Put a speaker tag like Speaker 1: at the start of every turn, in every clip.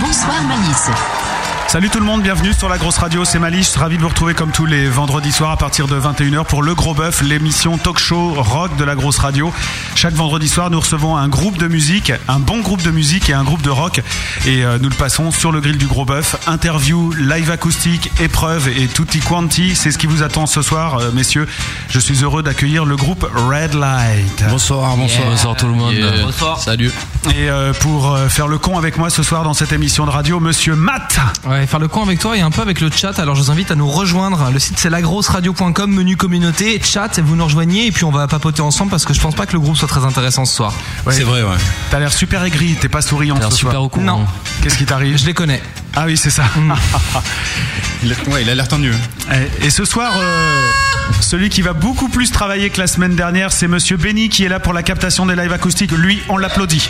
Speaker 1: Bonsoir Malice.
Speaker 2: Salut tout le monde, bienvenue sur la grosse radio, c'est Malice, ravi de vous retrouver comme tous les vendredis soirs à partir de 21h pour Le Gros Bœuf, l'émission talk show rock de la grosse radio. Chaque vendredi soir, nous recevons un groupe de musique, un bon groupe de musique et un groupe de rock et euh, nous le passons sur le grill du Gros Bœuf. Interview, live acoustique, épreuve et tutti quanti, c'est ce qui vous attend ce soir euh, messieurs. Je suis heureux d'accueillir le groupe Red Light.
Speaker 3: Bonsoir, bonsoir.
Speaker 4: Bonsoir tout le monde.
Speaker 3: Yeah.
Speaker 4: Bonsoir. Salut.
Speaker 2: Et euh, pour euh, faire le con avec moi ce soir dans cette émission de radio, monsieur Matt.
Speaker 3: Ouais, faire le con avec toi et un peu avec le chat. Alors, je vous invite à nous rejoindre. Le site c'est lagrosseradio.com, menu communauté, chat. Vous nous rejoignez et puis on va papoter ensemble parce que je pense pas que le groupe soit très intéressant ce soir.
Speaker 2: Ouais,
Speaker 4: C'est vrai, ouais.
Speaker 2: T'as l'air super aigri, t'es pas souriant
Speaker 4: T'as l'air
Speaker 2: ce
Speaker 4: super
Speaker 2: soir.
Speaker 4: au courant.
Speaker 3: Non.
Speaker 2: Qu'est-ce qui t'arrive
Speaker 3: Je les connais. Mm.
Speaker 2: Ah oui, c'est ça.
Speaker 4: Il a, ouais, il a l'air tendu.
Speaker 2: Eh, Et ce soir, euh, celui qui va beaucoup plus travailler que la semaine dernière, c'est monsieur Benny qui est là pour la captation des lives acoustiques. Lui, on l'applaudit.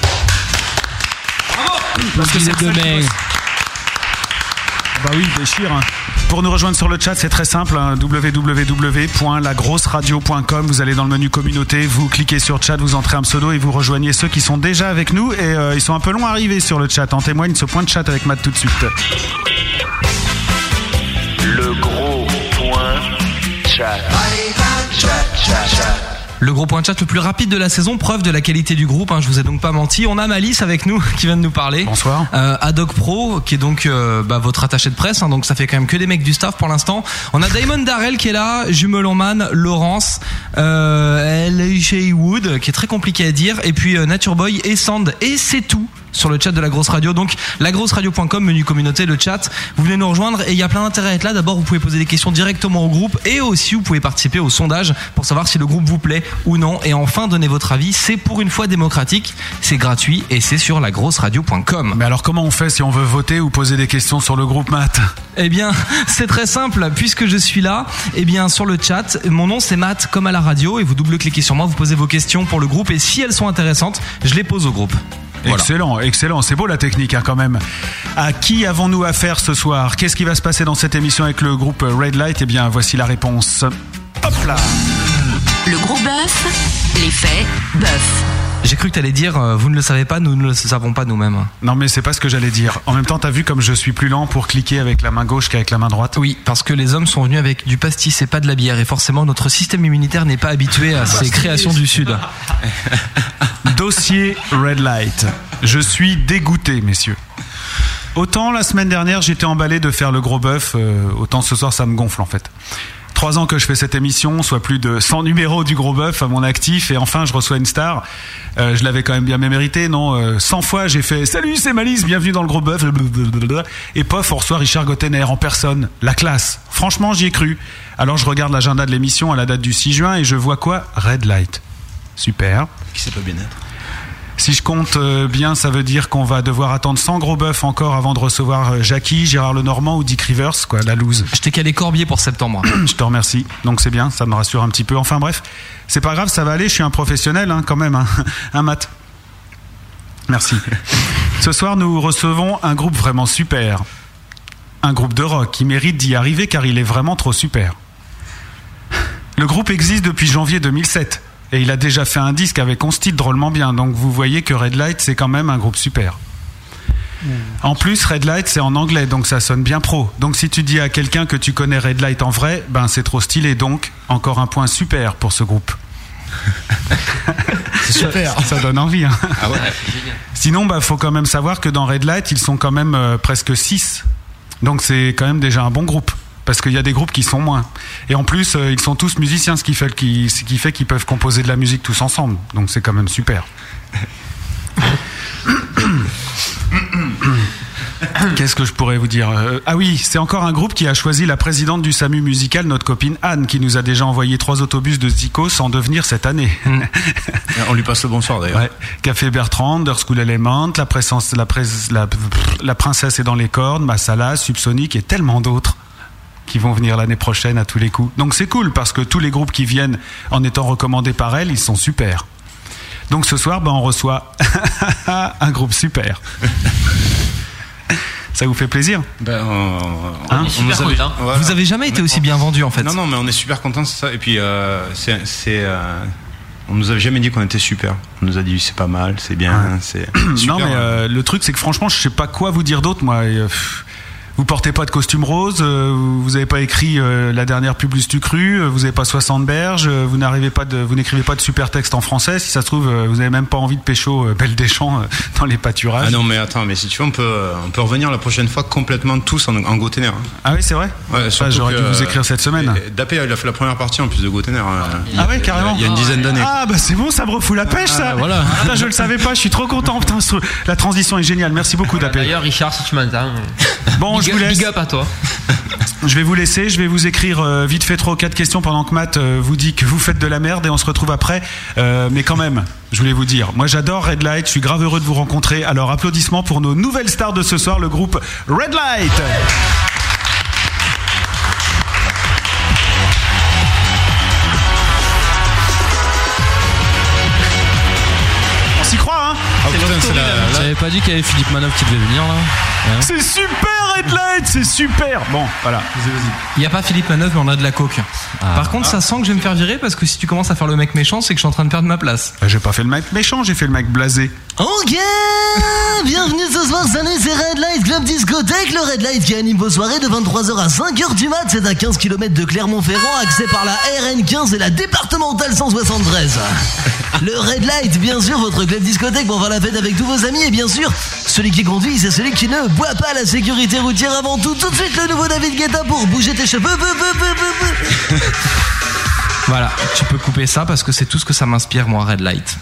Speaker 2: Parce que c'est le seul qui bosse. Bah oui, il déchire. hein. Pour nous rejoindre sur le chat, c'est très simple, hein, www.lagrosseradio.com. Vous allez dans le menu communauté, vous cliquez sur chat, vous entrez un pseudo et vous rejoignez ceux qui sont déjà avec nous. Et euh, ils sont un peu longs à arriver sur le chat. En témoigne ce point de chat avec Matt tout de suite.
Speaker 5: Le gros point chat. Chat, chat, chat.
Speaker 3: Le gros point de chat le plus rapide de la saison, preuve de la qualité du groupe. Hein, je vous ai donc pas menti. On a Malice avec nous qui vient de nous parler.
Speaker 2: Bonsoir.
Speaker 3: Euh, Adoc Pro, qui est donc euh, bah, votre attaché de presse, hein, donc ça fait quand même que des mecs du staff pour l'instant. On a Damon Darrell qui est là, Jumelon Man, Laurence, euh, LJ Wood, qui est très compliqué à dire, et puis euh, Nature Boy et Sand. Et c'est tout sur le chat de la grosse radio. Donc lagrosseradio.com, menu communauté, le chat. Vous venez nous rejoindre et il y a plein d'intérêt à être là. D'abord, vous pouvez poser des questions directement au groupe et aussi vous pouvez participer au sondage pour savoir si le groupe vous plaît ou non. Et enfin, donner votre avis. C'est pour une fois démocratique, c'est gratuit et c'est sur lagrosseradio.com.
Speaker 2: Mais alors comment on fait si on veut voter ou poser des questions sur le groupe Matt
Speaker 3: Eh bien, c'est très simple, puisque je suis là, eh bien, sur le chat, mon nom c'est Matt, comme à la radio, et vous double-cliquez sur moi, vous posez vos questions pour le groupe, et si elles sont intéressantes, je les pose au groupe. Voilà.
Speaker 2: Excellent, excellent, c'est beau la technique hein, quand même. À qui avons-nous affaire ce soir Qu'est-ce qui va se passer dans cette émission avec le groupe Red Light Eh bien voici la réponse. Hop là
Speaker 1: Le gros bœuf, l'effet bœuf.
Speaker 3: J'ai cru que t'allais dire, euh, vous ne le savez pas, nous ne le savons pas nous-mêmes.
Speaker 2: Non mais c'est pas ce que j'allais dire. En même temps, t'as vu comme je suis plus lent pour cliquer avec la main gauche qu'avec la main droite
Speaker 3: Oui, parce que les hommes sont venus avec du pastis et pas de la bière, et forcément, notre système immunitaire n'est pas habitué à ces créations du Sud.
Speaker 2: Dossier Red Light. Je suis dégoûté, messieurs. Autant la semaine dernière, j'étais emballé de faire le gros bœuf, euh, autant ce soir, ça me gonfle en fait. Trois ans que je fais cette émission, soit plus de 100 numéros du gros bœuf à mon actif, et enfin je reçois une star. Euh, je l'avais quand même bien mérité, non euh, 100 fois j'ai fait Salut, c'est Malice, bienvenue dans le gros bœuf, blablabla. et pof, on reçoit Richard Gottener en personne. La classe. Franchement, j'y ai cru. Alors je regarde l'agenda de l'émission à la date du 6 juin et je vois quoi Red Light. Super.
Speaker 4: Qui sait pas bien être.
Speaker 2: Si je compte euh, bien, ça veut dire qu'on va devoir attendre 100 gros bœufs encore avant de recevoir euh, Jackie, Gérard Lenormand ou Dick Rivers, quoi, la loose.
Speaker 3: Je t'ai calé Corbier pour septembre.
Speaker 2: je te remercie. Donc c'est bien, ça me rassure un petit peu. Enfin bref, c'est pas grave, ça va aller, je suis un professionnel hein, quand même, hein, un mat. Merci. Ce soir, nous recevons un groupe vraiment super. Un groupe de rock qui mérite d'y arriver car il est vraiment trop super. Le groupe existe depuis janvier 2007 et il a déjà fait un disque avec 11 titres drôlement bien, donc vous voyez que Red Light c'est quand même un groupe super. En plus, Red Light c'est en anglais, donc ça sonne bien pro. Donc si tu dis à quelqu'un que tu connais Red Light en vrai, ben c'est trop stylé, donc encore un point super pour ce groupe.
Speaker 4: C'est super.
Speaker 2: Ça donne envie. hein.
Speaker 4: Ah ouais.
Speaker 2: Sinon, bah, faut quand même savoir que dans Red Light, ils sont quand même euh, presque 6. Donc c'est quand même déjà un bon groupe. Parce qu'il y a des groupes qui sont moins. Et en plus, euh, ils sont tous musiciens, ce qui fait qu'ils ce qui fait qu'ils peuvent composer de la musique tous ensemble. Donc c'est quand même super. Qu'est-ce que je pourrais vous dire Euh, Ah oui, c'est encore un groupe qui a choisi la présidente du SAMU musical, notre copine Anne, qui nous a déjà envoyé trois autobus de Zico sans devenir cette année.
Speaker 4: Mm. On lui passe le bonsoir d'ailleurs.
Speaker 2: Ouais. Café Bertrand, Der School Element, la, présence- la, prés- la- la Princesse est dans les cordes, Masala, Subsonic et tellement d'autres qui vont venir l'année prochaine à tous les coups. Donc c'est cool parce que tous les groupes qui viennent en étant recommandés par elle, ils sont super. Donc ce soir, ben, on reçoit un groupe super. Ça vous fait plaisir
Speaker 4: Ben, on- on-
Speaker 2: Hein
Speaker 4: on
Speaker 6: Super
Speaker 4: nous avait-
Speaker 6: cool, hein.
Speaker 4: Voilà.
Speaker 3: Vous avez jamais été aussi bien vendu en fait.
Speaker 4: Non, non, mais on est super contents, c'est ça. Et puis, euh, c'est. c'est, euh, on nous avait jamais dit qu'on était super. On nous a dit c'est pas mal, c'est bien, c'est. super.
Speaker 2: non, mais euh, le truc, c'est que franchement, je sais pas quoi vous dire d'autre, moi. Et, euh, pff, vous portez pas de costume rose, euh, vous vous avez pas écrit euh, la dernière pub du cru, euh, vous avez pas 60 berges, euh, vous n'arrivez pas de, vous n'écrivez pas de super texte en français. Si ça se trouve, euh, vous avez même pas envie de pécho euh, Belle des Champs euh, dans les pâturages.
Speaker 4: Ah non, mais attends, mais si tu veux, on peut, euh, on peut revenir la prochaine fois complètement tous en, en Gauthéner. hein.
Speaker 2: Ah oui, c'est vrai.
Speaker 4: Ouais,
Speaker 2: Ça,
Speaker 4: surtout
Speaker 2: j'aurais
Speaker 4: que,
Speaker 2: dû vous
Speaker 4: euh,
Speaker 2: écrire cette semaine.
Speaker 4: et- et Dapé, il a fait la première partie en plus de Gauthéner. euh,
Speaker 2: Ah ouais, carrément.
Speaker 4: Il y a une dizaine d'années. Ah,
Speaker 2: Ah bah c'est bon, ça me refout la pêche ça.
Speaker 6: voilà.
Speaker 2: Putain, je le savais pas, je suis trop content. Putain, ce- la transition est géniale. Merci beaucoup d'appel.
Speaker 6: D'ailleurs, Richard, si tu m'entends,
Speaker 2: Bon,
Speaker 6: big,
Speaker 2: je vous
Speaker 6: up-
Speaker 2: laisse.
Speaker 6: big up à toi.
Speaker 2: Je vais vous laisser, je vais vous écrire euh, vite fait trois ou quatre questions pendant que Matt euh, vous dit que vous faites de la merde et on se retrouve après. Euh, mais quand même, je voulais vous dire, moi j'adore Red Light, je suis grave heureux de vous rencontrer. Alors applaudissements pour nos nouvelles stars de ce soir, le groupe Red Light. On s'y croit, hein
Speaker 4: Ah, putain, c'est la- la-
Speaker 6: J'avais pas dit qu'il y avait Philippe Manoff qui devait venir là.
Speaker 3: Hein
Speaker 2: C'est super Red Light, c'est super. Bon, voilà. Ah.
Speaker 3: Il n'y a pas Philippe Manœuvre, mais on a de la coke. Par contre, ça sent que je vais me faire virer parce que si tu commences à faire le mec méchant, c'est que je suis en train de perdre ma place.
Speaker 2: Ah, J'ai pas fait le mec méchant, j'ai fait le mec blasé.
Speaker 7: Ok Bienvenue ce soir, salut, c'est Red Light Club Discothèque, le Red Light qui anime vos soirées de 23h à 5h du mat, c'est à 15 km de Clermont-Ferrand, axé par la RN15 et la départementale 173. Le Red Light, bien sûr, votre club discothèque pour faire la fête avec tous vos amis, et bien sûr, celui qui conduit, c'est celui qui ne boit pas la sécurité routière avant tout. Tout de suite, le nouveau David Guetta pour bouger tes cheveux. Beu, beu, beu, beu, beu.
Speaker 3: Voilà, tu peux couper ça parce que c'est tout ce que ça m'inspire, moi, Red Light.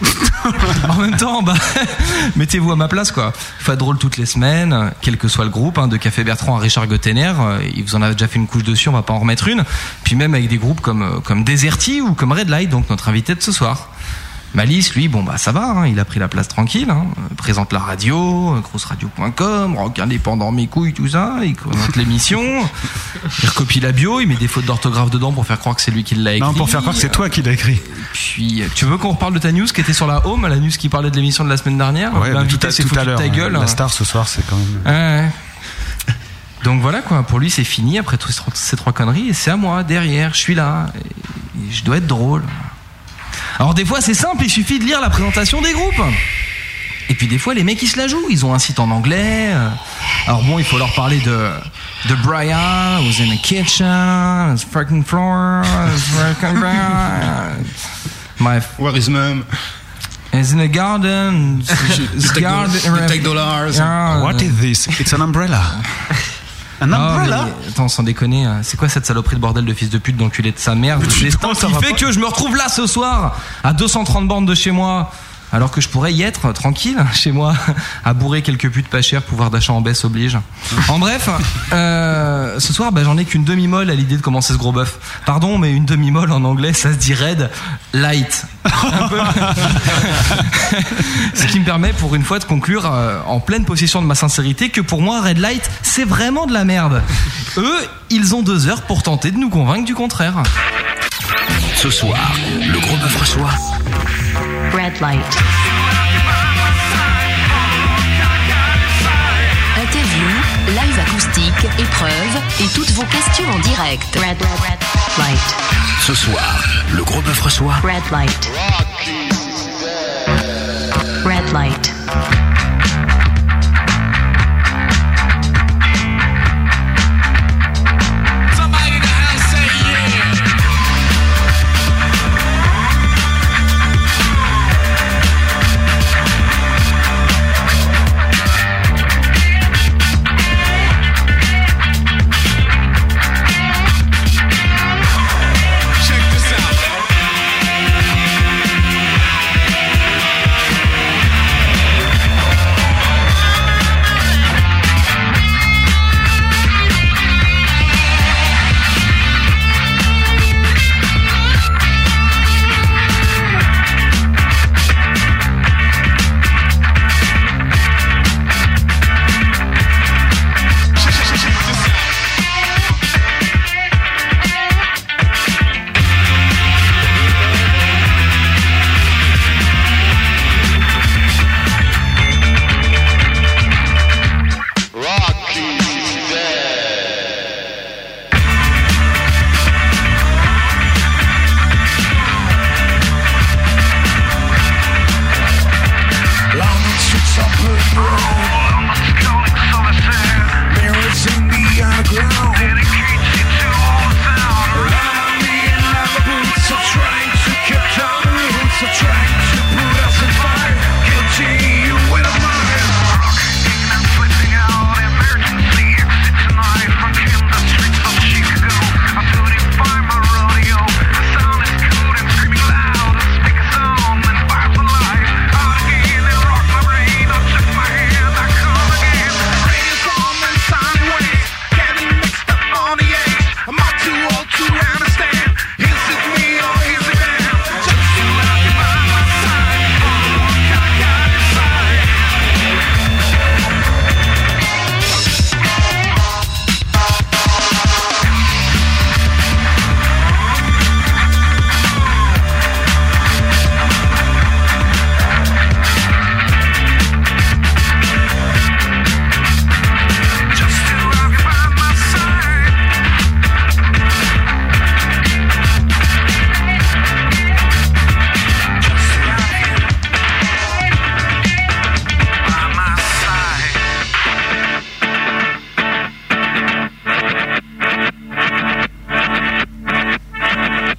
Speaker 3: en même temps, bah, mettez-vous à ma place, quoi. Faites drôle toutes les semaines, quel que soit le groupe, hein, de Café Bertrand à Richard Gottener, euh, il vous en a déjà fait une couche dessus, on va pas en remettre une. Puis même avec des groupes comme, euh, comme Deserti ou comme Red Light, donc notre invité de ce soir. Malice, lui, bon bah ça va, hein, il a pris la place tranquille, hein, euh, présente la radio, euh, grosseradio.com, rock indépendant mes couilles, tout ça, il commente l'émission, il recopie la bio, il met des fautes d'orthographe dedans pour faire croire que c'est lui qui l'a écrit.
Speaker 2: Non, pour faire croire que c'est toi qui l'as écrit.
Speaker 3: Puis, euh, tu veux qu'on reparle de ta news qui était sur la home, la news qui parlait de l'émission de la semaine dernière
Speaker 2: Ouais, mais
Speaker 3: L'invité
Speaker 2: tout à,
Speaker 3: s'est
Speaker 2: tout
Speaker 3: foutu
Speaker 2: à
Speaker 3: de
Speaker 2: l'heure.
Speaker 3: ta gueule. hein.
Speaker 2: La star ce soir, c'est quand même.
Speaker 3: Ouais, ouais. Donc voilà quoi, pour lui c'est fini après tous ces trois- ces trois conneries et c'est à moi derrière, je suis là, et- et je dois être drôle. Alors des fois c'est simple, il suffit de lire la présentation des groupes. Et puis des fois les mecs ils se la jouent, ils ont un site en anglais. euh, Alors bon il faut leur parler de de Brian, who's in the kitchen, it's fucking floor, it's fucking Brian. My f-
Speaker 4: Where is mom?
Speaker 3: is in the garden,
Speaker 4: You take do- you take dollars.
Speaker 3: Yeah.
Speaker 2: What is this? It's an umbrella. An
Speaker 3: Ah,
Speaker 2: umbrella?
Speaker 3: mais, attends, sans déconner, euh, c'est quoi cette saloperie de bordel de fils de pute d'enculé de sa mère
Speaker 2: putain,
Speaker 3: destin
Speaker 2: ça
Speaker 3: qui
Speaker 2: va
Speaker 3: fait
Speaker 2: pas.
Speaker 3: que je me retrouve là ce soir, à 230 bornes de chez moi, alors que je pourrais y être euh, tranquille chez moi, à bourrer quelques putes pas chères, pouvoir d'achat en baisse oblige. En bref, euh, ce soir, bah, j'en ai qu'une demi-molle à l'idée de commencer ce gros bœuf. Pardon, mais une demi-molle en anglais, ça se dit red light. Un peu. Ce qui me permet pour une fois de conclure euh, en pleine possession de ma sincérité que pour moi Red Light c'est vraiment de la merde. Eux, ils ont deux heures pour tenter de nous convaincre du contraire.
Speaker 6: Ce soir, le gros bœuf reçoit.
Speaker 8: Red Light.
Speaker 1: Interview, live acoustique, épreuve et toutes vos questions en direct.
Speaker 8: Red, red, red light.
Speaker 6: Ce soir, le gros bœuf reçoit.
Speaker 8: Red light. Red light.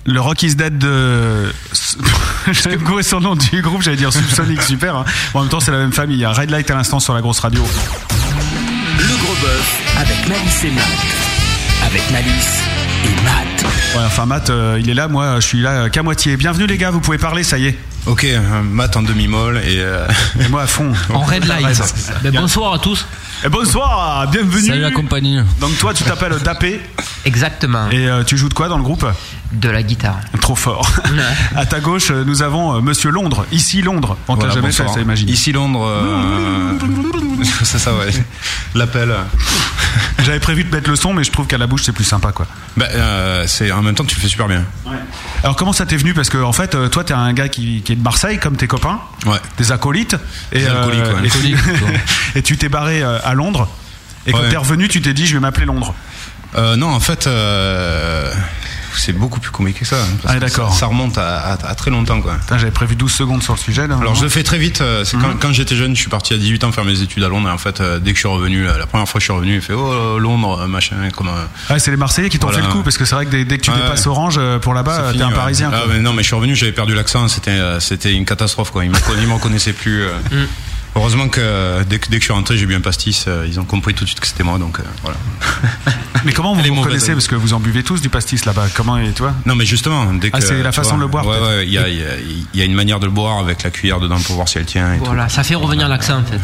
Speaker 2: le Rock is Dead de. J'ai gouré sur le nom du groupe, j'allais dire Subsonic, super. hein. Bon, en même temps, c'est la même famille. Il y a Red Light à l'instant sur la grosse radio.
Speaker 6: Le gros bœuf avec Malice et Matt. Avec Malice et Matt.
Speaker 2: Ouais, enfin, Matt, euh, il est là, moi, je suis là euh, qu'à moitié. Bienvenue, les gars, vous pouvez parler, ça y est.
Speaker 4: Ok, euh, Matt en demi-molle et. euh,
Speaker 2: Et moi, à fond.
Speaker 3: En red light.
Speaker 2: Ouais, c'est ça.
Speaker 9: Ben, bonsoir à tous.
Speaker 2: Et Eh, bonsoir, bienvenue.
Speaker 9: Salut la compagnie.
Speaker 2: Donc, toi, tu t'appelles Dapé
Speaker 9: Exactement.
Speaker 2: et euh, tu joues de quoi dans le groupe
Speaker 9: De la guitare.
Speaker 2: Trop fort. À ta gauche, euh, nous avons euh, Monsieur Londres, ici Londres. On t'a
Speaker 4: voilà,
Speaker 2: jamais
Speaker 4: bonsoir.
Speaker 2: fait, ça imagine.
Speaker 4: Ici Londres. euh, c'est ça, ouais. L'appel.
Speaker 2: J'avais prévu de mettre le son, mais je trouve qu'à la bouche, c'est plus sympa, quoi.
Speaker 4: Bah, euh, c'est en même temps, tu le fais super bien.
Speaker 2: Alors, comment ça t'est venu Parce que, en fait, euh, toi, t'es un gars qui, qui est de Marseille, comme tes copains,
Speaker 4: Ouais.
Speaker 2: des acolytes. Et, euh,
Speaker 4: Des alcooliques, ouais.
Speaker 2: et tu-
Speaker 4: Alcooliques, quoi.
Speaker 2: et tu t'es barré euh, à Londres. Et quand
Speaker 4: Ouais.
Speaker 2: t'es revenu, tu t'es dit, je vais m'appeler Londres.
Speaker 4: Euh, non, en fait, euh, c'est beaucoup plus compliqué que ça. hein, parce
Speaker 2: Ah,
Speaker 4: que
Speaker 2: d'accord.
Speaker 4: Ça, ça remonte à, à- à très longtemps, quoi.
Speaker 2: Putain, J'avais prévu 12 secondes sur le sujet, là.
Speaker 4: Alors je le fais très vite, euh,
Speaker 2: Mhm.
Speaker 4: c'est quand, quand j'étais jeune, je suis parti à 18 ans faire mes études à Londres et en fait euh, dès que je suis revenu, euh, la première fois que je suis revenu, il fait oh Londres, euh, machin, comme... euh,
Speaker 2: Ouais, c'est les Marseillais qui t'ont
Speaker 4: Voilà.
Speaker 2: fait le coup, parce que c'est vrai que dès, dès que tu
Speaker 4: Ouais.
Speaker 2: dépasses Orange euh, pour là-bas,
Speaker 4: c'est
Speaker 2: euh, t'es
Speaker 4: fini,
Speaker 2: un
Speaker 4: ouais.
Speaker 2: Parisien.
Speaker 4: Ah,
Speaker 2: quoi.
Speaker 4: mais non mais je suis revenu, j'avais perdu l'accent, c'était euh, c'était une catastrophe quoi, ils me, conna- ils me reconnaissaient plus. euh. Heureusement que euh, dès, que dès que je suis rentré, j'ai bu un pastis, euh, ils ont compris tout de suite que c'était moi, donc euh, voilà.
Speaker 2: Mais comment vous
Speaker 4: Elle est
Speaker 2: vous
Speaker 4: mauvaise,
Speaker 2: reconnaissez
Speaker 4: elle.
Speaker 2: Parce que vous en buvez tous du pastis là-bas. Comment et toi
Speaker 4: Non mais justement, dès que...
Speaker 2: Ah, c'est la
Speaker 4: tu
Speaker 2: façon de le boire,
Speaker 4: Ouais,
Speaker 2: peut-être.
Speaker 4: ouais, il y a, il y a- il y a une manière de le boire avec la cuillère dedans pour voir si elle tient et tout.
Speaker 9: Voilà, ça fait revenir l'accent en fait.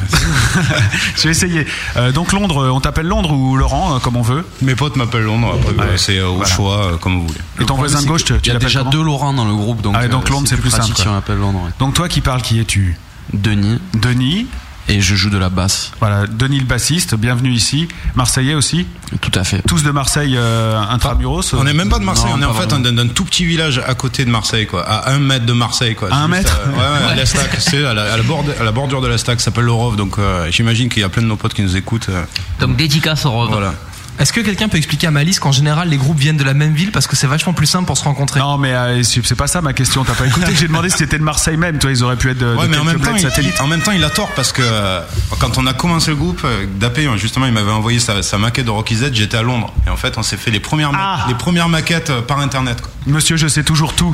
Speaker 2: Je vais essayer. Euh, donc Londres, euh, on t'appelle Londres ou Laurent, euh, comme on veut.
Speaker 4: Mes potes m'appellent Londres, après euh, c'est euh, au choix, euh, comme vous voulez.
Speaker 2: Et ton voisin de gauche, tu tu
Speaker 10: Il y a
Speaker 2: l'appelles
Speaker 10: déjà
Speaker 2: comment
Speaker 10: deux Laurent dans le groupe, donc,
Speaker 2: Ah, et donc
Speaker 10: euh,
Speaker 2: Londres, c'est plus
Speaker 10: pratique
Speaker 2: simple,
Speaker 10: si
Speaker 2: quoi.
Speaker 10: on appelle Londres. ouais.
Speaker 2: Donc toi qui parles, qui es-tu
Speaker 10: Denis,
Speaker 2: Denis.
Speaker 10: et je joue de la basse.
Speaker 2: Voilà, Denis le bassiste. Bienvenue ici. Marseillais aussi.
Speaker 10: Tout à fait.
Speaker 2: Tous de Marseille, euh, intramuros.
Speaker 4: On n'est même pas de Marseille,
Speaker 10: Non,
Speaker 4: on est en
Speaker 10: pas
Speaker 4: fait
Speaker 10: vraiment.
Speaker 4: dans un tout petit village à côté de Marseille, quoi, à un mètre de Marseille, quoi.
Speaker 2: À un
Speaker 4: C'est juste
Speaker 2: mètre
Speaker 4: à- Ouais, ouais, à l'Estac, c'est à la, à la borde- à la bordure de l'Estac, ça s'appelle le Rove, donc euh, j'imagine qu'il y a plein de nos potes qui nous écoutent. euh,
Speaker 9: Donc dédicace au Rob.
Speaker 4: voilà.
Speaker 3: Est-ce que quelqu'un peut expliquer à Malice qu'en général les groupes viennent de la même ville parce que c'est vachement plus simple pour se rencontrer
Speaker 2: Non, mais euh, c'est c'est pas ça ma question. T'as pas écouté J'ai demandé si t'étais de Marseille même. Toi, ils auraient pu être de,
Speaker 4: Ouais,
Speaker 2: de
Speaker 4: mais en
Speaker 2: quelques
Speaker 4: même, temps,
Speaker 2: bleds
Speaker 4: il,
Speaker 2: satellites.
Speaker 4: il- en même temps, il a tort parce que euh, quand on a commencé le groupe, euh, Dapé, justement, il m'avait envoyé sa, sa maquette de Rocky Z, j'étais à Londres. Et en fait, on s'est fait les premières, ma-
Speaker 2: Ah.
Speaker 4: les premières maquettes euh, par internet, quoi.
Speaker 2: Monsieur, je sais toujours tout.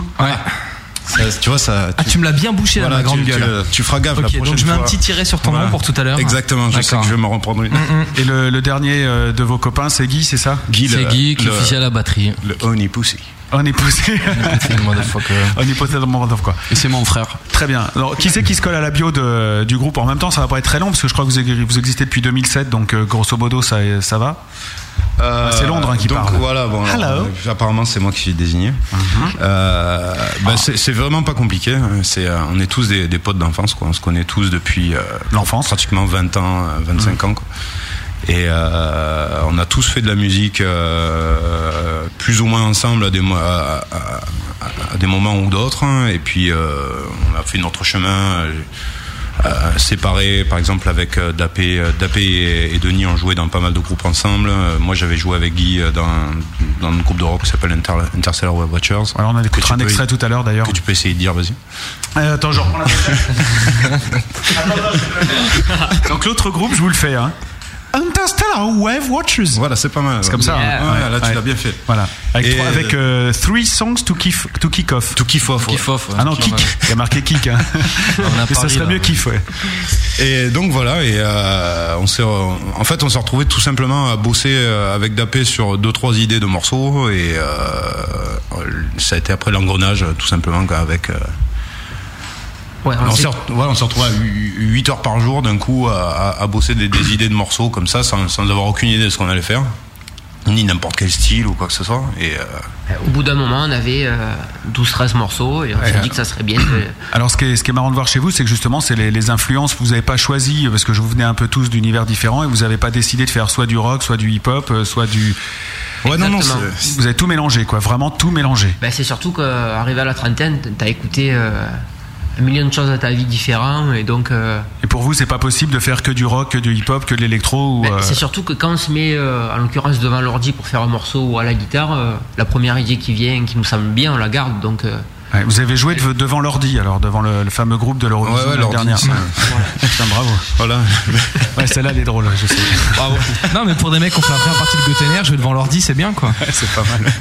Speaker 4: Ça, tu vois, ça.
Speaker 3: Ah, tu me l'as bien bouché là,
Speaker 4: voilà,
Speaker 3: ma grande
Speaker 4: tu- tu-
Speaker 3: gueule.
Speaker 4: Tu, feras gaffe la
Speaker 3: Ok,
Speaker 4: prochaine
Speaker 3: donc je mets un
Speaker 4: fois.
Speaker 3: petit tiret sur ton nom pour tout à l'heure.
Speaker 4: Exactement, je sais
Speaker 3: D'accord. Mm,
Speaker 4: que je vais me reprendre une.
Speaker 2: Et le, le dernier euh, de vos copains, c'est Guy, c'est ça
Speaker 4: Guy,
Speaker 9: C'est
Speaker 4: le-
Speaker 9: Guy qui
Speaker 4: le-
Speaker 9: officie à la batterie.
Speaker 4: Le Honey Pussy.
Speaker 2: On est poussé.
Speaker 10: Motherfucker.
Speaker 2: On est poussé dans mon quoi.
Speaker 10: Et c'est mon frère.
Speaker 2: Très bien. Alors, qui c'est qui se colle à la bio de- du groupe En même temps, ça va pas être très long parce que je crois que vous, ex- vous existez depuis 2007, donc euh, grosso modo, ça, ça va.
Speaker 4: Euh,
Speaker 2: C'est Londres, hein, qui
Speaker 4: donc,
Speaker 2: parle.
Speaker 4: Voilà, bon, alors,
Speaker 2: Hello. Mhm.
Speaker 4: euh, apparemment c'est moi qui suis désigné. Euh, bah, c'est c'est vraiment pas compliqué. hein. C'est, euh, on est tous des, des potes d'enfance, quoi. On se connaît tous depuis euh,
Speaker 2: L'enfance. Mhm.
Speaker 4: pratiquement 20 ans, euh, 25 ans. Quoi. Et euh, on a tous fait de la musique euh, plus ou moins ensemble à des, mo- à- à- à- à des moments ou d'autres. hein. Et puis euh, on a fait notre chemin. euh, euh, séparés, par exemple avec euh, Dapé, euh, Dapé et, et Denis ont joué dans pas mal de groupes ensemble. Euh, moi, j'avais joué avec Guy euh, dans, dans un groupe de rock qui s'appelle Inter, Interstellar Web Watchers.
Speaker 2: Alors, on a
Speaker 4: Que tu
Speaker 2: écoutera un
Speaker 4: peux-
Speaker 2: extrait tout à l'heure d'ailleurs.
Speaker 4: Que tu peux essayer de dire, vas-y.
Speaker 2: Euh, attends, je reprends la Donc, l'autre groupe, je vous le fais. Hein. Interstellar Wave Watchers.
Speaker 4: Voilà, c'est pas mal.
Speaker 2: C'est comme ça. hein.
Speaker 4: Ouais, là, tu
Speaker 2: Ouais.
Speaker 4: l'as bien fait.
Speaker 2: Voilà. Avec,
Speaker 4: Et-
Speaker 2: trois- avec euh, Three Songs to, kiff, to Kick Off.
Speaker 4: Tout kiff off. ouais.
Speaker 10: Kiff off. ouais.
Speaker 2: ah non, kick. Il y a marqué kick. Hein. Mais ça serait mieux kiff, ouais.
Speaker 4: Et donc voilà, et euh, on s'est, en fait, on s'est retrouvé tout simplement à bosser euh, avec Dapé sur deux trois idées de morceaux, et euh, ça a été après l'engrenage, euh, tout simplement, quoi, avec. euh,
Speaker 9: Ouais, on
Speaker 4: on
Speaker 9: sait-
Speaker 4: s'est ret- voilà, on s'est retrouvé à 8 heures par jour d'un coup à, à- à bosser des, des idées de morceaux comme ça, sans, sans avoir aucune idée de ce qu'on allait faire, ni n'importe quel style ou quoi que ce soit. Et euh,
Speaker 9: Au bout d'un moment, on avait 12-13 morceaux et on s'est dit que ça serait bien de.
Speaker 2: Alors ce qui, est, ce qui est marrant de voir chez vous, c'est que justement, c'est les, les influences que vous n'avez pas choisies, parce que je vous venais un peu tous d'univers différents, et vous n'avez pas décidé de faire soit du rock, soit du hip-hop, euh, soit du...
Speaker 4: ouais, non, non,
Speaker 9: Exactement.
Speaker 4: c'est-
Speaker 2: Vous avez tout mélangé, quoi, vraiment tout mélangé.
Speaker 9: Ben, c'est surtout qu'arrivé à la trentaine, t'as écouté euh, un million de choses à ta vie différentes et donc. euh,
Speaker 2: Et pour vous, c'est pas possible de faire que du rock, que du hip-hop, que de l'électro ou...
Speaker 9: ben,
Speaker 2: euh,
Speaker 9: C'est surtout que quand on se met, euh, en l'occurrence, devant l'ordi pour faire un morceau ou à la guitare, euh, la première idée qui vient, qui nous semble bien, on la garde. Donc, euh,
Speaker 2: ouais, vous avez joué de- devant l'ordi, alors devant le, le fameux groupe de l'Eurovision
Speaker 4: Ouais, ouais,
Speaker 2: la
Speaker 4: l'ordi,
Speaker 2: dernière.
Speaker 4: c'est-
Speaker 2: Putain, bravo.
Speaker 4: voilà.
Speaker 2: Ouais, celle-là, elle est drôle, je sais.
Speaker 4: Ah,
Speaker 3: Non, mais pour des mecs qui ont fait la première partie de Gotenner, jouer devant l'ordi, c'est bien quoi.
Speaker 2: C'est pas mal.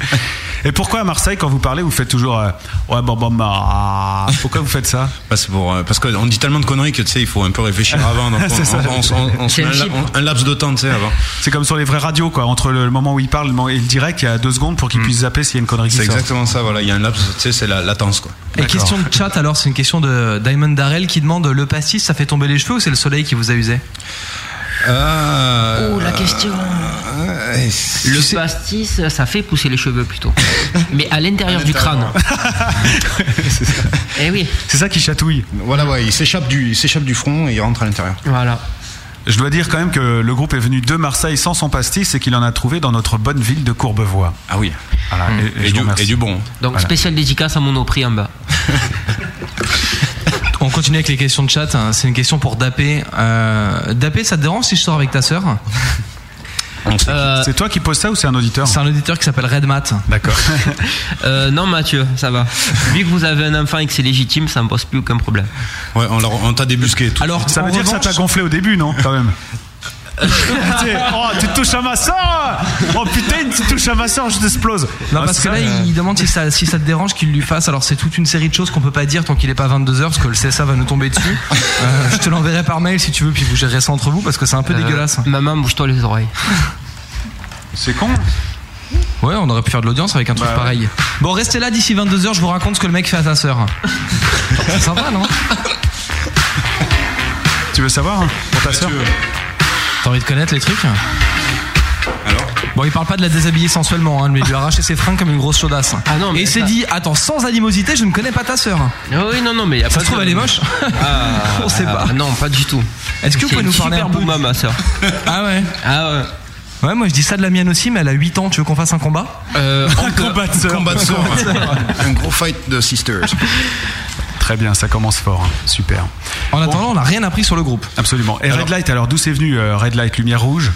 Speaker 2: Et pourquoi à Marseille, quand vous parlez, vous faites toujours euh, ouais bon bon bah, Pourquoi vous faites ça
Speaker 4: Bah, c'est pour, euh, parce qu'on dit tellement de conneries que tu sais, il faut un peu réfléchir avant. Donc
Speaker 2: C'est
Speaker 4: on,
Speaker 2: ça.
Speaker 4: on- on- on- on se
Speaker 2: C'est
Speaker 4: met un,
Speaker 2: le
Speaker 4: la-
Speaker 2: chip.
Speaker 4: on- un laps de temps, tu sais, avant.
Speaker 2: C'est comme sur les vraies radios, quoi. Entre le, le moment où il parle et le direct, il y a deux secondes pour qu'il puisse zapper s'il y a une connerie qui
Speaker 4: C'est
Speaker 2: sort.
Speaker 4: exactement ça, voilà. Il y a un laps, tu sais, c'est la latence, quoi.
Speaker 3: Et question de chat alors, c'est une question de Diamond Darrell qui demande le pastis, ça fait tomber les cheveux ou c'est le soleil qui vous a usé
Speaker 9: Oh,
Speaker 2: Euh,
Speaker 9: la question. Le pastis, ça fait pousser les cheveux plutôt. Mais à l'intérieur du crâne. Eh oui.
Speaker 2: C'est ça qui chatouille.
Speaker 4: Voilà, ouais, il s'échappe du, il s'échappe du front et il rentre à l'intérieur.
Speaker 9: Voilà.
Speaker 2: Je dois dire quand même que le groupe est venu de Marseille sans son pastis et qu'il en a trouvé dans notre bonne ville de Courbevoie.
Speaker 4: Ah oui.
Speaker 2: Voilà,
Speaker 9: Mm.
Speaker 2: et, et je vous remercie.
Speaker 9: Donc
Speaker 2: Voilà.
Speaker 9: spéciale dédicace à Monoprix en bas.
Speaker 3: On continue avec les questions de chat, hein. c'est une question pour Dapé. Euh, Dapé, ça te dérange si je sors avec ta sœur
Speaker 9: Euh,
Speaker 2: C'est toi qui poses ça ou c'est un auditeur
Speaker 3: C'est un auditeur qui s'appelle Redmat.
Speaker 2: D'accord.
Speaker 9: Euh, non Mathieu, ça va. Vu que vous avez un enfant et que c'est légitime, ça ne pose plus aucun problème.
Speaker 4: Ouais, on, leur- on t'a débusqué. Tout.
Speaker 3: Alors,
Speaker 2: Ça veut dire que ça t'a gonflé au début, non Quand même. Tu sais, oh, tu touches à ma soeur Oh putain, tu touches à ma soeur, je t'explose
Speaker 3: Non,
Speaker 2: Ah,
Speaker 3: parce
Speaker 2: c'est
Speaker 3: que là,
Speaker 2: ça, euh,
Speaker 3: il demande si ça, si ça te dérange qu'il lui fasse. Alors, c'est toute une série de choses qu'on peut pas dire tant qu'il est pas 22h, parce que le CSA va nous tomber dessus. Euh, je te l'enverrai par mail si tu veux, puis vous gérez ça entre vous, parce que c'est un peu
Speaker 9: Euh,
Speaker 3: dégueulasse.
Speaker 9: Maman, bouge-toi les oreilles.
Speaker 2: C'est con. Bah
Speaker 3: Ouais, on aurait pu faire de l'audience avec un truc pareil. Bon, restez là d'ici 22h, je vous raconte ce que le mec fait à ta sœur. c'est sympa, non
Speaker 2: Tu veux savoir hein, pour ta sœur
Speaker 3: T'as envie de connaître les trucs
Speaker 4: Alors
Speaker 3: Bon, il parle pas de la déshabiller sensuellement, hein, mais de lui arracher ses fringues comme une grosse chaudasse.
Speaker 9: Ah non, mais
Speaker 3: Et il s'est
Speaker 9: ça-
Speaker 3: dit, attends, sans animosité, je ne connais pas ta sœur.
Speaker 9: Ah oui, non, non, mais y a
Speaker 3: Ça
Speaker 9: pas
Speaker 3: se trouve,
Speaker 9: de-
Speaker 3: elle est moche
Speaker 9: Ah,
Speaker 3: On sait pas.
Speaker 9: Non, pas du tout.
Speaker 3: Est-ce que vous
Speaker 9: C'est
Speaker 3: pouvez
Speaker 9: une
Speaker 3: nous parler
Speaker 9: super
Speaker 3: un peu
Speaker 9: bouma, ma sœur.
Speaker 3: Ah ouais
Speaker 9: Ah ouais.
Speaker 3: Ouais, moi je dis ça de la mienne aussi, mais elle a 8 ans, tu veux qu'on fasse un combat
Speaker 9: Euh,
Speaker 4: Un combat de sœurs. un gros fight de sisters.
Speaker 2: Très bien, ça commence fort. hein. Super.
Speaker 3: En attendant, on n'a rien appris sur le groupe.
Speaker 2: Absolument. Et Red Light, alors d'où c'est venu euh, Red Light, lumière rouge,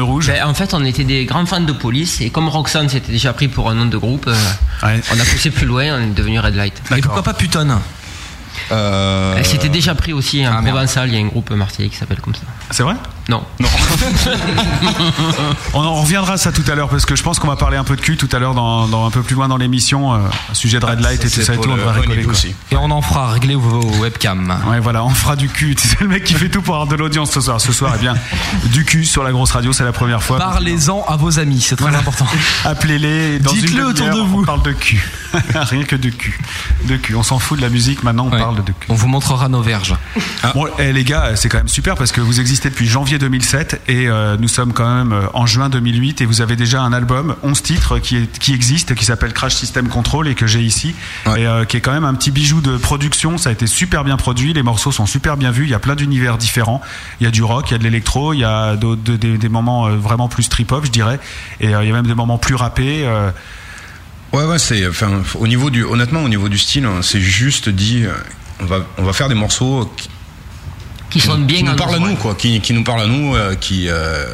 Speaker 2: rouge
Speaker 9: Ben, en fait, on était des grands fans de police et comme Roxane s'était déjà pris pour un nom de groupe, euh, on a poussé plus loin, on est devenu Red Light.
Speaker 3: Et pourquoi pas Putonne
Speaker 9: Elle s'était déjà pris aussi en
Speaker 3: Ah, merde.
Speaker 9: Provençal, il y a un groupe marseillais qui s'appelle comme ça.
Speaker 2: C'est vrai
Speaker 9: Non.
Speaker 4: Non.
Speaker 2: On en reviendra à ça tout à l'heure parce que je pense qu'on va parler un peu de cul tout à l'heure dans, dans- un peu plus loin dans l'émission, euh, sujet de Red Light et tout ça et tout, on va rigoler quoi.
Speaker 3: Et on en fera régler vos webcams.
Speaker 2: Ouais, voilà, on fera du cul. C'est le mec qui fait tout pour avoir de l'audience ce soir. Ce soir, eh bien, du cul sur la grosse radio, c'est la première fois.
Speaker 3: Parlez-en à vos amis, c'est très important.
Speaker 2: Appelez-les. dans
Speaker 3: Dites-le
Speaker 2: une
Speaker 3: autour
Speaker 2: demi-heure,
Speaker 3: de
Speaker 2: On parle de cul. Rien que de cul. De cul. On s'en fout de la musique, maintenant on parle de cul.
Speaker 3: On vous montrera nos verges.
Speaker 2: Bon, eh, les gars, c'est quand même super parce que vous existez depuis janvier 2007 et euh, nous sommes quand même euh, en juin 2008 et vous avez déjà un album, 11 titres qui, est, qui existe, qui s'appelle Crash System Control et que j'ai ici et euh, qui est quand même un petit bijou de production. Ça a été super bien produit, les morceaux sont super bien vus, il y a plein d'univers différents. Il y a du rock, il y a de l'électro, il y a d'autres- de- des, des moments euh, vraiment plus trip-hop, je dirais, et euh, il y a même des moments plus rappés. euh,
Speaker 4: Ouais, ouais, c'est. Enfin, au niveau du, honnêtement, au niveau du style, hein, c'est juste dit. euh, On va, on va faire des morceaux qui,
Speaker 9: Qui sonne bien
Speaker 4: qui nous
Speaker 9: en
Speaker 4: parlent à nous, quoi, qui, qui nous parlent à nous, euh, qui euh,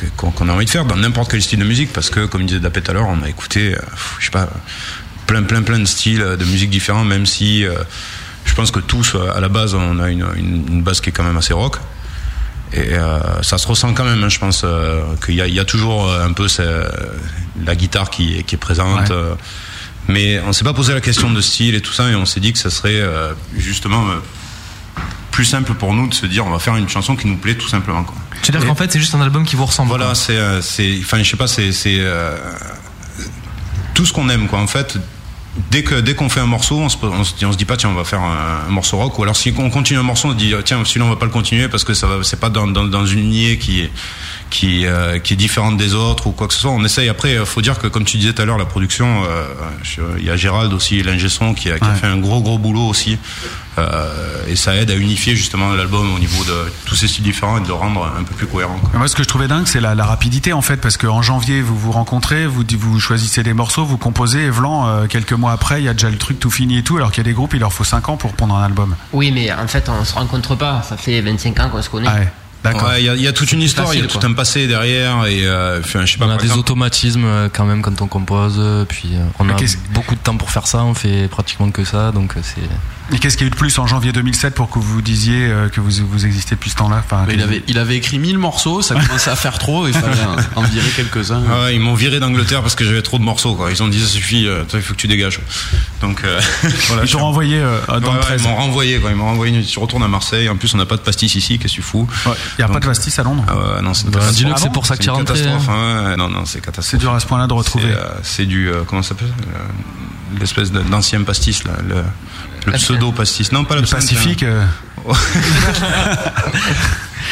Speaker 4: que- qu'on qu'on a envie de faire dans n'importe quel style de musique, parce que comme disait Dapet tout à l'heure, on a écouté, euh, pff, je sais pas, plein, plein, plein de styles euh, de musique différents, même si euh, je pense que tous euh, à la base on a une, une- une base qui est quand même assez rock. Et euh, ça se ressent quand même, hein, je pense, euh, qu'il y a, il y a toujours euh, un peu ce- la guitare qui, est- qui est présente. euh, mais on s'est pas posé la question de style et tout ça, et on s'est dit que ça serait euh, justement euh, plus simple pour nous de se dire on va faire une chanson qui nous plaît tout simplement. Quoi.
Speaker 3: C'est-à-dire qu'en fait, c'est juste un album qui vous ressemble.
Speaker 4: Voilà, c'est, euh, c'est, enfin, je sais pas, c'est, c'est euh, tout ce qu'on aime, quoi. En fait, dès que dès qu'on fait un morceau, on se, pose- on se dit, on se dit pas tiens, on va faire un, un morceau rock, ou alors si on continue un morceau, on se dit tiens, celui-là on va pas le continuer parce que ça va, c'est pas dans, dans, dans une lignée qui est qui euh, qui est différente des autres ou quoi que ce soit. On essaye. Après, euh, faut dire que comme tu disais tout à l'heure, la production, euh, je- il y a Gérald aussi, l'ingé son, qui, a, qui a
Speaker 2: Ouais.
Speaker 4: fait un gros gros boulot aussi. Euh, et ça aide à unifier justement l'album au niveau de tous ces styles différents et de le rendre un peu plus cohérent. quoi.
Speaker 2: Moi, ce que je trouvais dingue, c'est la, la rapidité en fait, parce qu'en janvier, vous vous rencontrez, vous, vous choisissez des morceaux, vous composez, et Vlan, euh, quelques mois après, il y a déjà le truc tout fini et tout, alors qu'il y a des groupes, il leur faut 5 ans pour prendre un album.
Speaker 9: Oui, mais en fait, on se rencontre pas. Ça fait 25 ans qu'on se connaît.
Speaker 2: D'accord.
Speaker 4: Ouais, Il y a- il y, a toute une
Speaker 9: plus
Speaker 4: histoire, il y a
Speaker 9: facile,
Speaker 4: tout
Speaker 9: quoi.
Speaker 4: un passé derrière et euh, enfin, je sais pas.
Speaker 10: On a
Speaker 4: par
Speaker 10: des
Speaker 4: exemple-
Speaker 10: automatismes euh, quand même quand on compose, euh, puis euh, on a
Speaker 2: Mais qu'est-ce-
Speaker 10: beaucoup de temps pour faire ça, on fait pratiquement que ça, donc euh, c'est.
Speaker 2: Et qu'est-ce qu'il y a eu de plus en janvier 2007 pour que vous disiez euh, que vous, vous existez depuis ce temps-là Enfin,
Speaker 10: Mais
Speaker 2: que-
Speaker 10: il, avait, il avait écrit 1000 morceaux, ça commençait à faire trop, il fallait
Speaker 2: hein.
Speaker 10: en, en virer quelques-uns.
Speaker 4: Ah ouais, ils m'ont viré d'Angleterre parce que j'avais trop de morceaux. Quoi. Ils ont dit ça suffit, euh, toi, il faut que tu dégages. Donc euh, voilà.
Speaker 2: Ils t'ont renvoyé euh, dans
Speaker 4: Ouais,
Speaker 2: le
Speaker 4: ouais,
Speaker 2: 13.
Speaker 4: ils m'ont renvoyé. Quoi. Ils m'ont renvoyé. Je retourne à Marseille. En plus, on n'a pas de pastis ici. Qu'est-ce que tu fous Ah
Speaker 2: Il n'y a pas de pastis à Londres
Speaker 4: Non, c'est une
Speaker 2: Bah,
Speaker 4: catastrophe.
Speaker 2: dis-le que c'est pour ça que
Speaker 4: C'est
Speaker 2: t'es
Speaker 4: une
Speaker 2: rentré,
Speaker 4: catastrophe, hein. Non, non, c'est catastrophe.
Speaker 2: C'est dur à ce point-là de retrouver.
Speaker 4: C'est, euh, C'est du euh, comment ça s'appelle euh, L'espèce de- d'ancien pastis là, le, pseudo pastis. Non, pas
Speaker 2: Le
Speaker 4: l'absinthe,
Speaker 2: Pacifique.
Speaker 4: hein.
Speaker 2: euh,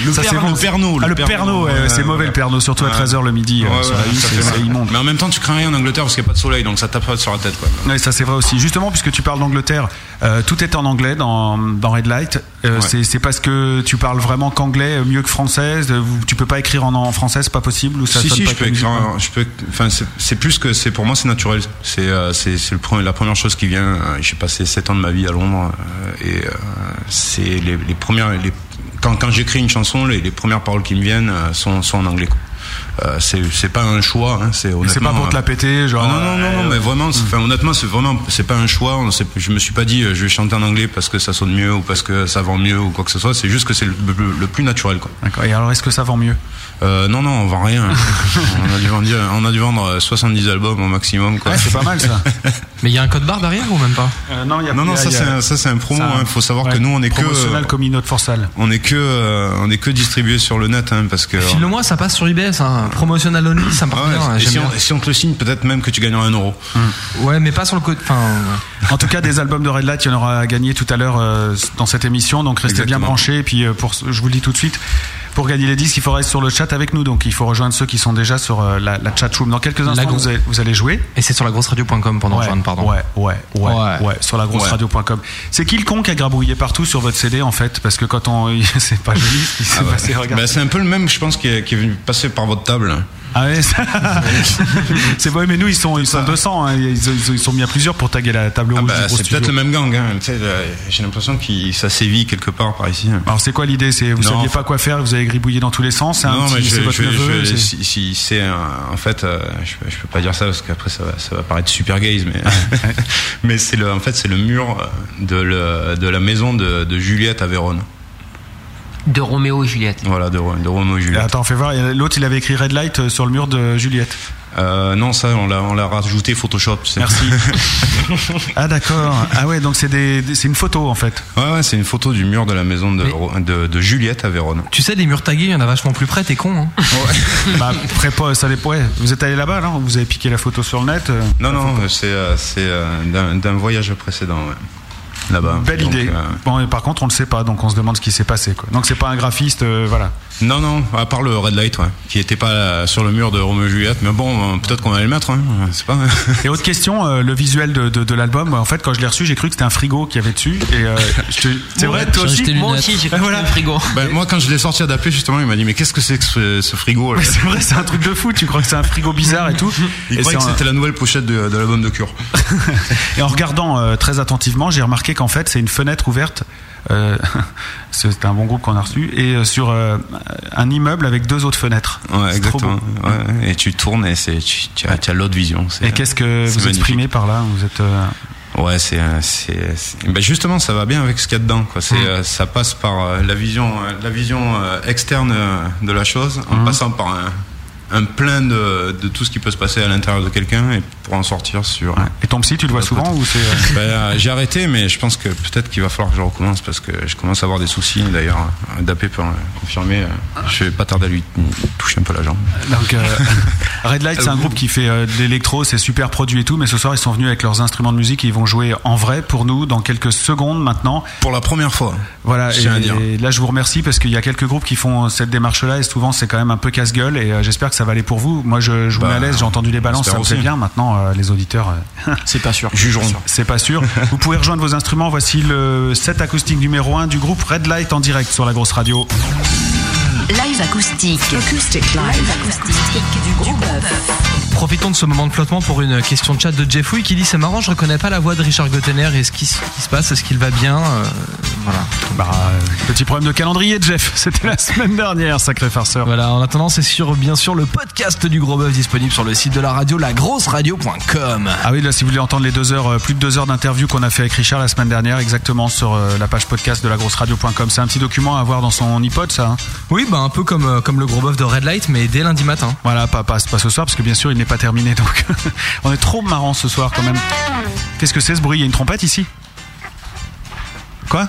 Speaker 4: Le
Speaker 2: ça, c'est
Speaker 4: Pernod,
Speaker 2: bon,
Speaker 4: le
Speaker 2: c'est-
Speaker 4: Pernod,
Speaker 2: Ah, le
Speaker 4: Pernod,
Speaker 2: Pernod, ouais,
Speaker 4: ouais,
Speaker 2: c'est mauvais le Pernod, surtout à
Speaker 4: Ouais.
Speaker 2: 13h le midi. euh,
Speaker 4: Ouais,
Speaker 2: sur
Speaker 4: ouais,
Speaker 2: la
Speaker 4: ça
Speaker 2: une, c'est
Speaker 4: fait mal.
Speaker 2: c'est immonde.
Speaker 4: Mais en même temps, tu crains rien en Angleterre parce qu'il n'y a pas de soleil, donc ça tape pas sur la tête. Quoi.
Speaker 2: Oui, ça c'est vrai aussi. Justement, puisque tu parles d'Angleterre, euh, tout est en anglais dans, dans Red Light. Euh,
Speaker 4: Ouais.
Speaker 2: c'est- C'est parce que tu parles vraiment qu'anglais euh, mieux que français. euh, vous- Tu peux pas écrire en, en français, c'est pas possible ou ça
Speaker 4: si
Speaker 2: sonne
Speaker 4: si,
Speaker 2: pas
Speaker 4: je peux
Speaker 2: comme-
Speaker 4: écrire. un- Je peux. Enfin, c'est- c'est plus que c'est pour moi, c'est naturel. C'est euh, c'est c'est le premier- la première chose qui vient. euh, J'ai passé 7 ans de ma vie à Londres euh, et euh, c'est les, les premières. Les, quand quand j'écris une chanson, les, les premières paroles qui me viennent euh, sont sont en anglais. quoi. Euh, c'est c'est pas un choix. Hein, c'est
Speaker 2: Et C'est pas
Speaker 4: honnêtement,
Speaker 2: pour te
Speaker 4: euh,
Speaker 2: la péter, genre.
Speaker 4: ah non, non, non, non,
Speaker 2: euh,
Speaker 4: mais vraiment, c'est- enfin, honnêtement, c'est vraiment, c'est pas un choix. on s'est- Je me suis pas dit, euh, je vais chanter en anglais parce que ça sonne mieux ou parce que ça vend mieux ou quoi que ce soit. C'est juste que c'est le, le- le plus naturel, quoi.
Speaker 2: D'accord. Et alors, est-ce que ça vend mieux
Speaker 4: Euh, non, non, on vend rien. on, a dû vendre, on a dû vendre 70 albums au maximum, quoi.
Speaker 2: Ouais, c'est pas mal ça.
Speaker 3: Mais il y a un code barre derrière ou même pas
Speaker 2: Euh, non, il y a-
Speaker 4: Non, non,
Speaker 2: il y
Speaker 4: ça,
Speaker 2: a- il y a-
Speaker 4: c'est un- ça, c'est un promo,
Speaker 2: ça-
Speaker 4: hein. Faut savoir
Speaker 2: ouais,
Speaker 4: que nous, on est que- euh,
Speaker 2: Promotionnel comme une autre forsale.
Speaker 4: On est que, euh, on est que distribué sur le net, hein, parce que.
Speaker 3: File-le-moi, ça passe sur IBS. Hein. Promotional only, ça me
Speaker 4: Ah
Speaker 3: parle
Speaker 4: ouais,
Speaker 3: bien.
Speaker 4: et
Speaker 3: j'aime
Speaker 4: si,
Speaker 3: bien.
Speaker 4: on, et si on te le signe, peut-être même que tu gagneras un euro.
Speaker 2: Mm.
Speaker 3: Ouais, mais pas sur le côté. Enfin,
Speaker 2: En tout cas, des albums de Red Light, il y en aura à gagner tout à l'heure euh, dans cette émission. Donc restez bien
Speaker 4: Exactement.
Speaker 2: branchés. Et puis, euh, pour, je vous le dis tout de suite, pour gagner les disques, il faut rester sur le chat avec nous. Donc il faut rejoindre ceux qui sont déjà sur euh, la, la chat room. Dans quelques instants,
Speaker 3: grosse-
Speaker 2: vous allez, vous allez jouer.
Speaker 3: Et c'est sur la grosse radio.com pendant
Speaker 2: Ouais,
Speaker 3: rejoindre, pardon.
Speaker 2: Ouais, ouais, ouais, ouais, sur la grosse
Speaker 3: Ouais.
Speaker 2: radio.com. C'est qui le con qui a grabouillé partout sur votre CD en fait Parce que quand on. C'est pas joli ce qui s'est
Speaker 4: Ah ouais.
Speaker 2: passé, regarde.
Speaker 4: Bah, c'est un peu le même, je pense, qui est, qui est venu passer par votre table.
Speaker 2: Ah ouais, ça- c'est vrai, mais nous ils sont, ils sont 200, hein. ils, ils- ils sont mis à plusieurs pour taguer la table rouge.
Speaker 4: Ah bah,
Speaker 2: du gros
Speaker 4: c'est
Speaker 2: studio.
Speaker 4: peut-être le même gang. hein. Tu sais, là, J'ai l'impression que ça sévit quelque part par ici. hein.
Speaker 2: Alors c'est quoi l'idée C'est vous
Speaker 4: Non,
Speaker 2: saviez
Speaker 4: enfin-
Speaker 2: pas quoi faire, vous avez gribouillé dans tous les sens. C'est un
Speaker 4: Non, mais
Speaker 2: petit,
Speaker 4: je,
Speaker 2: c'est votre
Speaker 4: je-
Speaker 2: neveu.
Speaker 4: je-
Speaker 2: c'est-
Speaker 4: si, si c'est un- en fait, euh, je, je peux pas dire ça parce qu'après ça va, ça va paraître super gays, mais mais c'est le, en fait, c'est le mur euh, de, le- de la maison de, de Juliette à Vérone.
Speaker 9: De Roméo et Juliette.
Speaker 4: Voilà, de, Ro- de Roméo et Juliette.
Speaker 2: Attends, fais voir. il y a- Ah, euh, L'autre, il avait écrit Red Light euh, sur le mur de Juliette.
Speaker 4: Euh, non, ça, on l'a, on l'a rajouté Photoshop. c'est-
Speaker 2: Merci. ah d'accord. Ah ouais, donc c'est des, des- c'est une photo en fait.
Speaker 4: Ouais, ouais, c'est une photo du mur de la maison de, Ro- de, de Juliette à Vérone.
Speaker 3: Tu sais, les murs tagués, il y en a vachement plus près, t'es con. Hein.
Speaker 2: bah, prépa, ça dépend. ouais. Vous êtes allé là-bas, non Vous avez piqué la photo sur le net. euh,
Speaker 4: Non,
Speaker 2: la
Speaker 4: non,
Speaker 2: photo.
Speaker 4: c'est, euh, c'est euh, d'un, d'un voyage précédent, ouais. là-bas.
Speaker 2: Belle
Speaker 4: Ah Donc,
Speaker 2: idée.
Speaker 4: euh,
Speaker 2: Bon, et par contre, on le sait pas, donc on se demande ce qui s'est passé. Quoi. Donc c'est pas un graphiste, euh, voilà.
Speaker 4: Non, non, à part le Red Light, ouais, qui était pas euh, sur le mur de Roméo et Juliette, mais bon, euh, peut-être qu'on allait le mettre, hein, c'est pas.
Speaker 2: Et autre question, euh, le visuel de, de- de l'album, en fait, quand je l'ai reçu, j'ai cru que c'était un frigo qu'il y avait dessus. Et euh, je te- c'est vrai, toi aussi. Ah, voilà.
Speaker 9: frigo.
Speaker 4: Ben, moi, quand je l'ai sorti à d'appeler, justement, il m'a dit, mais qu'est-ce que c'est que ce, ce frigo là
Speaker 2: Ouais, c'est vrai, c'est un truc de fou. Tu crois que c'est un frigo bizarre et tout.
Speaker 4: Il
Speaker 2: et,
Speaker 4: croyait que
Speaker 2: c'est un-
Speaker 4: c'était la nouvelle pochette de, de l'album de Cure.
Speaker 2: et en regardant euh, très attentivement, j'ai remarqué qu'en fait, c'est une fenêtre ouverte. euh, c'est un bon groupe qu'on a reçu. Et euh, sur euh, un immeuble avec deux autres fenêtres.
Speaker 4: Ouais,
Speaker 2: C'est trop
Speaker 4: exactement.
Speaker 2: beau.
Speaker 4: Ouais, ouais, et tu tournes et c'est, tu, tu as, tu as l'autre vision. c'est-
Speaker 2: Et qu'est-ce que
Speaker 4: c'est
Speaker 2: vous
Speaker 4: magnifique.
Speaker 2: exprimez par là Vous êtes. euh,
Speaker 4: Ouais, c'est, euh, c'est, c'est- ben justement, ça va bien avec ce qu'il y a dedans. Quoi. C'est, euh, ça passe par euh, la vision, euh, la vision euh, externe euh, de la chose, en passant par un, un plein de, de tout ce qui peut se passer à l'intérieur de quelqu'un, et pour en sortir sur.
Speaker 2: Et ton psy, tu le vois souvent ou c'est euh,
Speaker 4: Ben, euh, j'ai arrêté, mais je pense que peut-être qu'il va falloir que je recommence parce que je commence à avoir des soucis. D'ailleurs, euh, Dapé peut euh, confirmer. euh, Je vais pas tarder à lui toucher un peu la jambe.
Speaker 2: Donc, euh, Red Light, c'est un groupe qui fait euh, de l'électro, c'est super produit et tout, mais ce soir, ils sont venus avec leurs instruments de musique et ils vont jouer en vrai pour nous dans quelques secondes maintenant.
Speaker 4: Pour la première fois.
Speaker 2: Voilà,
Speaker 4: Je tiens à
Speaker 2: et,
Speaker 4: dire.
Speaker 2: et là, je vous remercie parce qu'il y a quelques groupes qui font cette démarche-là et souvent, c'est quand même un peu casse-gueule et euh, j'espère que ça va aller pour vous. Moi, je, je vous
Speaker 4: Bah,
Speaker 2: mets à l'aise, j'ai entendu les balances,
Speaker 4: j'espère
Speaker 2: ça me plaît
Speaker 4: aussi.
Speaker 2: bien. Maintenant, euh, les auditeurs, euh,
Speaker 10: C'est pas sûr.
Speaker 4: Jugeront.
Speaker 2: c'est pas sûr. vous pouvez rejoindre vos instruments. Voici le set acoustique numéro 1 du groupe Red Light en direct sur la grosse radio.
Speaker 1: Live acoustique. Acoustic live. acoustique du gros bœuf.
Speaker 3: profitons de ce moment de flottement pour une question de chat de Jeffouy qui dit c'est marrant, je reconnais pas la voix de Richard Gottener et ce qui, s- qui se passe, est-ce qu'il va bien Euh, Voilà.
Speaker 2: Bah, euh, petit problème de calendrier, Jeff. C'était la semaine dernière, sacré farceur.
Speaker 3: Voilà, en attendant, c'est sur bien sûr le podcast du Gros Bœuf disponible sur le site de la radio, lagrosseradio.com.
Speaker 2: Ah oui, là, si vous voulez entendre les deux heures, euh, plus de deux heures d'interview qu'on a fait avec Richard la semaine dernière, exactement sur euh, la page podcast de lagrosseradio.com. C'est un petit document à avoir dans son iPod, ça. hein
Speaker 3: Oui, bah un peu comme, euh, comme le Gros Bœuf de Red Light, mais dès lundi matin.
Speaker 2: Voilà, pas, pas, pas ce soir, parce que bien sûr, il n'est pas terminé, donc on est trop marrant ce soir quand même. Qu'est-ce que c'est ce bruit Il y a une trompette ici Quoi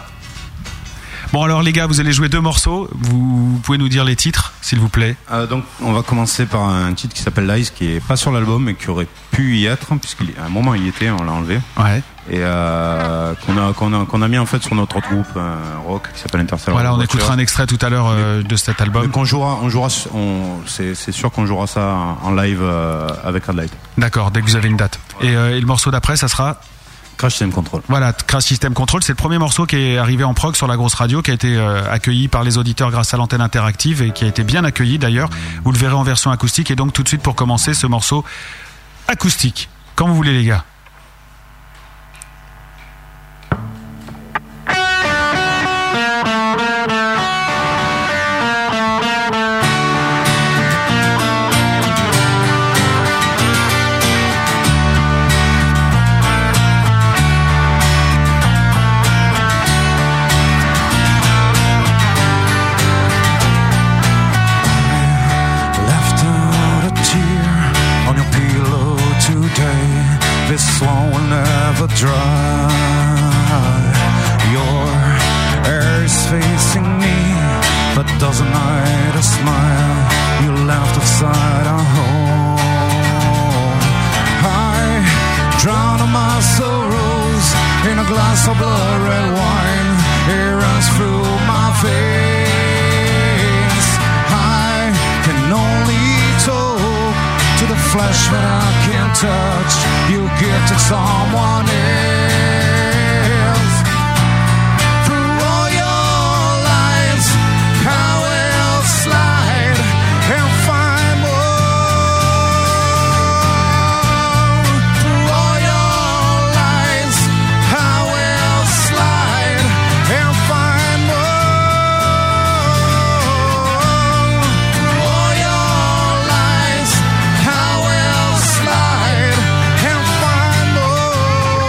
Speaker 2: Bon, alors les gars, vous allez jouer deux morceaux. Vous pouvez nous dire les titres, s'il vous plaît.
Speaker 4: Euh, donc, on va commencer par un titre qui s'appelle Lies, qui est pas sur l'album, mais qui aurait pu y être, puisqu'à un moment il y était, on l'a enlevé.
Speaker 2: Ouais.
Speaker 4: Et euh, qu'on a, qu'on a, qu'on a mis en fait sur notre autre groupe euh, rock qui s'appelle Interstellar.
Speaker 2: Voilà, on
Speaker 4: Watcher.
Speaker 2: écoutera un extrait tout à l'heure euh, de cet album.
Speaker 4: Donc on jouera, on jouera, on- c'est c'est sûr qu'on jouera ça en- en live euh, avec Red Light.
Speaker 2: D'accord, dès que vous avez une date. Et, euh, et le morceau d'après, ça sera
Speaker 4: Crash System Control.
Speaker 2: Voilà, t- Crash System Control, c'est le premier morceau qui est arrivé en prog sur la grosse radio, qui a été euh, accueilli par les auditeurs grâce à l'antenne interactive et qui a été bien accueilli d'ailleurs. Vous le verrez en version acoustique et donc tout de suite pour commencer ce morceau acoustique. Quand vous voulez les gars.
Speaker 11: left out a tear on your pillow today. This one will never dry. Your air is facing me, but doesn't hide a smile. You left outside our home. I drown my sorrows in a glass of blood red wine. It runs through my veins. I can only talk to the flesh that I can't touch. You give to someone else. Through all your lies, I will slide and find more. Through all your lies, I will slide and find more. All your lies, I will slide and find more.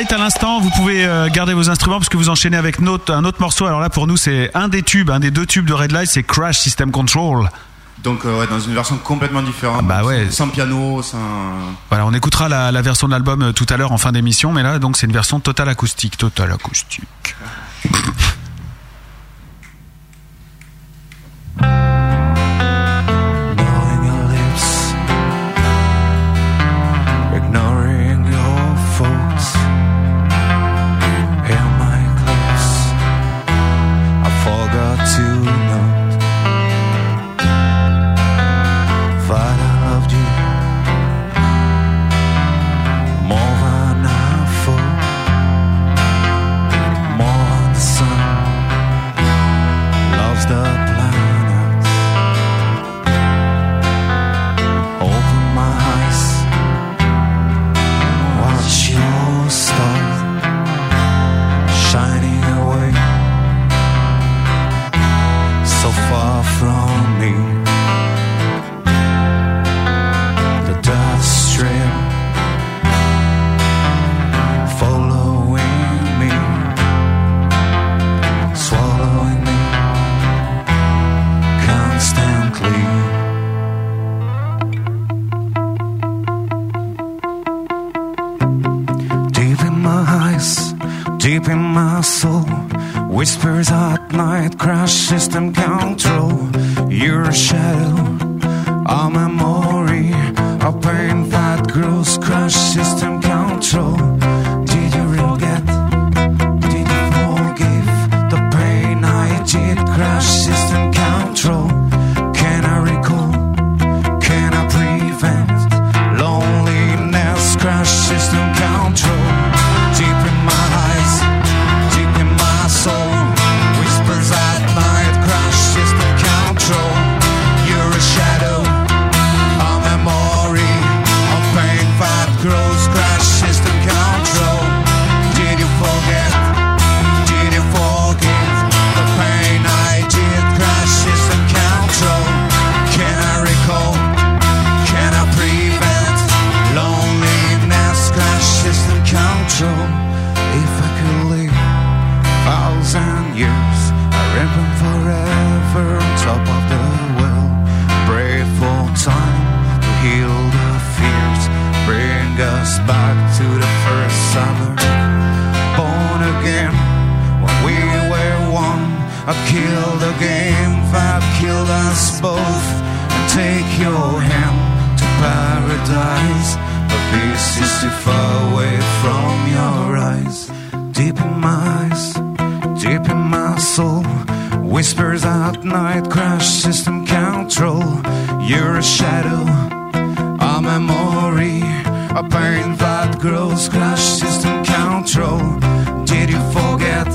Speaker 2: suite à l'instant. Vous pouvez euh, garder vos instruments parce que vous enchaînez avec notre- un autre morceau. Alors là, pour nous, c'est un des tubes, un des deux tubes de Red Light, c'est Crash System Control.
Speaker 4: Donc, euh, ouais, dans une version complètement différente.
Speaker 2: bah ouais.
Speaker 4: Sans piano,
Speaker 2: bah
Speaker 4: sans.
Speaker 2: Voilà, on écoutera la, la version de l'album euh, tout à l'heure en fin d'émission, mais là, donc, c'est une version totale acoustique. Totale acoustique.
Speaker 11: Blowing your lips, ignoring your faults. Hear my close, I forgot to note that I loved you more than I thought, more than the sun loves the planets. Open my eyes, watch your stars shining away, so far from me. The dust stream following me, swallowing me constantly. Deep in my eyes, deep in my soul. Whispers at night, crash system control. You're a shadow, a memory, a pain that grows. Crash system control. Did you regret? Did you forgive the pain I did? Crash system control. Can I recall? Can I prevent? Loneliness, crash system control. Deep in my eyes, deep in my soul. Whispers at night, crash system control. You're a shadow, a memory, a pain that grows. Crash system control. Did you forget? Did you forgive the pain I did? Crash system control. Can I recall? Can I prevent loneliness? Crash system control. If I could live thousand years, I rampant forever on top of the well. Pray for time to heal the fears. Bring us back to the first summer. Born again when we were one. I killed a game that killed us both. And take your hand to paradise. But this is too far away from your eyes. Deep in my eyes, deep in my soul. Whispers at night, crash system control. You're a shadow, a memory. A pain that grows, crash system control. Did you forget?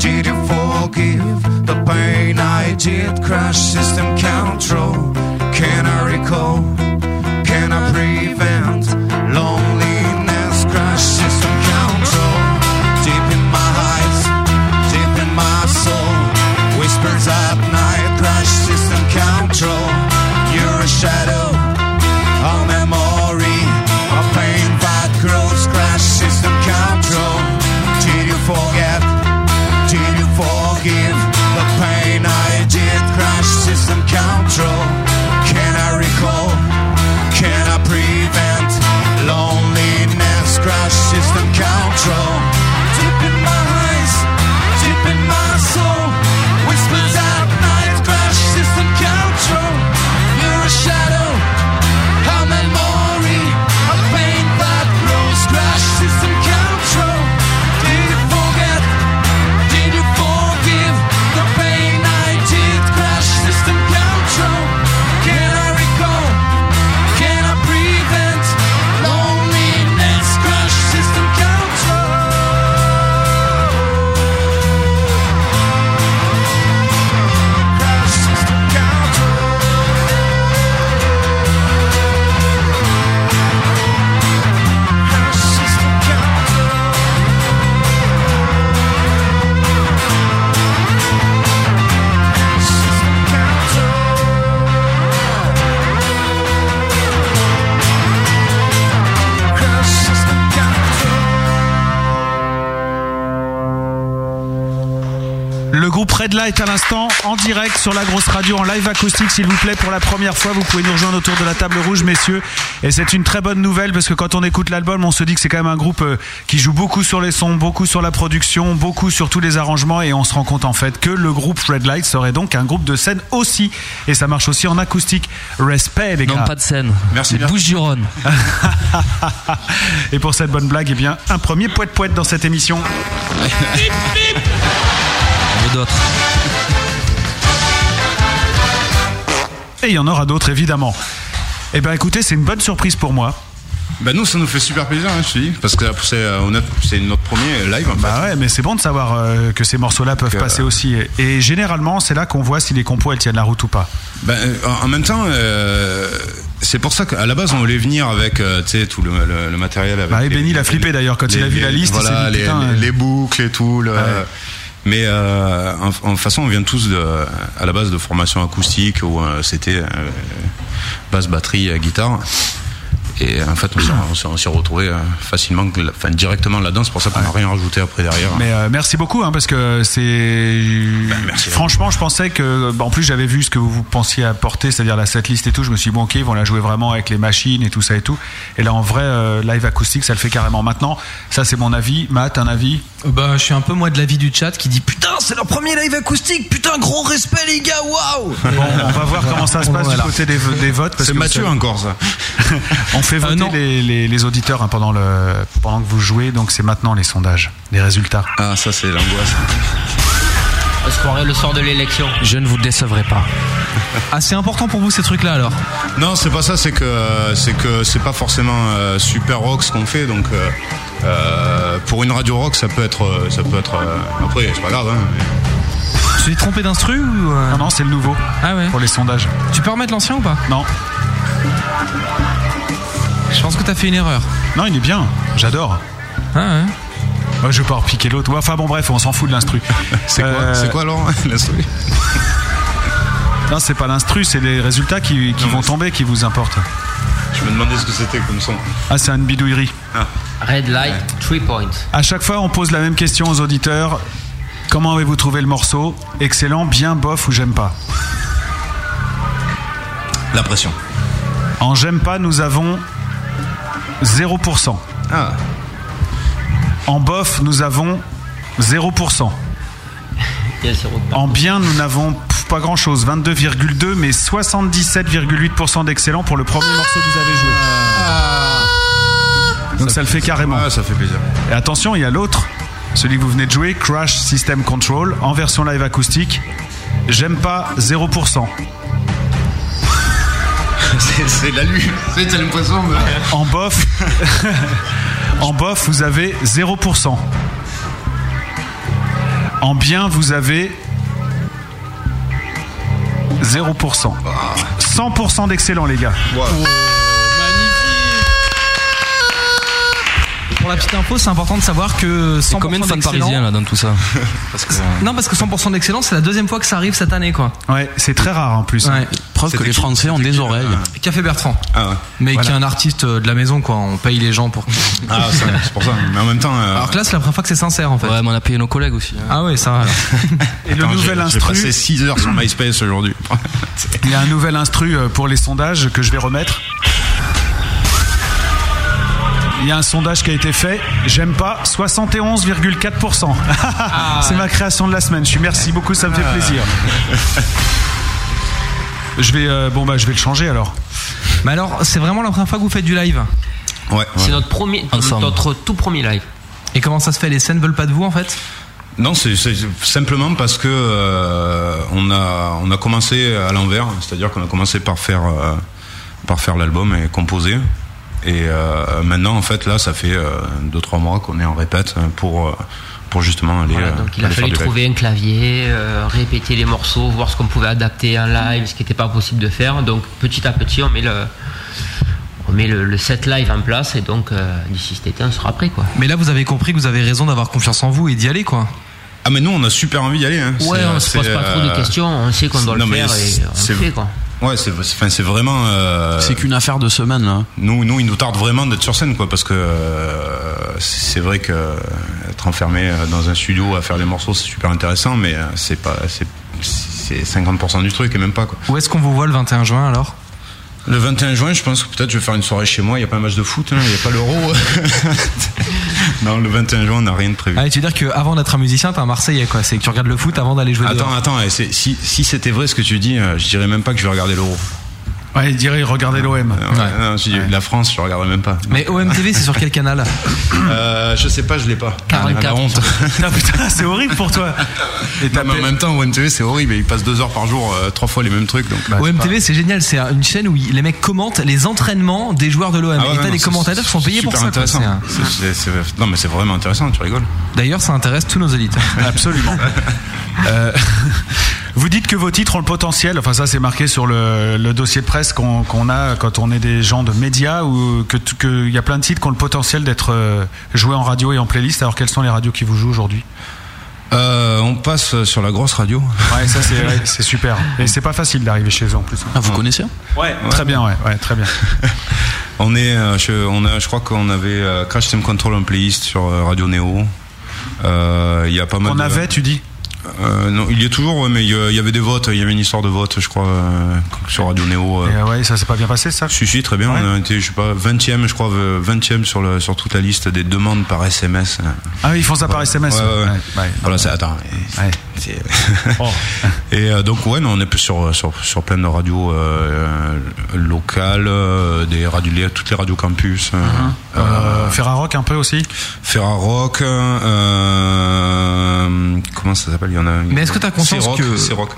Speaker 11: Did you forgive the pain I did? Crash system control. Can I recall? Can I prevent loneliness? Crash system control. Deep in my eyes, deep in my soul. Whispers at night. Crash system control. You're a shadow, a memory, a pain that grows. Crash system control. Did you forget? Did you forgive the pain I did? Crash system control. Can I recall? Can I prevent loneliness? Crash system control. Deep in my eyes, deep in my soul. Whispers at night. Crash system control. You're a shadow. A memory. A pain that grows. Crash system control. Did you forget? Did you forgive the pain I did? Crash system control.
Speaker 2: Le groupe Red Light à l'instant, en direct sur la grosse radio, en live acoustique, s'il vous plaît, pour la première fois. Vous pouvez nous rejoindre autour de la table rouge, messieurs. Et c'est une très bonne nouvelle parce que quand on écoute l'album, on se dit que c'est quand même un groupe euh, qui joue beaucoup sur les sons, beaucoup sur la production, beaucoup sur tous les arrangements. Et on se rend compte en fait que le groupe Red Light serait donc un groupe de scène aussi. Et ça marche aussi en acoustique. Respect, les gars.
Speaker 12: Non, pas de scène. Merci. Bouche du Rhône.
Speaker 2: Et pour cette bonne blague, eh bien, un premier poète-poète dans cette émission.
Speaker 12: d'autres.
Speaker 2: Et il y en aura d'autres, évidemment. Eh bien, écoutez, c'est une bonne surprise pour moi.
Speaker 4: Bah nous, ça nous fait super plaisir, hein, je te dis, parce que c'est euh, on a- c'est notre premier live. En fait.
Speaker 2: Bah ouais, mais c'est bon de savoir euh, que ces morceaux-là peuvent
Speaker 4: Que-
Speaker 2: passer aussi. Et généralement, c'est là qu'on voit si les compos elles tiennent la route ou pas.
Speaker 4: Ben, euh, en en même temps, euh, c'est pour ça qu'à la base, on voulait venir avec euh, tu sais, tout le, le- le matériel. Avec
Speaker 2: Bah, et
Speaker 4: les-
Speaker 2: Benny
Speaker 4: les-
Speaker 2: l'a flippé, d'ailleurs, quand il a vu la liste, il
Speaker 4: Voilà,
Speaker 2: s'est dit,
Speaker 4: les,
Speaker 2: putain,
Speaker 4: les-
Speaker 2: euh.
Speaker 4: les boucles et tout. le- Mais euh, en, en façon, on vient tous de, à la base de formation acoustique où euh, c'était euh, basse, batterie, euh, guitare. Et euh, en fait, on s'est- on s'est- on s'est retrouvés euh, facilement, que la- enfin, directement là-dedans. C'est pour ça qu'on n'a rien rajouté après derrière.
Speaker 2: Mais euh, merci beaucoup, hein, parce que c'est.
Speaker 4: Bah,
Speaker 2: Franchement, je pensais que. bah, en plus, j'avais vu ce que vous pensiez apporter, c'est-à-dire la setlist et tout. Je me suis dit, bon, ok, ils vont la jouer vraiment avec les machines et tout ça et tout. Et là, en vrai, euh, live acoustique, ça le fait carrément maintenant. Ça, c'est mon avis. Matt, un avis
Speaker 3: Bah, je suis un peu moi de l'avis du chat qui dit putain, c'est leur premier live acoustique, putain, gros respect les gars, waouh!
Speaker 2: Bon, on va voir comment ça se passe du côté des, des votes. parce
Speaker 4: C'est
Speaker 2: que
Speaker 4: Mathieu
Speaker 2: vous savez-
Speaker 4: encore, ça.
Speaker 2: on
Speaker 3: Euh,
Speaker 2: fait voter les, les- les auditeurs hein, pendant, le, pendant que vous jouez, donc c'est maintenant les sondages, les résultats.
Speaker 4: Ah, ça, c'est l'angoisse.
Speaker 9: On se croirait le sort de l'élection.
Speaker 12: Je ne vous décevrai pas.
Speaker 3: Ah, c'est important pour vous ces trucs-là alors
Speaker 4: Non, c'est pas ça, c'est que c'est que c'est pas forcément euh, super rock ce qu'on fait, donc euh, euh, pour une radio rock, ça peut être euh, ça peut être euh, après c'est pas grave. Hein,
Speaker 3: Je suis trompé d'instru ou. euh
Speaker 2: Non, non, c'est le nouveau.
Speaker 3: Ah ouais
Speaker 2: Pour les sondages.
Speaker 3: Tu peux remettre l'ancien ou pas
Speaker 2: Non.
Speaker 3: Je pense que t'as fait une erreur.
Speaker 2: Non, il est bien, j'adore.
Speaker 3: Ah ouais
Speaker 2: Moi, je vais pas repiquer l'autre. Ouais, Enfin bon, bref, on s'en fout de l'instru. Euh, c'est quoi,
Speaker 4: c'est quoi, alors l'instru
Speaker 2: Non, c'est pas l'instru, c'est les résultats qui, qui vont tomber qui vous importent.
Speaker 4: mais Je me demandais ce que c'était comme son.
Speaker 2: Ah, c'est une bidouillerie.
Speaker 9: Red light, 3 points.
Speaker 2: À chaque fois, on pose la même question aux auditeurs. Comment avez-vous trouvé le morceau Excellent, bien, bof ou j'aime pas
Speaker 4: La pression.
Speaker 2: En j'aime pas, nous avons 0%. En bof, nous avons 0%.
Speaker 9: Il y a zéro.
Speaker 2: En bien, nous n'avons pff, pas grand-chose, 22,2, mais 77,8% d'excellent pour le premier morceau que vous avez joué. Donc ça, le fait carrément.
Speaker 4: ça fait plaisir.
Speaker 2: Et attention, il y a l'autre, celui que vous venez de jouer, Crash System Control, en version live acoustique. J'aime pas 0%.
Speaker 4: c'est, c'est de la lune. C'est t'as l'impression. de-
Speaker 2: En bof, en bof, vous avez 0%. En bien, vous avez 0%.
Speaker 4: Ah.
Speaker 2: 100% d'excellent, les gars.
Speaker 3: Pour la petite info, c'est important de savoir que 100%
Speaker 12: Combien de fans
Speaker 3: d'excellents-
Speaker 12: parisiens là dans tout ça Parce que-
Speaker 3: Non, parce que euh, 100% d'excellence, c'est la deuxième fois que ça arrive cette année quoi.
Speaker 2: Ouais, c'est très rare hein. en plus.
Speaker 3: Ouais.
Speaker 10: Preuve que les Français ont des oreilles.
Speaker 2: euh,
Speaker 3: Café Bertrand. Mais qui est un artiste euh, de la maison quoi, on paye les gens pour.
Speaker 4: Ah, ça, c'est pour ça. Mais en même temps. euh,
Speaker 3: Alors que là, c'est la première fois que c'est sincère en fait. Ouais,
Speaker 12: mais on a payé nos collègues aussi.
Speaker 3: Ah ouais, ça va. alors.
Speaker 2: Et le
Speaker 4: attends,
Speaker 2: nouvel
Speaker 4: j'ai,
Speaker 2: instru-
Speaker 4: J'ai passé 6 heures sur MySpace aujourd'hui.
Speaker 2: Il y a un nouvel instru euh, pour les sondages que je vais remettre. Il y a un sondage qui a été fait. J'aime pas 71,4%. C'est ma création de la semaine. Je suis merci beaucoup, ça me fait plaisir. Je vais euh, bon bah je vais le changer alors.
Speaker 3: Mais alors, c'est vraiment la première fois que vous faites du live
Speaker 4: Ouais.
Speaker 9: C'est notre premier, notre tout premier live.
Speaker 3: Et comment ça se fait Les scènes veulent pas de vous en fait
Speaker 4: Non, c'est c'est simplement parce que euh, on a on a commencé à l'envers, c'est-à-dire qu'on a commencé par faire euh, par faire l'album et composer. Et euh, maintenant, en fait, là, ça fait euh, deux trois mois qu'on est en répète pour euh, pour justement aller.
Speaker 9: Voilà,
Speaker 4: euh,
Speaker 9: donc il a
Speaker 4: aller faire
Speaker 9: fallu
Speaker 4: du live.
Speaker 9: trouver un clavier, euh, répéter les morceaux, voir ce qu'on pouvait adapter en live, ce qui n'était pas possible de faire. Donc petit à petit, on met le, on met le, le set live en place et donc euh, d'ici cet été, on sera prêt quoi.
Speaker 3: Mais là, vous avez compris que vous avez raison d'avoir confiance en vous et d'y aller quoi.
Speaker 4: Ah mais nous on a super envie d'y aller. hein.
Speaker 9: Ouais,
Speaker 4: C'est,
Speaker 9: on
Speaker 4: euh,
Speaker 9: se pose
Speaker 4: c'est,
Speaker 9: pas trop de questions, on sait qu'on doit le
Speaker 4: mais
Speaker 9: faire et
Speaker 4: c'est-
Speaker 9: on le fait, quoi.
Speaker 4: Ouais, c'est enfin, c'est vraiment. euh,
Speaker 10: C'est
Speaker 4: qu'une affaire de semaine, là. Nous, nous, il nous tarde vraiment d'être sur scène, quoi, parce que euh, c'est vrai que être enfermé euh, dans un studio à faire des morceaux, c'est super intéressant, mais euh, c'est pas, c'est c'est 50% du truc et même pas, quoi.
Speaker 3: Où est-ce qu'on vous voit le 21 juin alors
Speaker 4: Le 21 juin, je pense que peut-être je vais faire une soirée chez moi. Il n'y a pas un match de foot, hein, il n'y a pas l'euro. non, le 21 juin, on n'a rien de prévu.
Speaker 3: Ah, et tu veux dire qu'avant d'être un musicien, t'es un Marseillais quoi. C'est que tu regardes le foot avant d'aller jouer
Speaker 4: Attends,
Speaker 3: dehors.
Speaker 4: attends, et c'est- si, si c'était vrai ce que tu dis, euh, je dirais même pas que je vais regarder l'euro.
Speaker 2: Ouais, il dirait regardez l'OM.
Speaker 4: Euh, non, je dis, La France, je regarderai même pas.
Speaker 3: Mais OMTV, c'est sur quel canal
Speaker 4: Euh, je sais pas, je l'ai pas. Ah, la honte.
Speaker 2: putain, c'est horrible pour toi.
Speaker 4: Et en même temps, OMTV, c'est horrible. Ils passent deux heures par jour, euh, trois fois les mêmes trucs. Donc,
Speaker 3: OMTV, c'est génial. C'est une chaîne où les mecs commentent les entraînements des joueurs de l'OM.
Speaker 4: Ah ouais,
Speaker 3: et t'as
Speaker 4: non,
Speaker 3: des
Speaker 4: c'est-
Speaker 3: commentateurs
Speaker 4: c'est
Speaker 3: qui sont payés
Speaker 4: super
Speaker 3: pour ça. quoi.
Speaker 4: intéressant.
Speaker 3: C'est un-
Speaker 4: C'est- c'est- c'est- non, mais c'est vraiment intéressant, tu rigoles.
Speaker 3: D'ailleurs, ça intéresse tous nos auditeurs.
Speaker 2: Absolument. Euh, vous dites que vos titres ont le potentiel, enfin ça c'est marqué sur le, le dossier de presse qu'on qu'on a quand on est des gens de médias, ou que t- que il y a plein de titres qui ont le potentiel d'être euh, joués en radio et en playlist. Alors quelles sont les radios qui vous jouent aujourd'hui
Speaker 4: Euh, on passe sur la grosse radio.
Speaker 2: Ouais, ça c'est ouais, c'est super. Et c'est pas facile d'arriver chez eux en plus.
Speaker 4: Ah, vous connaissez
Speaker 2: Ouais, très bien, ouais, ouais, très bien.
Speaker 4: On est, euh, je, on a, je crois qu'on avait euh, Crash Team Control en playlist sur euh, Radio Neo. Euh, Il y a pas mal.
Speaker 2: On
Speaker 4: de-
Speaker 2: avait, tu dis
Speaker 4: Euh, Non, il y est toujours, ouais, mais il y a- il y avait des votes. Il y avait une histoire de vote, je crois, euh, sur Radio Neo. euh.
Speaker 2: Et, euh, ouais, ça s'est pas bien passé ça
Speaker 4: Si, si, très bien. On a été, je sais pas, 20e, je crois, euh, 20e sur, le, sur toute la liste des demandes par SMS.
Speaker 2: Ah oui, ils font ça par SMS.
Speaker 4: Ouais, ouais, ouais.
Speaker 2: Ouais, ouais.
Speaker 4: Voilà, c'est, attends. c'est- Et euh, donc, ouais, non, on est plus sur, sur, sur plein de radios euh, locales, euh, des radios, les- toutes les radios campus. euh,
Speaker 2: Euh, Ferrarock un peu aussi
Speaker 4: Ferrarock, hein, euh, comment ça s'appelle Il y en a.
Speaker 3: Mais est-ce que t'as conscience
Speaker 4: C'est rock,
Speaker 3: que-
Speaker 4: c'est rock.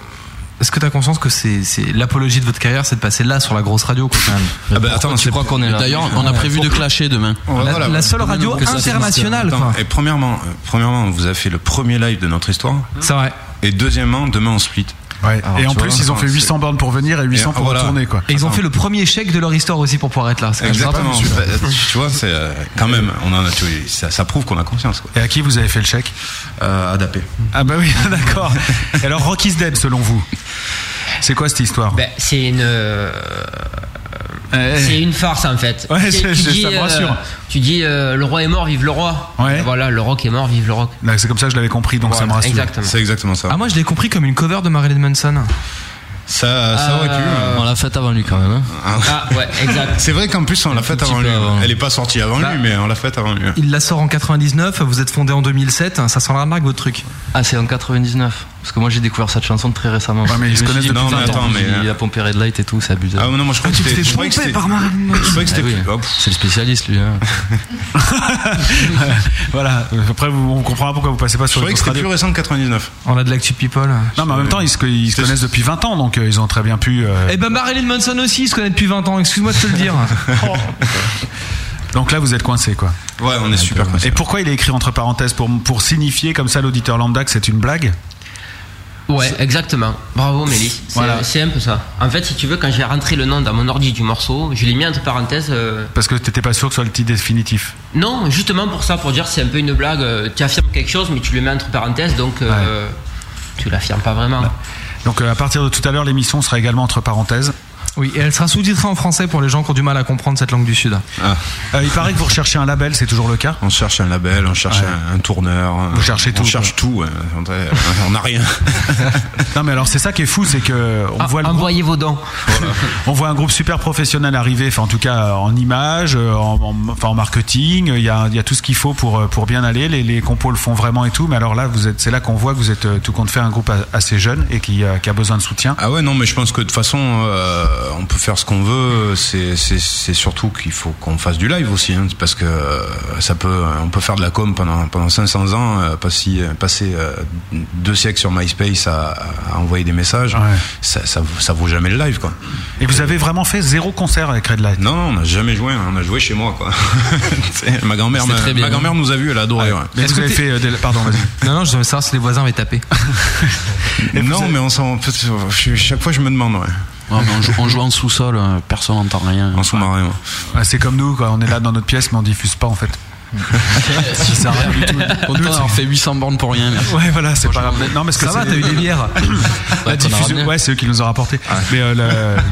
Speaker 3: Est-ce que t'as conscience que c'est c'est l'apologie de votre carrière, c'est de passer là sur la grosse radio quoi, quand même
Speaker 10: Ah bah attends, c'est- D'ailleurs, on a prévu de clasher demain.
Speaker 4: Ah,
Speaker 3: La- la seule radio
Speaker 10: Que ça se
Speaker 3: internationale,
Speaker 10: fasse.
Speaker 3: quoi.
Speaker 4: Et premièrement, euh, premièrement, on vous a fait le premier live de notre histoire.
Speaker 3: C'est vrai.
Speaker 4: Et deuxièmement, demain on split.
Speaker 2: Ouais.
Speaker 4: Alors,
Speaker 2: et en
Speaker 4: Ah, tu
Speaker 2: plus,
Speaker 4: vois,
Speaker 2: ils ont
Speaker 4: enfin,
Speaker 2: fait
Speaker 4: c'est-
Speaker 2: 800 bornes pour venir et 800
Speaker 4: Et,
Speaker 2: pour
Speaker 4: voilà.
Speaker 2: retourner quoi.
Speaker 3: Et ils ont
Speaker 4: Attends.
Speaker 3: fait le premier chèque de leur histoire aussi pour pouvoir être là. C'est quand même sympa,
Speaker 4: Exactement.
Speaker 3: monsieur.
Speaker 4: Bah, tu vois, c'est euh, quand même, on en a, tu vois, ça, ça prouve qu'on a conscience. Quoi.
Speaker 2: Et à qui vous avez fait le chèque
Speaker 4: euh, À Dapé.
Speaker 2: Ah bah oui, d'accord. Et Alors Rock is dead selon vous C'est quoi cette histoire
Speaker 9: Ben, c'est une. euh, C'est une farce en fait.
Speaker 2: Ouais,
Speaker 9: Tu-
Speaker 2: c'est-
Speaker 9: tu
Speaker 2: c'est-
Speaker 9: dis,
Speaker 2: ça me rassure.
Speaker 9: euh, tu dis euh, le roi est mort, vive le roi. Voilà, le rock est mort, vive le rock.
Speaker 2: Là, Ben, C'est comme ça que je l'avais compris, donc ça me
Speaker 9: Voilà,
Speaker 2: rassure.
Speaker 9: exactement. C'est
Speaker 4: exactement ça.
Speaker 3: Ah moi je l'ai compris comme une cover de Marilyn Manson.
Speaker 4: Ça, ça aurait pu. hein.
Speaker 12: On l'a faite avant lui quand même. hein.
Speaker 9: Ah ouais, exact.
Speaker 4: C'est vrai qu'en plus, on l'a faite
Speaker 12: petit
Speaker 4: avant
Speaker 12: peu
Speaker 4: lui. hein.
Speaker 12: avant.
Speaker 4: Elle est pas sortie avant
Speaker 3: Bah.
Speaker 4: lui, mais on l'a faite avant
Speaker 2: Ah.
Speaker 4: lui.
Speaker 3: Il la sort en 99, vous êtes fondé en 2007, hein, ça sent la marque votre truc.
Speaker 12: Ah c'est en 99 parce que moi j'ai découvert cette chanson très récemment.
Speaker 2: Ouais, mais ils
Speaker 12: Je
Speaker 2: se
Speaker 12: me
Speaker 2: connaissent
Speaker 12: suis dit,
Speaker 2: depuis
Speaker 12: putain,
Speaker 2: longtemps.
Speaker 12: attends,
Speaker 2: Mais,
Speaker 10: euh,
Speaker 12: Il a pompé Red Light et tout, c'est abusé.
Speaker 4: euh, Ah non, moi je crois que c'était. je croyais que c'était- Je croyais que
Speaker 12: Ah
Speaker 4: c'était.
Speaker 12: oui, C'est le spécialiste lui. hein.
Speaker 2: voilà. Après, vous, on comprendra pourquoi vous passez pas
Speaker 4: Je
Speaker 2: sur
Speaker 4: croyais
Speaker 2: les
Speaker 4: que
Speaker 2: grosses
Speaker 4: c'était plus
Speaker 2: radios.
Speaker 4: récent que 99.
Speaker 3: On a de l'actu people.
Speaker 2: Non, mais en même temps, ils se, ils se connaissent depuis 20 ans, donc euh, ils ont très bien pu. euh,
Speaker 3: Eh ben Marilyn Manson aussi, il se connaît depuis 20 ans, excuse-moi de te le dire.
Speaker 2: Donc là, vous êtes coincé, quoi. Euh,
Speaker 4: Ouais, on est super coincé.
Speaker 2: Et pourquoi il est écrit entre parenthèses pour, pour signifier comme ça l'auditeur lambda que c'est une blague
Speaker 9: Ouais, Ah, exactement. Bravo Mélis. C'est
Speaker 2: Voilà.
Speaker 9: c'est un peu ça. En fait, si tu veux, quand j'ai rentré le nom dans mon ordi du morceau, je l'ai mis entre parenthèses. euh,
Speaker 2: Parce que t'étais pas sûr que ce soit le titre définitif.
Speaker 9: Non, justement pour ça, pour dire c'est un peu une blague. euh, Tu affirmes quelque chose, mais tu le mets entre parenthèses, donc euh, tu l'affirmes pas vraiment.
Speaker 2: Donc euh, à partir de tout à l'heure, l'émission sera également entre parenthèses.
Speaker 3: Oui, et elle sera sous-titrée en français pour les gens qui ont du mal à comprendre cette langue du Sud.
Speaker 2: Euh, il paraît que vous recherchez un label, c'est toujours le cas
Speaker 4: Ah. On cherche un label, on cherche
Speaker 2: Ouais.
Speaker 4: un, un tourneur.
Speaker 2: Vous cherchez tout,
Speaker 4: On
Speaker 2: quoi.
Speaker 4: cherche tout. ouais. En vrai, On n'a rien.
Speaker 2: Non mais alors c'est ça qui est fou, c'est que on voit le groupe-
Speaker 9: Ah, Envoyez vos dents.
Speaker 2: on voit un groupe super professionnel arriver, enfin en tout cas euh, en images, euh, en, en- enfin, en marketing, euh, il y a, il y a tout ce qu'il faut pour euh, pour bien aller. Les, les compos le font vraiment et tout, mais alors là vous êtes, c'est là qu'on voit que vous êtes euh, tout compte fait un groupe a- assez jeune et qui, euh, qui a besoin de soutien.
Speaker 4: Ah ouais, non, mais je pense que de toute façon, euh, on peut faire ce qu'on veut. C'est- C'est c'est surtout qu'il faut qu'on fasse du live aussi, hein, parce que euh, ça peut, on peut faire de la com pendant pendant 500 ans, euh, pas si- passer euh, deux siècles sur MySpace à, à envoyer des messages, ça, ça, vaut- ça vaut jamais le live, quoi.
Speaker 2: Et vous avez vraiment fait zéro concert avec Red Light.
Speaker 4: Non, non, on n'a jamais joué. hein, on a joué chez moi, quoi. C'est- ma grand-mère,
Speaker 2: C'est
Speaker 4: ma,
Speaker 2: très bien.
Speaker 4: ma grand-mère nous a vus, elle a adoré. ouais.
Speaker 2: Mais
Speaker 3: hein. Est-ce
Speaker 2: vous
Speaker 3: que
Speaker 2: avez
Speaker 3: t'es-
Speaker 2: fait, euh, des- pardon, vas-y.
Speaker 3: Non, non, je veux savoir si les voisins avaient tapé.
Speaker 4: non, mais on s'en, je- chaque fois je me demande. Ouais.
Speaker 10: Ouais, mais on, joue, on joue en sous-sol, euh, personne n'entend rien.
Speaker 4: En sous-marin. ouais.
Speaker 2: Ouais, C'est comme nous, quoi. on est là dans notre pièce, mais on diffuse pas en fait.
Speaker 10: si ça arrive du tout. Content d'avoir fait 800 bornes pour rien. Merci.
Speaker 2: Ouais, voilà, c'est pas grave. Non, mais parce que
Speaker 10: Ça va,
Speaker 2: c'est-
Speaker 10: t'as eu des bières.
Speaker 2: La
Speaker 10: Ouais, t'en as
Speaker 2: diffusion-
Speaker 10: ramené.
Speaker 2: ouais, c'est eux qui nous ont rapporté.
Speaker 3: Ah
Speaker 2: Mais euh,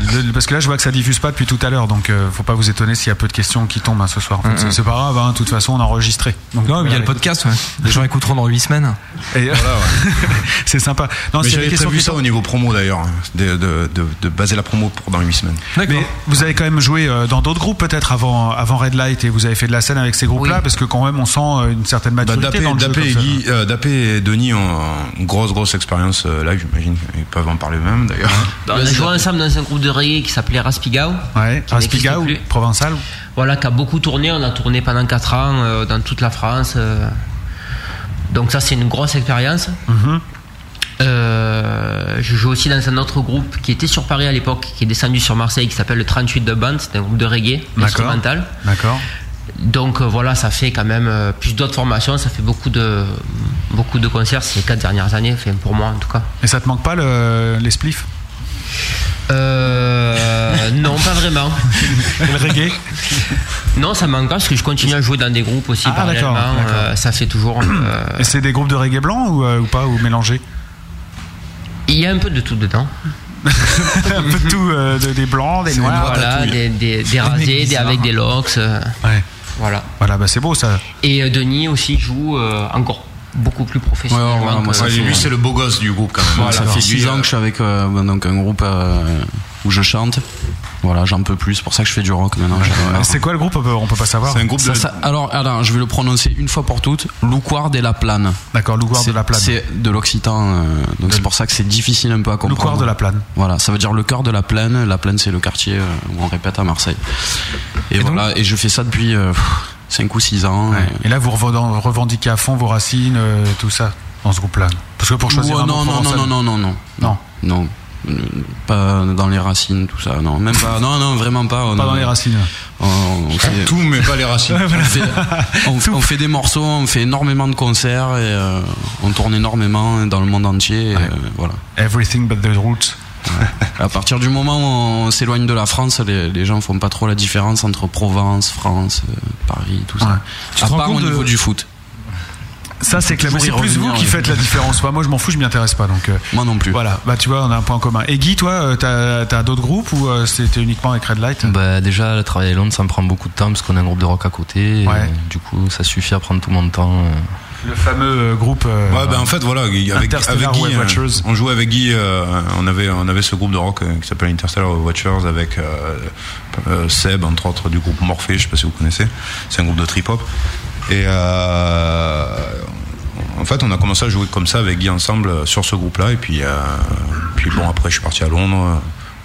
Speaker 2: la- le- parce que là, je vois que ça diffuse pas depuis tout à l'heure, donc euh, faut pas vous étonner s'il y a peu de questions qui tombent hein, ce soir. En fait,
Speaker 3: Mhm.
Speaker 2: c'est- C'est pas grave, hein, de toute façon, on a enregistré. Donc, euh,
Speaker 3: Non, mais il y a
Speaker 2: voilà.
Speaker 3: le podcast, ouais. Les gens écouteront dans 8 semaines.
Speaker 2: Et- euh, c'est sympa. Non,
Speaker 4: Mais
Speaker 2: s'il y a des
Speaker 4: j'avais
Speaker 2: questions
Speaker 4: prévu
Speaker 2: qui
Speaker 4: ça au niveau promo d'ailleurs, hein, de, de- de- de baser la promo pour dans 8 semaines.
Speaker 2: Mais vous avez quand même joué euh, dans d'autres groupes peut-être avant, avant Red Light et vous avez fait de la scène avec ces groupes-là parce que quand même on sent euh, une certaine
Speaker 4: Bah,
Speaker 2: maturité
Speaker 4: Dapé,
Speaker 2: dans le jeu
Speaker 4: Dapé
Speaker 2: comme
Speaker 4: et
Speaker 2: ça.
Speaker 4: Guy- euh, Dapé et Denis ont une grosse grosse expérience euh, live, j'imagine. Ils peuvent en parler eux-mêmes d'ailleurs.
Speaker 9: Bah, On a joué ensemble dans un groupe de reggae qui s'appelait Raspigao.
Speaker 2: Ouais, Raspigao, provençal.
Speaker 9: Voilà, qui a beaucoup tourné. On a tourné pendant 4 ans euh, dans toute la France. euh. Donc, ça, c'est une grosse expérience. Euh, je joue aussi dans un autre groupe qui était sur Paris à l'époque, qui est descendu sur Marseille, qui s'appelle le 38 de Band. C'est un groupe de reggae
Speaker 2: D'accord.
Speaker 9: instrumental.
Speaker 2: D'accord.
Speaker 9: Donc euh, voilà, ça fait quand même euh, plus d'autres formations, ça fait beaucoup de, beaucoup de concerts ces quatre dernières années, enfin, pour moi en tout cas.
Speaker 2: Et ça te manque pas le, les spliffs Ah,
Speaker 9: Euh, non, pas vraiment.
Speaker 2: Le reggae
Speaker 9: Non, ça manque pas parce que je continue à jouer dans des groupes aussi
Speaker 2: Ah,
Speaker 9: parallèlement.
Speaker 2: d'accord, d'accord.
Speaker 9: euh, ça fait toujours. euh,
Speaker 2: Et c'est des groupes de reggae blanc ou, euh, ou pas ou mélangés
Speaker 9: Il y a un peu de tout dedans.
Speaker 2: Un peu de tout, euh, de- des blancs, des
Speaker 9: C'est
Speaker 2: noirs,
Speaker 9: une voilà,
Speaker 2: tatouille.
Speaker 9: des, des, des
Speaker 2: Des mecs
Speaker 9: rasés, des
Speaker 2: bizarres.
Speaker 9: avec des locks. euh,
Speaker 2: hein. Ouais.
Speaker 9: Voilà.
Speaker 2: Voilà, bah c'est beau ça.
Speaker 9: Et euh, Denis aussi joue euh, encore beaucoup plus professionnellement. que-
Speaker 4: lui, c'est le beau gosse du groupe quand même.
Speaker 10: Voilà, ça
Speaker 4: Voilà.
Speaker 10: fait
Speaker 4: Lui,
Speaker 10: 6 ans que je suis avec euh, ben, donc un groupe euh, où je chante. Voilà, j'en peux plus. C'est pour ça que je fais du rock maintenant.
Speaker 2: C'est quoi le groupe On peut- On peut pas savoir.
Speaker 10: Ça, ça- alors, alors, je vais le prononcer une fois pour toutes. Louquard de la Plane.
Speaker 2: D'accord, Louquard de
Speaker 10: C'est-
Speaker 2: la Plane.
Speaker 10: C'est de l'occitan, euh, donc c'est pour ça que c'est difficile un peu à comprendre.
Speaker 2: Louquard de la Plane.
Speaker 10: Voilà, ça veut dire le cœur de la plaine. La plaine, c'est le quartier euh, où on répète à Marseille. Et, voilà, et je fais ça depuis 5 ou 6 ans.
Speaker 2: Ouais.
Speaker 10: euh,
Speaker 2: Et là, vous revend- revendiquez à fond vos racines, euh, tout ça, dans ce groupe-là. Parce que pour choisir
Speaker 10: Ouais,
Speaker 2: un
Speaker 10: non,
Speaker 2: nom
Speaker 10: non, non,
Speaker 2: provençal-
Speaker 10: non, non, non, non,
Speaker 2: non,
Speaker 10: non, Euh, pas dans les racines, tout ça, non, même pas, non, non, vraiment pas.
Speaker 2: Pas dans les racines.
Speaker 10: On, on fait,
Speaker 4: Tout, mais pas les racines.
Speaker 10: on, fait, on- on fait des morceaux, on fait énormément de concerts et euh, on tourne énormément dans le monde entier. et, euh, voilà.
Speaker 2: Everything but the roots.
Speaker 10: À partir du moment où on s'éloigne de la France, les, les gens font pas trop la différence entre Provence, France, euh, Paris, tout ça.
Speaker 2: Tu
Speaker 10: À
Speaker 2: te rends
Speaker 10: part au
Speaker 2: compte de-
Speaker 10: niveau du foot.
Speaker 2: Ça, c'est clair.
Speaker 10: Toujours
Speaker 2: C'est
Speaker 10: y
Speaker 2: plus vous
Speaker 10: revenir,
Speaker 2: qui
Speaker 10: ouais.
Speaker 2: faites la différence. Bah, moi, je m'en fous, je m'y intéresse pas. Donc, euh,
Speaker 10: moi non plus.
Speaker 2: Voilà. Bah, tu vois, on a un point commun. Et Guy, toi, euh, t'as t'as d'autres groupes ou euh, c'était uniquement avec Red Light
Speaker 12: Bah, déjà, travailler à Londres, ça me prend beaucoup de temps parce qu'on a un groupe de rock à côté. et,
Speaker 2: Ouais.
Speaker 12: euh, du coup, ça suffit à prendre tout mon temps. euh.
Speaker 2: Le fameux euh, groupe. euh,
Speaker 4: Ouais,
Speaker 10: bah,
Speaker 4: ben en fait voilà, Guy- avec, avec
Speaker 2: Interstellar
Speaker 4: Guy,
Speaker 2: Wave
Speaker 4: euh,
Speaker 2: Watchers.
Speaker 4: on jouait avec Guy, euh, on avait on avait ce groupe de rock euh, qui s'appelle Interstellar Wave Watchers avec euh, euh, Seb entre autres du groupe Morphée, je sais pas si vous connaissez, c'est un groupe de trip hop et euh, en fait on a commencé à jouer comme ça avec Guy ensemble euh, sur ce groupe là et puis euh, puis bon après je suis parti à Londres, euh,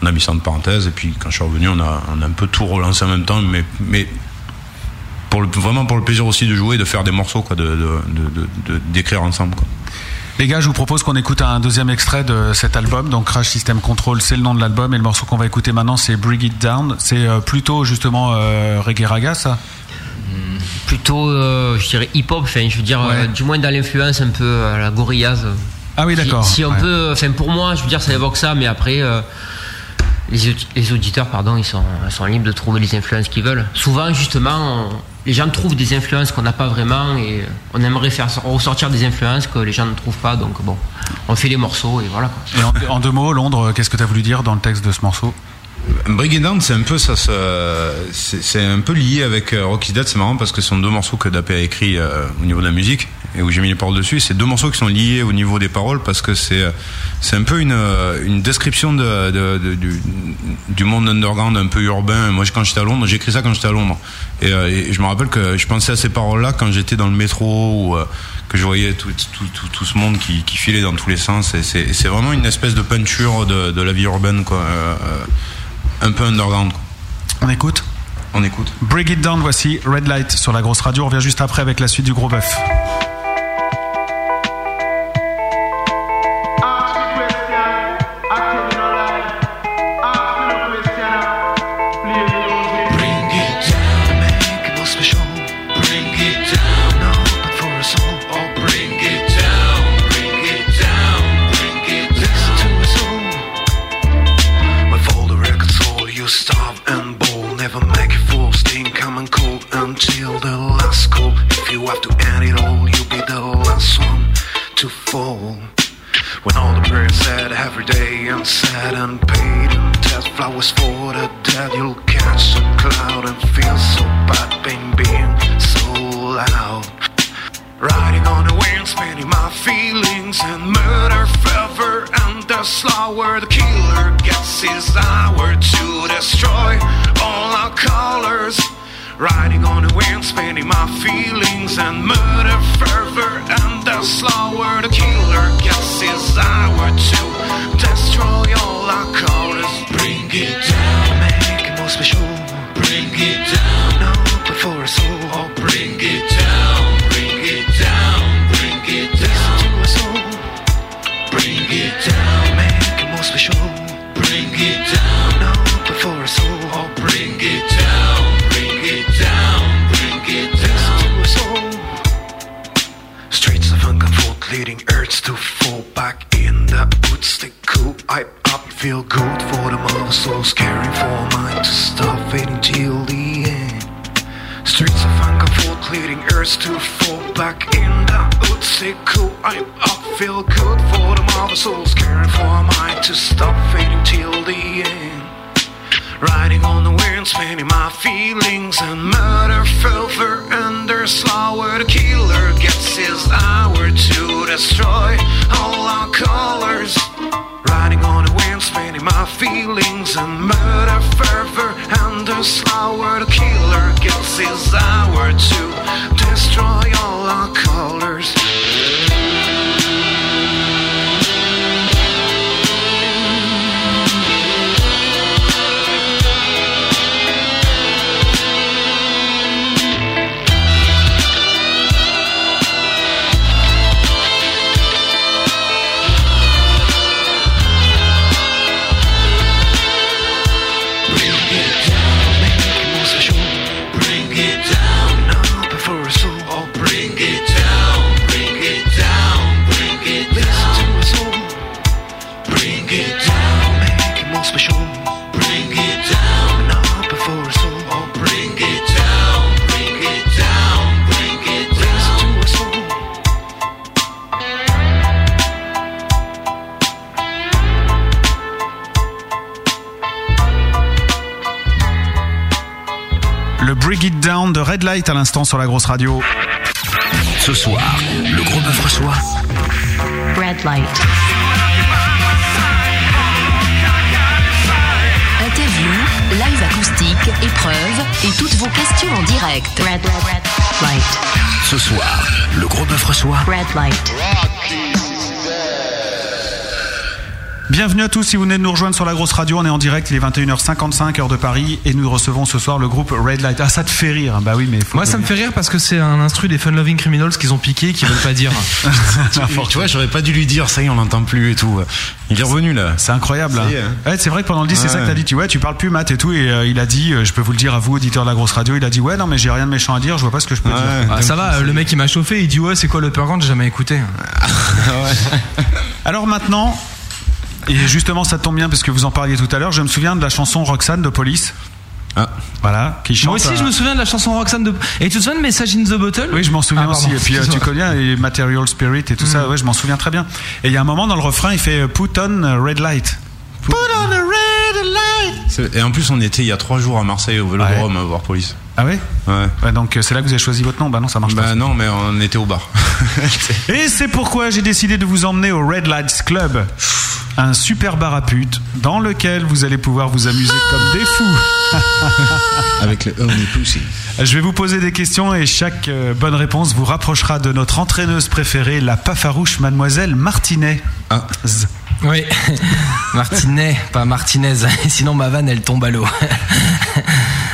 Speaker 4: on a mis ça en parenthèse et puis quand je suis revenu on a on a un peu tout relancé en même temps mais mais pour le, vraiment pour le plaisir aussi de jouer et de faire des morceaux quoi de de- de- de- de- d'écrire ensemble quoi.
Speaker 2: Les gars, je vous propose qu'on écoute un deuxième extrait de cet album. Donc Crash System Control, c'est le nom de l'album. Et le morceau qu'on va écouter maintenant, c'est Bring It Down. C'est euh, plutôt justement euh, reggae raga, ça
Speaker 9: plutôt, euh, je dirais, hip-hop, enfin, je veux dire, euh, du moins dans l'influence un peu euh, la gorillaz.
Speaker 2: Ah oui, d'accord.
Speaker 9: Si, si on
Speaker 2: Ouais.
Speaker 9: peut, enfin, pour moi, je veux dire, ça évoque ça, mais après, euh, les, audi- les auditeurs, pardon, ils sont, ils sont libres de trouver les influences qu'ils veulent. Souvent, justement, on- les gens trouvent des influences qu'on n'a pas vraiment et on aimerait faire ressortir des influences que les gens ne trouvent pas, donc bon, on fait les morceaux et voilà quoi.
Speaker 2: Et en, en deux mots, Londres, euh, qu'est-ce que t'as voulu dire dans le texte de ce morceau
Speaker 4: Break It Down, c'est un peu ça, ça- c'est c'est un peu lié avec euh, Rocky's Dead. C'est marrant parce que ce sont deux morceaux que Dapé a écrit euh, au niveau de la musique et où j'ai mis les paroles dessus. C'est deux morceaux qui sont liés au niveau des paroles parce que c'est euh, c'est un peu une euh, une description de, de- de- du, du monde underground un peu urbain. Moi, je- quand j'étais à Londres, j'écris ça quand j'étais à Londres et, euh, et je me rappelle que je pensais à ces paroles-là quand j'étais dans le métro ou euh, que je voyais tout, tout, tout, tout ce monde qui, qui filait dans tous les sens. Et c'est c'est vraiment une espèce de peinture de, de la vie urbaine quoi. euh, euh, un peu underground. quoi.
Speaker 2: On écoute
Speaker 4: On écoute.
Speaker 2: Break It Down, voici Red Light sur la grosse radio. On revient juste après avec la suite du gros bœuf.
Speaker 5: Bring it down, make it more special. Bring it down, now open for us all. Oh, bring it down, bring it down, bring it down. Listen to a song. With all the records, all you starve and bowl. Never make a fool, staying calm and cold until the last call.
Speaker 11: to fall. When all the birds said every day and sad and paid and test flowers for the dead, you'll catch some cloud and feel so bad being being so loud. Riding on the wind, spinning my feelings and murder fever and the slower the killer gets his hour to destroy all our colors. Riding on the wind, spinning my feelings and murder fervor and the slower the killer gets his hour to destroy all our colors. Bring it down, make it more special. Bring it down, now before us all. Oh, bring it down, bring it down, bring it down. Listen to us all. Bring it down, make it more special. Bring it down, now before us all. Oh, bring it down, bring it down, bring it down. Listen to us all. Streets of uncontrolled, leading urge to fall back in the woods. They cool, I up, feel good for the mother souls, caring for mine to stop fading till the end. Streets of uncontrolled, leading urge to fall back in the woods. They cool, I up, feel good for the mother souls, caring for mine to stop fading till the end. Riding on the wind, spinning my feelings and murder filter under slower. The killer gets his hour to destroy all our colors. Riding on the wind, spinning my feelings and murder fervor under slower. The killer gets his hour to destroy all our colors. Bring it down now before us all. Oh, bring it down, bring it down, bring it down. to us all. Bring it down, make it more special. Bring it down now before us all. Oh, bring it down, bring it down, bring it down. to us all.
Speaker 2: Le Bring It Down de Red Light à l'instant sur la grosse radio.
Speaker 8: Ce soir, le gros bœuf reçoit.
Speaker 1: Red Light. Interview, live acoustique, épreuve et toutes vos questions en direct. Red, Light.
Speaker 8: Ce soir, le gros bœuf reçoit.
Speaker 1: Red Light.
Speaker 2: Bienvenue à tous si vous venez de nous rejoindre sur la grosse radio, on est en direct, il est 21h55 heure de Paris et nous recevons ce soir le groupe Red Light. Ah ça te fait rire, bah oui mais... faut
Speaker 3: Moi,
Speaker 2: que-
Speaker 3: ça me fait rire parce que c'est un instru des Fun Loving Criminals qu'ils ont piqué et qu'ils veulent pas dire.
Speaker 4: tu, tu vois, j'aurais pas dû lui dire, ça y est, on l'entend plus et tout. Il est revenu là.
Speaker 2: C'est incroyable.
Speaker 4: Ça y est,
Speaker 2: hein.
Speaker 4: hein.
Speaker 2: Ouais, c'est vrai que pendant le 10, c'est
Speaker 4: Ouais.
Speaker 2: ça que t'as dit. Tu, ouais, tu parles plus, Matt et tout. Et euh, il a dit, euh, je peux vous le dire à vous, auditeurs de la grosse radio, il a dit, ouais, non, mais j'ai rien de méchant à dire, je vois pas ce que je peux dire.
Speaker 3: Ah, ça va, le mec il m'a chauffé, il dit ouais, c'est quoi le Ground J'ai jamais écouté.
Speaker 2: Alors maintenant, et justement, ça tombe bien parce que vous en parliez tout à l'heure, je me souviens de la chanson Roxane de Police.
Speaker 3: Ah.
Speaker 2: Voilà, qui chante.
Speaker 3: Moi aussi,
Speaker 2: euh,
Speaker 3: je me souviens de la chanson Roxane de. Et tu te souviens de Message in the Bottle Ah,
Speaker 2: Oui, je m'en souviens aussi. Et puis euh, tu
Speaker 3: connais
Speaker 2: connais les Material Spirit et tout ça. Ouais, je m'en souviens très bien. Et il y a un moment dans le refrain, il fait euh, Put on red light. Put on a red light.
Speaker 4: C'est- Et en plus, on était il y a trois jours à Marseille au Vélodrome à voir police.
Speaker 2: Ah ouais
Speaker 4: Ouais.
Speaker 2: Bah donc euh, c'est là que vous avez choisi votre nom. Bah non, ça marche pas.
Speaker 4: Bah non, mais on était au bar.
Speaker 2: Et c'est pourquoi j'ai décidé de vous emmener au Red Lights Club, un super bar à putes dans lequel vous allez pouvoir vous amuser comme des fous.
Speaker 4: Avec le Only Pussy.
Speaker 2: Je vais vous poser des questions et chaque euh, bonne réponse vous rapprochera de notre entraîneuse préférée, la pafarouche mademoiselle Martinet. Z.
Speaker 3: Oui, Martinet, pas Martinez. Sinon, ma vanne elle tombe à l'eau.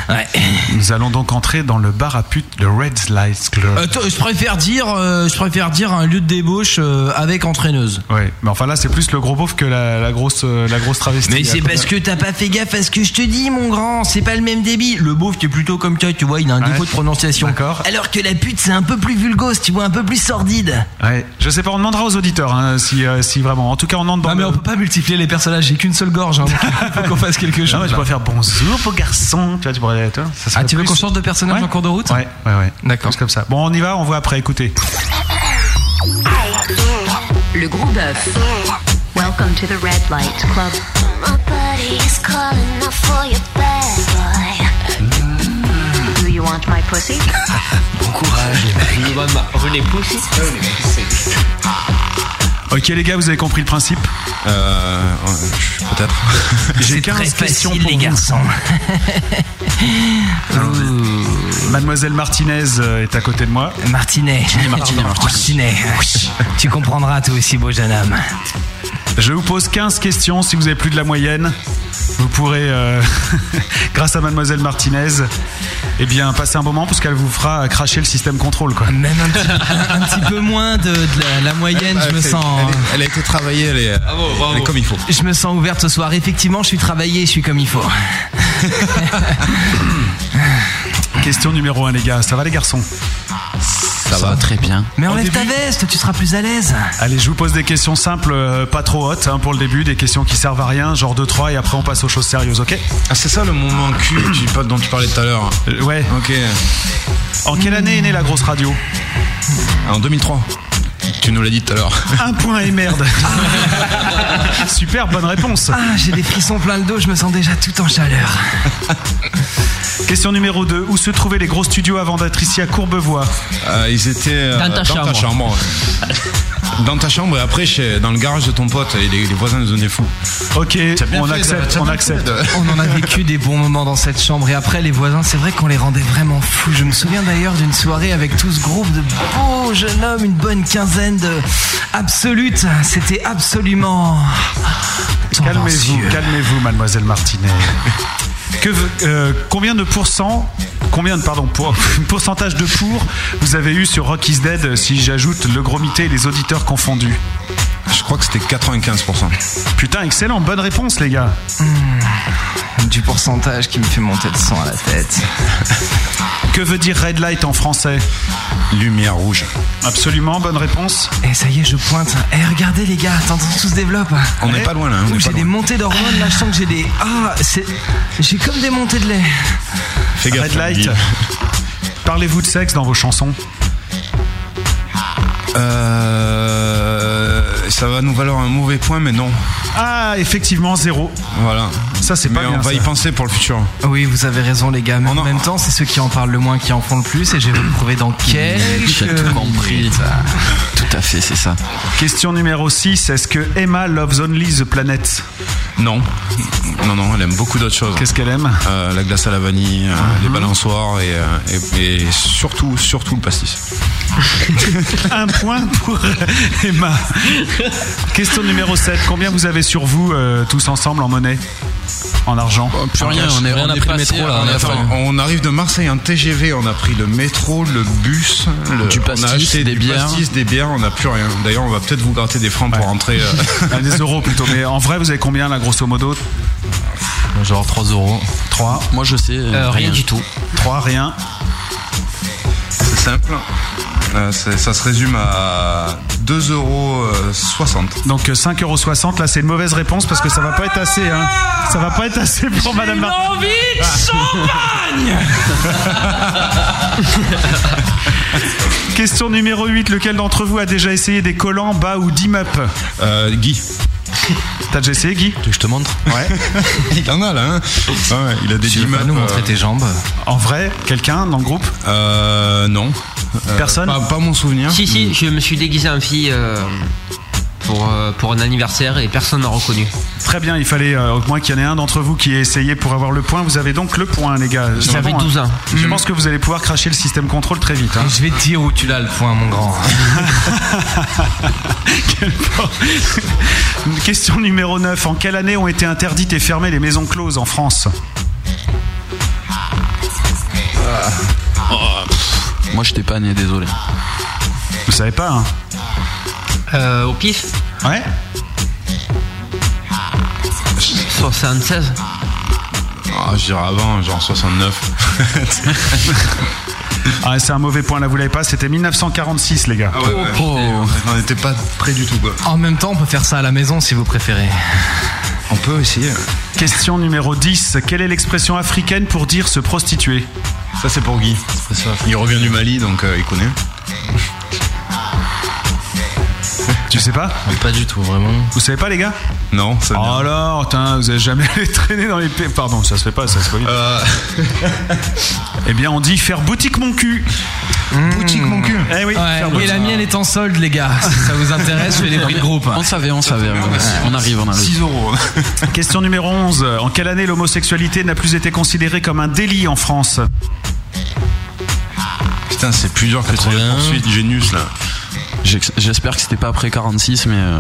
Speaker 3: Ouais.
Speaker 2: Nous allons donc entrer dans le bar à putes, le Red Lights Club.
Speaker 3: Euh, toi, je préfère dire, euh, je préfère dire un lieu de débauche euh, avec entraîneuse.
Speaker 2: Ouais, mais enfin là c'est plus le gros beauf que la, la grosse, euh, la grosse travestie.
Speaker 3: Mais c'est parce que t'as pas fait gaffe à ce que je te dis, mon grand. C'est pas le même débit. Le beauf, t'es plutôt comme toi, tu vois, il a un défaut de prononciation. Alors que la pute, c'est un peu plus vulgose, tu vois, un peu plus sordide.
Speaker 2: Ouais, je sais pas, on demandera aux auditeurs hein, si, euh, si vraiment. En tout cas, on entre dans.
Speaker 3: mais on peut pas multiplier les personnages, j'ai qu'une seule gorge. Hein, faut qu'on fasse quelque chose.
Speaker 2: Non, mais tu pourrais faire bonjour, beau garçon. Tu vois, tu pourrais. tu vois, ça serait
Speaker 3: Ah, tu veux
Speaker 2: plus-
Speaker 3: qu'on change de personnage en cours de route
Speaker 2: Ouais, ouais, ouais. D'accord. comme ça. Bon, on y va, on voit après, écoutez.
Speaker 11: Bring
Speaker 1: Bœuf. Welcome to the Red Light Club.
Speaker 5: My body is calling out for your bad boy.
Speaker 1: Do you want my pussy?
Speaker 5: Bon courage,
Speaker 9: Je demande ma- René Poussy.
Speaker 2: Ok les gars, vous avez compris le principe
Speaker 4: Euh, je- Peut-être.
Speaker 2: J'ai 15 questions pour les garçons. Mmh. Mademoiselle Martinez euh, est à côté de moi.
Speaker 13: Martinet.
Speaker 2: Martinet,
Speaker 13: Martinet. Tu comprendras, toi aussi, beau jeune homme.
Speaker 2: Je vous pose 15 questions. Si vous avez plus de la moyenne, vous pourrez, euh, grâce à Mademoiselle Martinez, eh bien, passer un moment parce qu'elle vous fera cracher le système contrôle. Quoi.
Speaker 3: Même un petit, un petit peu moins de, de la, la moyenne, je me sens.
Speaker 4: Elle, est- elle a été travaillée, elle est, elle est comme il faut.
Speaker 3: Je me sens ouverte ce soir. Effectivement, je suis travaillé, je suis comme il faut.
Speaker 2: Question numéro 1, les gars. Ça va, les garçons Ça,
Speaker 10: va. très bien.
Speaker 3: Mais enlève ta veste, tu seras plus à l'aise.
Speaker 2: Allez, je vous pose des questions simples, euh, pas trop hautes hein, pour le début, des questions qui servent à rien, genre 2-3, et après on passe aux choses sérieuses, ok
Speaker 4: Ah, c'est ça le moment cul tu- pas- dont tu parlais tout à l'heure.
Speaker 2: Euh, Ouais.
Speaker 4: Ok.
Speaker 2: En quelle année est née la grosse radio
Speaker 4: En 2003. Tu nous l'as dit tout à l'heure.
Speaker 2: Un point et merde Super, bonne réponse
Speaker 3: Ah, j'ai des frissons plein le dos, je me sens déjà tout en chaleur.
Speaker 2: Question numéro 2, où se trouvaient les gros studios avant d'être ici à Courbevoie
Speaker 4: Euh, ils étaient euh,
Speaker 2: Dans ta chambre.
Speaker 4: ouais. dans ta chambre et après chez, dans le garage de ton pote et les, les voisins nous donnaient fou.
Speaker 2: Ok,
Speaker 3: on accepte, on accepte. On en a vécu des bons moments dans cette chambre et après les voisins, c'est vrai qu'on les rendait vraiment fous. Je me souviens d'ailleurs d'une soirée avec tout ce groupe de beaux jeunes hommes, une bonne quinzaine de absolutes. C'était absolument
Speaker 2: Calmez-vous, calmez-vous, mademoiselle Martinet. Que, v- euh, combien de pourcents, combien de pardon, pour, pourcentage de pour vous avez eu sur Rock is Dead si j'ajoute le gros mité et les auditeurs confondus
Speaker 4: Je crois que c'était 95%.
Speaker 2: Putain, excellent, bonne réponse les gars.
Speaker 3: Hmm. du pourcentage qui me fait monter le sang à la tête.
Speaker 2: Que veut dire red light en français
Speaker 4: Lumière rouge.
Speaker 2: Absolument, bonne réponse.
Speaker 3: Et ça y est, je pointe. Eh, regardez les gars, attends, tout se développe.
Speaker 4: On n'est
Speaker 3: Eh,
Speaker 4: pas loin, là, hein, on
Speaker 3: ouh,
Speaker 4: n'est
Speaker 3: J'ai
Speaker 4: pas
Speaker 3: des montées d'hormones, là, je sens que j'ai des. Ah, c'est. J'ai comme des montées de lait.
Speaker 4: Fais hein,
Speaker 2: gaffe, Red light. Parlez-vous de sexe dans vos chansons
Speaker 4: Euh, ça va nous valoir un mauvais point, mais non.
Speaker 2: Ah, effectivement, zéro.
Speaker 4: Voilà.
Speaker 2: Ça, c'est pas
Speaker 4: Mais
Speaker 2: bien,
Speaker 4: on va
Speaker 2: ça.
Speaker 4: y penser pour le futur.
Speaker 3: Oui, vous avez raison, les gars. Mais en même temps, c'est ceux qui en parlent le moins qui en font le plus. Et je vais vous le prouver dans
Speaker 10: J'ai
Speaker 3: quelques
Speaker 10: tout compris.
Speaker 3: minutes.
Speaker 10: Tout à fait, c'est ça.
Speaker 2: Question numéro 6, est-ce que Emma loves only the planet
Speaker 4: Non. Non, non, elle aime beaucoup d'autres choses.
Speaker 2: Qu'est-ce qu'elle aime Mhm.
Speaker 4: La glace à la vanille, euh, les balançoires et, euh, et- et surtout, surtout le pastis.
Speaker 2: Un point pour euh, Emma. Question numéro 7. Combien vous avez sur vous euh, tous ensemble en monnaie En argent
Speaker 10: Oh, plus rien, Ah, on est- Rien on est après le passé, métro, là, on
Speaker 4: On,
Speaker 10: est
Speaker 4: attend,
Speaker 10: après.
Speaker 4: on arrive de Marseille en TGV, on a pris le métro, le bus, le,
Speaker 10: Du pastis,
Speaker 4: on a acheté
Speaker 10: des
Speaker 4: du
Speaker 10: bières.
Speaker 4: pastis, des bières, on n'a plus rien. D'ailleurs, on va peut-être vous gratter des francs pour rentrer. euh,
Speaker 2: Ah, Des euros plutôt, mais en vrai vous avez combien là grosso modo
Speaker 10: Genre 3 euros.
Speaker 2: 3.
Speaker 10: Moi je sais.
Speaker 2: Euh, rien du
Speaker 10: tout.
Speaker 2: 3, rien.
Speaker 4: C'est simple. Euh, c'est- ça se résume à 2,60 euros.
Speaker 2: Donc euh, 5,60€ là c'est une mauvaise réponse parce que ça va pas être assez hein. Ça va pas être assez pour Madame Mar- Ah.
Speaker 5: envie de champagne
Speaker 2: Question numéro 8, lequel d'entre vous a déjà essayé des collants bas ou dim up
Speaker 4: Guy.
Speaker 2: T'as déjà essayé Guy
Speaker 10: Je te montre.
Speaker 2: Ouais.
Speaker 4: il en a là. Hein. Ouais, il a des euh,
Speaker 3: Tu veux pas
Speaker 4: dimmes,
Speaker 3: nous montrer tes jambes
Speaker 2: En vrai, quelqu'un dans le groupe
Speaker 4: Euh, non. Euh,
Speaker 2: Personne
Speaker 4: pas, pas mon souvenir.
Speaker 9: Si, si, je me suis déguisé en fille euh, pour, euh, pour un anniversaire et personne m'a reconnu.
Speaker 2: Très bien, il fallait euh, au moins qu'il y en ait un d'entre vous qui ait essayé pour avoir le point. Vous avez donc le point, les gars. C'est
Speaker 9: J'avais
Speaker 2: bon, hein.
Speaker 9: 12 ans.
Speaker 2: Je pense que vous allez pouvoir cracher le système contrôle très vite. hein.
Speaker 3: Je vais te dire où tu l'as le point, mon grand.
Speaker 2: Quel point. Question numéro 9. En quelle année ont été interdites et fermées les maisons closes en France
Speaker 5: Oh.
Speaker 10: Ah, Moi je t'ai pas né, désolé.
Speaker 2: Vous savez pas, hein
Speaker 9: Euh, au pif
Speaker 2: Ouais
Speaker 9: 76
Speaker 4: Ah, je dirais avant, genre 69.
Speaker 2: Ah, c'est un mauvais point, là vous l'avez pas. C'était 1946, les gars.
Speaker 4: Ah ouais, ouais, j'étais- On n'était pas près du tout quoi.
Speaker 3: En même temps, on peut faire ça à la maison si vous préférez.
Speaker 4: On peut essayer.
Speaker 2: Question numéro 10. Quelle est l'expression africaine pour dire se prostituer
Speaker 4: Ça c'est pour Guy. Il revient du Mali donc euh, il connaît.
Speaker 2: Tu sais pas
Speaker 10: Pas du tout, vraiment.
Speaker 2: Vous savez pas, les gars
Speaker 4: Non, ça
Speaker 2: Oh alors, tain, vous avez jamais allé traîner dans les pays. Pardon, ça se fait pas, ça se fait bien.
Speaker 10: Euh.
Speaker 2: eh bien, on dit faire boutique mon cul.
Speaker 3: Boutique mon cul.
Speaker 2: Eh
Speaker 3: Ouais,
Speaker 2: oui, faire
Speaker 3: et
Speaker 2: boutique.
Speaker 3: la mienne est en solde, les gars. Si ça vous intéresse, je fais les prix de groupe.
Speaker 2: hein.
Speaker 10: On savait, on savait. On arrive, on arrive.
Speaker 2: euros. Question numéro 11. En quelle année l'homosexualité n'a plus été considérée comme un délit en France
Speaker 4: Putain, c'est plus dur que
Speaker 10: la
Speaker 4: poursuite, Génus là.
Speaker 10: J'espère que c'était pas après 46, mais. euh,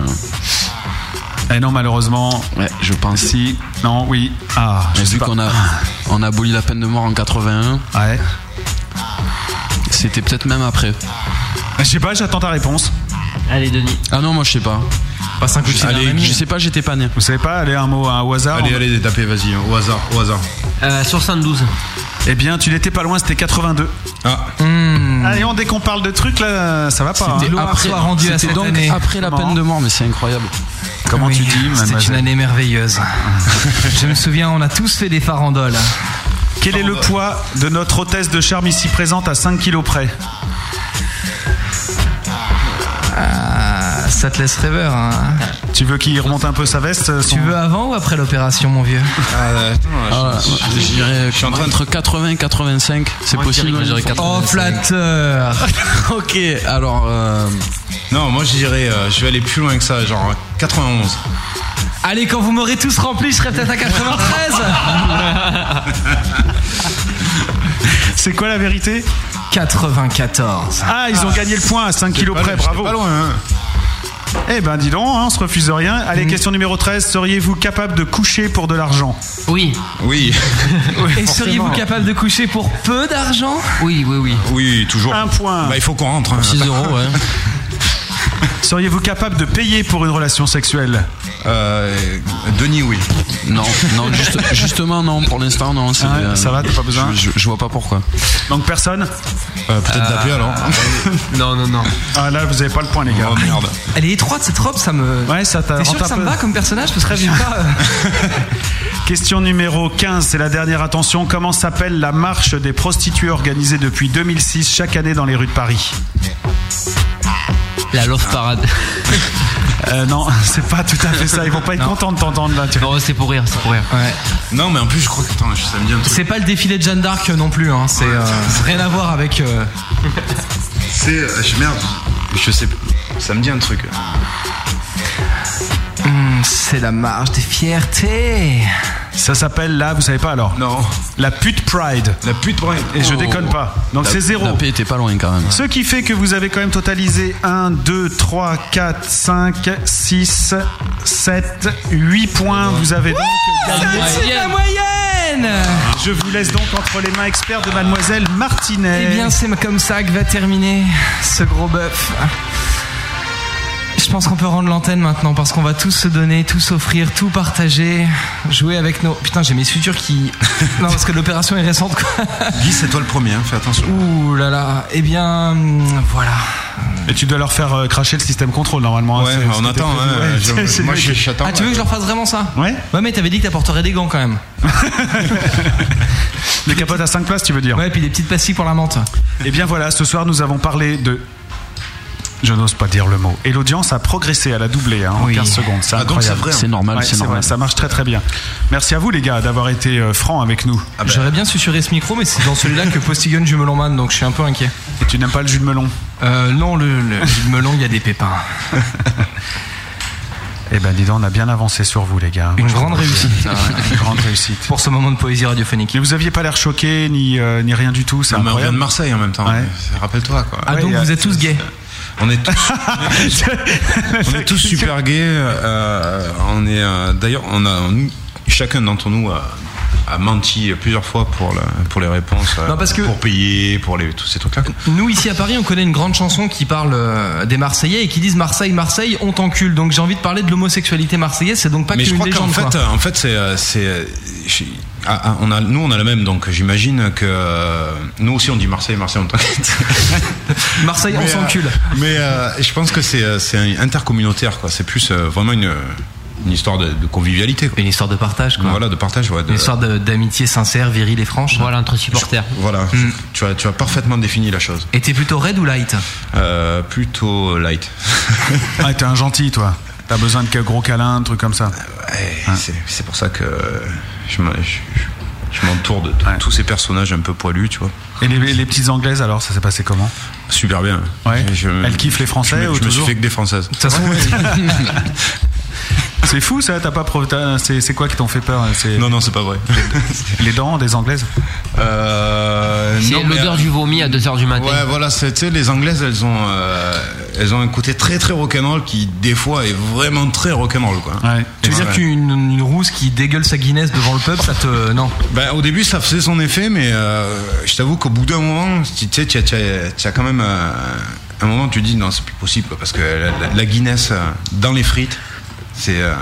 Speaker 2: Eh non, malheureusement.
Speaker 10: Ouais, je pense.
Speaker 2: Si. Non, oui. Ah,
Speaker 10: Mais vu qu'on a, on a aboli la peine de mort en 81.
Speaker 2: Ouais.
Speaker 10: C'était peut-être même après.
Speaker 2: Je sais pas, j'attends ta réponse.
Speaker 9: Allez, Denis.
Speaker 10: Ah non, moi je sais pas.
Speaker 3: Passe un coup de fil à
Speaker 10: Allez,
Speaker 3: Rémi.
Speaker 10: Je sais pas, j'étais pas né.
Speaker 2: Vous savez pas Allez, un mot, un au hasard
Speaker 4: Allez, allez, tapez, vas-y, au hasard, au hasard.
Speaker 3: Euh,
Speaker 9: 72.
Speaker 2: Eh bien, tu n'étais pas loin, c'était 82.
Speaker 4: Ah.
Speaker 3: Hmm.
Speaker 2: Allez, on, dès qu'on parle de trucs, là, ça va pas.
Speaker 3: C'était
Speaker 2: hein.
Speaker 3: après- Gloire soit rendue à
Speaker 10: c'était
Speaker 3: cette
Speaker 10: donc
Speaker 3: année.
Speaker 10: après la
Speaker 3: Comment
Speaker 10: peine de mort, mais c'est incroyable.
Speaker 2: Comment
Speaker 3: Oui,
Speaker 2: tu dis,
Speaker 3: C'était une
Speaker 2: mademoiselle
Speaker 3: année merveilleuse. je me souviens, on a tous fait des farandoles.
Speaker 2: Quel est le poids de notre hôtesse de charme ici présente à 5 kilos près
Speaker 3: Ah, ça te laisse rêveur. hein.
Speaker 2: Tu veux qu'il remonte un peu sa veste euh, son-
Speaker 3: Tu veux avant ou après l'opération, mon vieux
Speaker 10: Ah, je dirais entre 80 et 85, c'est possible. Je dirais
Speaker 3: Oh,
Speaker 10: 85.
Speaker 3: flatteur
Speaker 10: ok, alors. euh,
Speaker 4: Non, moi je dirais, euh, je vais aller plus loin que ça, genre 91.
Speaker 3: Allez, quand vous m'aurez tous rempli, je serai peut-être à 93
Speaker 2: C'est quoi la vérité
Speaker 3: 94.
Speaker 2: Ah, ils ont gagné le point à 5 kilos
Speaker 4: pas
Speaker 2: près,
Speaker 4: loin,
Speaker 2: bravo.
Speaker 4: j'étais pas loin, hein. Mm.
Speaker 2: Eh ben, dis donc, hein, on se refuse de rien. Allez, question numéro 13. Seriez-vous capable de coucher pour de l'argent
Speaker 9: Oui.
Speaker 4: Oui,
Speaker 3: Et seriez-vous capable de coucher pour peu d'argent
Speaker 9: Oui, oui, oui.
Speaker 4: oui, toujours.
Speaker 2: Un point.
Speaker 4: Bah, il faut qu'on rentre. hein.
Speaker 10: 6 euros, ouais.
Speaker 2: Seriez-vous capable de payer pour une relation sexuelle
Speaker 4: Euh, Denis, oui.
Speaker 10: Non, non, juste- justement, non, pour l'instant, non. c'est-
Speaker 2: Ah ouais, ça va, t'as pas besoin
Speaker 10: je, je- je vois pas pourquoi.
Speaker 2: Donc, personne
Speaker 4: Euh, Peut-être d'appeler alors.
Speaker 3: Euh, Non, non, non.
Speaker 2: Ah là, vous avez pas le point, les gars.
Speaker 4: Oh merde.
Speaker 3: Elle est étroite, cette robe, ça me...
Speaker 2: Ouais, ça t'a
Speaker 3: T'es
Speaker 2: rend
Speaker 3: sûr que
Speaker 2: un
Speaker 3: ça
Speaker 2: peu-
Speaker 3: me va comme personnage Parce que je sais pas... euh,
Speaker 2: Question numéro 15, c'est la dernière attention. Comment s'appelle la marche des prostituées organisée depuis 2006 chaque année dans les rues de Paris
Speaker 9: La Love Parade.
Speaker 2: Euh, Non, c'est pas tout à fait ça. Ils vont pas être contents de t'entendre là. tu vois.
Speaker 9: Non, c'est pour rire, c'est pour rire.
Speaker 3: Ouais.
Speaker 4: Non, mais en plus, je crois que. Attends, ça me dit un truc.
Speaker 3: C'est pas le défilé de Jeanne d'Arc non plus, hein. c'est euh, rien à voir avec. euh,
Speaker 4: C'est. euh, je- Merde. Je sais. Ça me dit un truc.
Speaker 10: Ah.
Speaker 3: hmm, c'est la marche des fiertés.
Speaker 2: Ça s'appelle là, vous savez pas alors
Speaker 4: Non.
Speaker 2: La pute pride.
Speaker 4: La pute, bref.
Speaker 2: Et je déconne pas. Donc
Speaker 10: La-
Speaker 2: c'est zéro.
Speaker 10: La paix était pas loin quand même.
Speaker 2: Ce qui fait que vous avez quand même totalisé 1, 2, 3, 4, 5, 6, 7, 8 points. Vous avez donc gagné.
Speaker 3: C'est la moyenne
Speaker 2: Je vous laisse donc entre les mains expertes de mademoiselle Martinet.
Speaker 3: Eh bien, c'est comme ça que va terminer ce gros bœuf. Je pense qu'on peut rendre l'antenne maintenant parce qu'on va tous se donner, tous s'offrir, tout partager, jouer avec nos. Putain, j'ai mes sutures qui. Non, parce que l'opération est récente quoi.
Speaker 4: Guy, c'est toi le premier, hein, fais attention.
Speaker 3: Ouh là là. Eh bien, hmm, voilà.
Speaker 2: Et tu dois leur faire euh, cracher le système contrôle normalement. hein,
Speaker 4: Ouais,
Speaker 2: c'est-
Speaker 4: on
Speaker 2: c'était
Speaker 4: attend.
Speaker 2: prévu,
Speaker 4: hein,
Speaker 2: ouais.
Speaker 4: je-
Speaker 2: Eh, C'est- c'est-
Speaker 4: moi, je j'attends.
Speaker 3: Ah, tu veux que je leur fasse vraiment ça
Speaker 2: Ouais
Speaker 3: Ouais, mais t'avais dit que t'apporterais des gants quand même.
Speaker 2: Les capotes à 5 places, tu veux dire
Speaker 3: Ouais, et puis des petites pastilles pour la menthe.
Speaker 2: Et Eh bien voilà, ce soir nous avons parlé de. Je n'ose pas dire le mot. Et l'audience a progressé, elle a doublé hein, en
Speaker 3: Oui.
Speaker 2: 15 secondes. C'est
Speaker 4: Ah, donc c'est
Speaker 2: incroyable.
Speaker 4: vrai, hein.
Speaker 10: C'est normal,
Speaker 2: Ouais,
Speaker 10: c'est
Speaker 2: c'est
Speaker 10: normal.
Speaker 2: vrai, ça marche très très bien. Merci à vous les gars d'avoir été euh, francs avec nous.
Speaker 4: Ah bah.
Speaker 3: J'aurais bien susurré ce micro, mais c'est dans celui-là que Postigon du Melonman, donc je suis un peu inquiet.
Speaker 2: Tu n'aimes pas le jus de melon
Speaker 3: Euh, non, le, le, le melon, il y a des pépins.
Speaker 2: Eh ben dis donc, on a bien avancé sur vous les gars.
Speaker 3: Une grande réussite
Speaker 2: Une grande réussite.
Speaker 3: pour ce moment de poésie radiophonique.
Speaker 2: Mais vous aviez pas l'air choqué ni, euh, ni rien du tout, c'est
Speaker 4: Non, mais on vient de
Speaker 2: incroyable.
Speaker 4: Marseille en même temps.
Speaker 2: Ouais.
Speaker 4: C'est- Rappelle-toi, quoi.
Speaker 3: Ah, donc
Speaker 2: ouais, euh,
Speaker 3: vous êtes tous gays
Speaker 4: On est tous, on est tous super gays. euh, on est. euh, D'ailleurs, on a. on- chacun d'entre nous a, a menti plusieurs fois pour, la- pour les réponses. euh,
Speaker 3: Non, parce que- Ah,
Speaker 4: Pour payer, pour les, tous ces trucs-là. quoi.
Speaker 3: Nous, ici à Paris, on connaît une grande chanson qui parle euh, des Marseillais et qui disent Marseille, Marseille, on t'encule. Donc j'ai envie de parler de l'homosexualité marseillaise, c'est donc pas
Speaker 4: mais
Speaker 3: que
Speaker 4: je
Speaker 3: une
Speaker 4: crois qu'en
Speaker 3: légende.
Speaker 4: fait,
Speaker 3: quoi.
Speaker 4: euh, en fait, c'est, euh, c'est, euh, je- ah, ah, on a, nous, on a la même, donc j'imagine que euh, nous aussi, on dit Marseille, Marseille, on t'inquiète.
Speaker 3: Marseille, on
Speaker 4: Mais, euh,
Speaker 3: s'encule.
Speaker 4: Mais euh, je pense que c'est, euh, c'est un- intercommunautaire, quoi. C'est plus euh, vraiment une, une histoire de, de convivialité. Une histoire de partage,
Speaker 12: quoi.
Speaker 4: Voilà, de partage, ouais. de-
Speaker 12: Une histoire de- d'amitié sincère, virile et franche. Voilà, entre supporters.
Speaker 4: Voilà,
Speaker 3: Hmm.
Speaker 4: tu, as, tu as parfaitement défini la chose.
Speaker 12: Et t'es plutôt raide ou light
Speaker 4: Euh, plutôt light.
Speaker 2: Ah, t'es un gentil, toi. T'as besoin de gros câlins, de trucs comme ça.
Speaker 4: Ouais, c'est- C'est pour ça que je me- je- je- je m'entoure de t- tous ces personnages un peu poilus, tu vois.
Speaker 2: Et les, les petites anglaises, alors, ça s'est passé comment
Speaker 4: Super bien.
Speaker 2: Ouais.
Speaker 4: Je- je-
Speaker 2: Elles kiffent les Français
Speaker 4: je, me-
Speaker 2: ou
Speaker 4: Je me suis
Speaker 2: toujours
Speaker 4: fait que des Françaises.
Speaker 2: toute façon, C'est fou ça, t'as pas pro- t'as- c'est c'est quoi qui t'ont fait peur Non
Speaker 4: non c'est pas vrai.
Speaker 2: Les dents des anglaises
Speaker 9: C'est l'odeur du vomi à 2h du matin.
Speaker 4: Euh, Ouais, voilà, c'est- tu sais, les Anglaises, elles ont, euh, elles ont un côté très très rock'n'roll qui, des fois, est vraiment très rock'n'roll, quoi.
Speaker 3: Tu veux
Speaker 4: Ouais,
Speaker 3: dire
Speaker 4: ouais.
Speaker 3: qu'une une rousse qui dégueule sa Guinness devant le pub, ça te. Non.
Speaker 4: Ben, au début, ça faisait son effet, mais euh, je t'avoue qu'au bout d'un moment, tu sais, tu as- tu as- tu as quand même euh, un moment, tu te dis non, c'est plus possible, quoi, parce que la, la- la Guinness euh, dans les frites, c'est euh,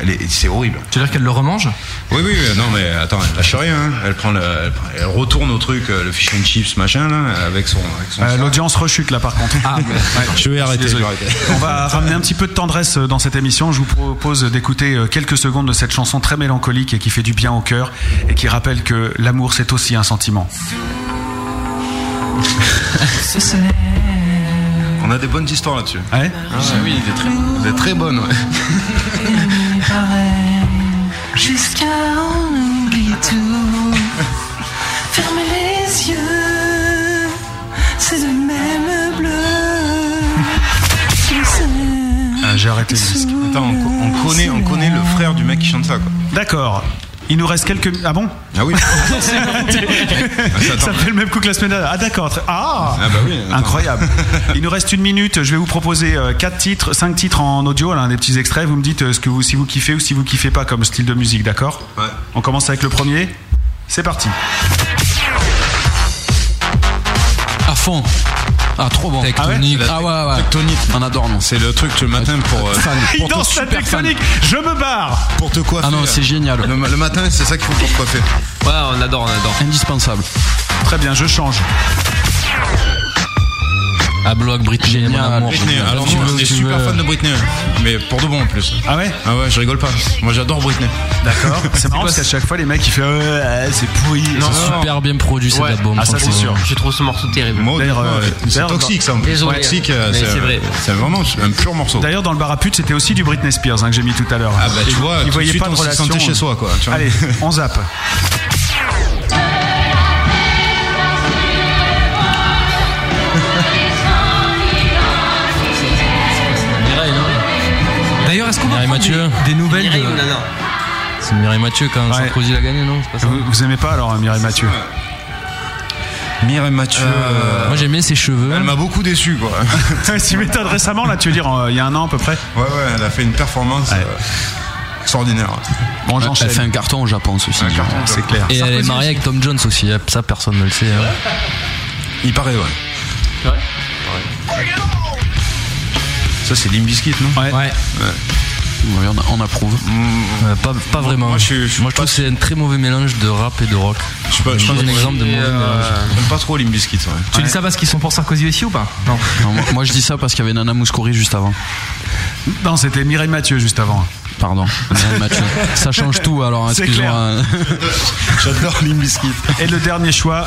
Speaker 4: elle est- c'est horrible.
Speaker 3: Tu veux dire qu'elle le remange
Speaker 4: Oui, oui, euh, non, mais attends, elle lâche rien. hein. Elle prend, le- elle, prend- elle retourne au truc, euh, le fish and chips, machin, là, avec son. avec son-
Speaker 2: Euh, L'audience rechute là par contre.
Speaker 4: Ah, je vais arrêter.
Speaker 2: Désolé.
Speaker 4: je vais arrêter.
Speaker 2: On va ramener un petit peu de tendresse euh, dans cette émission. Je vous propose d'écouter euh, quelques secondes de cette chanson très mélancolique et qui fait du bien au cœur et qui rappelle que l'amour c'est aussi un sentiment.
Speaker 4: On a des bonnes histoires là-dessus.
Speaker 3: Ah
Speaker 4: Ah
Speaker 2: Ouais.
Speaker 4: oui, des très, des très bonnes. ouais.
Speaker 5: Jusqu'à on oublie tout. Fermez les yeux, c'est le même bleu.
Speaker 2: Ah, J'ai arrêté le disque.
Speaker 4: Attends, on, on connaît, on connaît le frère du mec qui chante ça, quoi.
Speaker 2: D'accord. Il nous reste quelques. Ah bon
Speaker 4: Ah oui.
Speaker 2: Ça fait le même coup que la semaine dernière. Ah d'accord. très- Ah,
Speaker 4: Ah bah oui, attends.
Speaker 2: Incroyable. Il nous reste une minute. Je vais vous proposer euh, quatre titres, cinq titres en audio, là, des petits extraits. Vous me dites euh, ce que vous, si vous kiffez ou si vous kiffez pas comme style de musique, d'accord
Speaker 4: Ouais.
Speaker 2: On commence avec le premier. C'est parti.
Speaker 10: À fond. Ah, trop bon.
Speaker 4: Tectonique.
Speaker 10: Ah ouais, ouais.
Speaker 4: Tectonique.
Speaker 10: On adore, non
Speaker 4: C'est le truc le matin pour. euh,
Speaker 10: Fan.
Speaker 2: Il danse la tectonique. Je me barre.
Speaker 4: Pour te coiffer.
Speaker 10: Ah non,
Speaker 4: là.
Speaker 10: c'est génial.
Speaker 4: Le, le matin, c'est ça qu'il faut pour te coiffer.
Speaker 9: Ouais, on adore, on adore.
Speaker 10: Indispensable.
Speaker 2: Très bien, je change.
Speaker 10: À bloc, Britney, mon amour.
Speaker 4: Britney, alors moi, on est super fan de Britney, hein. mais pour de bon en plus.
Speaker 2: Ah ouais
Speaker 4: Ah ouais, je rigole pas. Moi, j'adore Britney.
Speaker 2: D'accord. C'est marrant parce qu'à chaque fois, les mecs, ils font euh, euh, c'est pourri.
Speaker 10: Non,
Speaker 2: C'est
Speaker 10: non. super bien produit, cet album,
Speaker 2: Ah, ça, c'est
Speaker 10: franchement.
Speaker 2: sûr.
Speaker 9: Je trouve ce morceau terrible.
Speaker 4: Moi,
Speaker 2: D'ailleurs,
Speaker 4: honnêtement,
Speaker 2: euh,
Speaker 4: c'est
Speaker 2: d'ailleurs,
Speaker 4: toxique, ça.
Speaker 9: Désolé.
Speaker 4: Toxique, euh,
Speaker 9: Mais
Speaker 4: c'est
Speaker 9: c'est vrai.
Speaker 4: C'est vraiment un pur morceau.
Speaker 2: D'ailleurs, dans le bar à putes, c'était aussi du Britney Spears hein, que j'ai mis tout à l'heure.
Speaker 4: Ah bah, tu
Speaker 2: Et-
Speaker 4: vois,
Speaker 2: il
Speaker 4: tout de
Speaker 2: voyait
Speaker 4: suite,
Speaker 2: pas de
Speaker 4: on s'est
Speaker 2: relation.
Speaker 4: sentait chez soi, quoi, tu vois.
Speaker 2: Allez, on zappe.
Speaker 3: D'ailleurs, est-ce qu'on va
Speaker 12: Mireille
Speaker 3: prendre
Speaker 12: Mathieu.
Speaker 3: des, des nouvelles de...
Speaker 12: C'est Mireille Mathieu quand
Speaker 2: Ouais.
Speaker 12: Sarkozy l'a gagné, non C'est pas ça
Speaker 2: Vous, vous aimez pas alors hein, Mireille Mathieu
Speaker 4: Mireille Mathieu. euh,
Speaker 12: Moi j'aimais ses cheveux.
Speaker 4: Elle m'a beaucoup déçu, quoi.
Speaker 2: Si m'étonnes récemment, là, tu veux dire euh, il y a un an à peu près
Speaker 4: Ouais, ouais, elle a fait une performance euh, extraordinaire.
Speaker 2: Bon,
Speaker 10: Elle
Speaker 2: j'enchaîne.
Speaker 10: fait un carton au Japon, ceci.
Speaker 4: Un
Speaker 10: dit.
Speaker 4: carton,
Speaker 2: C'est
Speaker 4: quoi.
Speaker 2: clair.
Speaker 12: Et elle est mariée avec Tom Jones aussi,
Speaker 10: hein.
Speaker 12: ça personne ne le sait. hein.
Speaker 4: Il paraît, ouais. Ça, c'est Limbiskit, non
Speaker 2: Ouais.
Speaker 3: Ouais.
Speaker 10: Ouais, on- on approuve.
Speaker 12: Euh, pas, pas vraiment.
Speaker 4: Mm. Moi, je suis- je suis
Speaker 12: Moi, je trouve que c'est un très mauvais mélange de rap et de rock.
Speaker 4: Je sais pas, je
Speaker 12: Un
Speaker 4: pense
Speaker 12: bon
Speaker 4: que- Euh,
Speaker 12: exemple de mauvais
Speaker 10: euh,
Speaker 12: mélange.
Speaker 4: J'aime pas trop Limbiskit, ouais.
Speaker 3: Tu dis ça parce qu'ils sont pour Sarkozy aussi ou pas
Speaker 12: Non.
Speaker 10: Non, moi, moi, je dis ça parce qu'il y avait Nana Mouskouri juste avant.
Speaker 2: Non, c'était Mireille Mathieu juste avant.
Speaker 10: Pardon. Mireille Mathieu. Ça change tout alors, hein,
Speaker 2: C'est
Speaker 10: excuse-moi.
Speaker 2: clair.
Speaker 10: hein.
Speaker 4: J'adore Limbiskit.
Speaker 2: Et le dernier choix,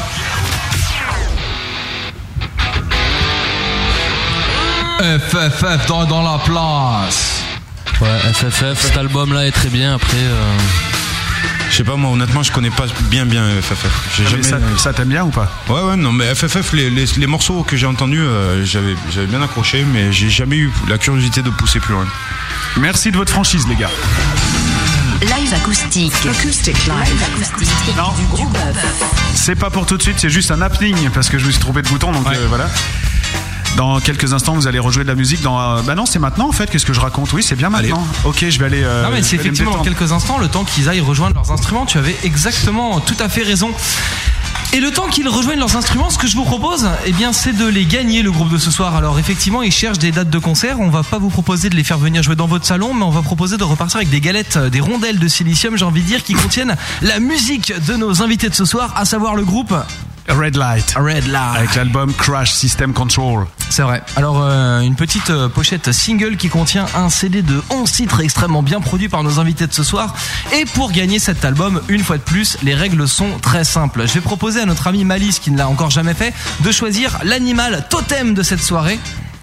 Speaker 4: Euh,
Speaker 3: FFF dans, dans la place
Speaker 12: Ouais, FFF, cet album là est très bien. Après, euh,
Speaker 4: Je sais pas, moi, honnêtement, je connais pas bien, bien FFF. J'ai jamais.
Speaker 2: Ah, ça, ça t'aime bien ou pas
Speaker 4: Ouais, ouais, non, mais FFF, les, les, les morceaux que j'ai entendus, euh, j'avais j'avais bien accroché, mais j'ai jamais eu la curiosité de pousser plus loin.
Speaker 2: Merci de votre franchise, les gars.
Speaker 1: Live acoustique. Acoustic live. Acoustique.
Speaker 2: Non.
Speaker 1: Du gros bœuf.
Speaker 2: C'est pas pour tout de suite, c'est juste un happening parce que je me suis trompé de bouton, donc euh, voilà. Dans quelques instants, vous allez rejouer de la musique. Dans, euh, bah non, c'est maintenant en fait. Qu'est-ce que je raconte Oui, c'est bien maintenant. Ok, je vais aller. euh,
Speaker 3: Non mais
Speaker 2: je
Speaker 3: c'est
Speaker 2: vais aller me
Speaker 3: effectivement dans
Speaker 2: détendre.
Speaker 3: quelques instants le temps qu'ils aillent rejoindre leurs instruments. Tu avais exactement tout à fait raison. Et le temps qu'ils rejoignent leurs instruments, ce que je vous propose, eh bien, c'est de les gagner le groupe de ce soir. Alors effectivement, ils cherchent des dates de concert. On va pas vous proposer de les faire venir jouer dans votre salon, mais on va proposer de repartir avec des galettes, euh, des rondelles de silicium, j'ai envie de dire, qui contiennent la musique de nos invités de ce soir, à savoir le groupe
Speaker 2: Red Light.
Speaker 3: Red Light.
Speaker 2: Avec l'album Crash System Control.
Speaker 3: C'est vrai. Alors, euh, une petite euh, pochette single qui contient un CD de 11 titres extrêmement bien produit par nos invités de ce soir. Et pour gagner cet album, une fois de plus, les règles sont très simples. Je vais proposer à notre ami Malice, qui ne l'a encore jamais fait, de choisir l'animal totem de cette soirée.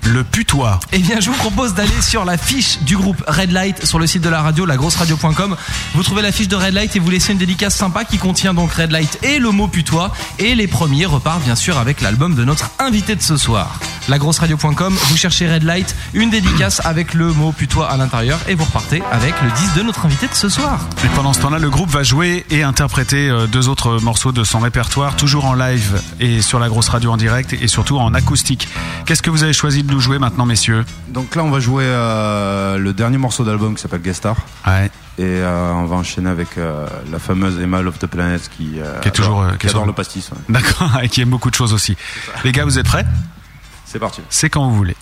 Speaker 2: Le putois.
Speaker 3: Eh bien, je vous propose d'aller sur la fiche du groupe Red Light sur le site de la radio, lagrosseradio.com. Vous trouvez la fiche de Red Light et vous laissez une dédicace sympa qui contient donc Red Light et le mot putois. Et les premiers repartent bien sûr avec l'album de notre invité de ce soir. Lagrosseradio.com, vous cherchez Red Light, une dédicace avec le mot putois à l'intérieur et vous repartez avec le 10 de notre invité de ce soir.
Speaker 2: Et pendant ce temps-là, le groupe va jouer et interpréter euh, deux autres morceaux de son répertoire, toujours en live et sur la grosse radio en direct et surtout en acoustique. Qu'est-ce que vous avez choisi de nous jouer maintenant, messieurs
Speaker 4: Donc là, on va jouer euh, le dernier morceau d'album qui s'appelle Guest Star. Et euh, on va enchaîner avec euh, la fameuse Emma Love the Planet qui, euh,
Speaker 2: Qui est toujours.
Speaker 4: adore,
Speaker 2: euh,
Speaker 4: qui
Speaker 2: est
Speaker 4: adore
Speaker 2: sur-
Speaker 4: le pastis. ouais.
Speaker 2: D'accord, et qui aime beaucoup de choses aussi. Les gars, vous êtes prêts
Speaker 4: C'est parti.
Speaker 2: C'est quand vous voulez.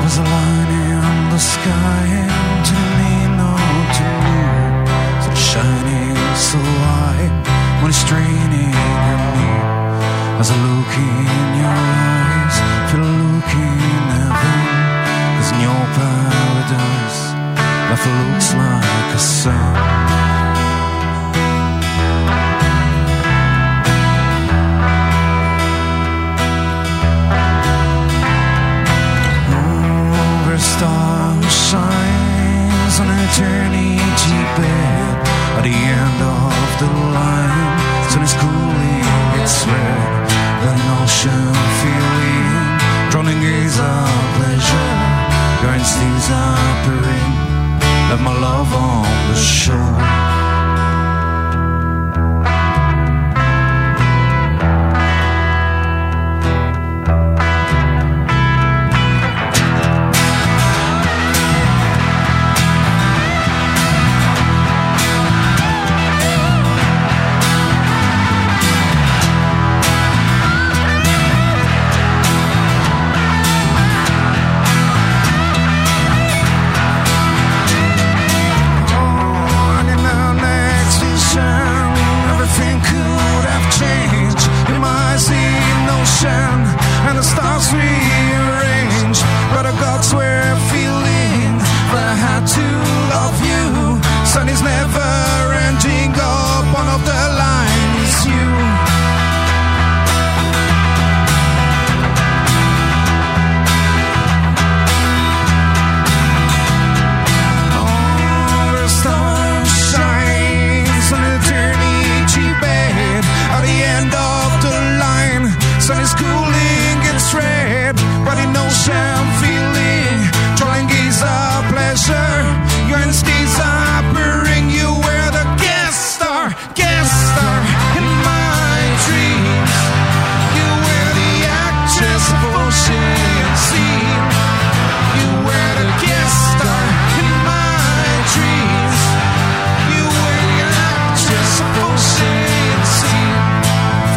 Speaker 11: There's a line in the sky and to me not to me So shining so light when it's straining at me As I look in your eyes, feel a look in heaven Cause in your paradise, life looks like a sun Every star who shines on eternity bed At the end of the line, sun is cooling its red Like an ocean feeling, drowning is a pleasure Your instincts are purring, like my love on the shore Everything could have changed in my seen ocean and the stars rearranged. But the gods were feeling that I had to love you. Sun is never ending up. One of the lines you. the sun shines on eternity bed. At the end of the line, sun is cooling, it's red. But in ocean feeling, drawing is a pleasure. Your instincts are bring you where the guest star, guest star in my dreams. You were the actress of ocean scene. You were the guest star in my dreams. You were the actress of ocean scene,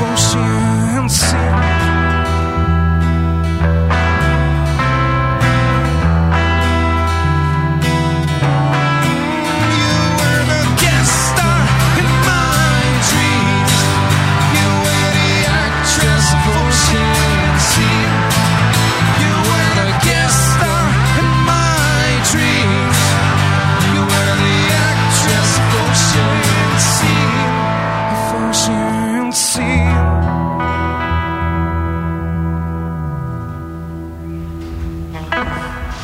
Speaker 11: ocean scene. You were the guest star in my dreams. You were the actress of ocean scene. You were the guest star in my dreams. You were the actress of ocean scene. Of ocean scene.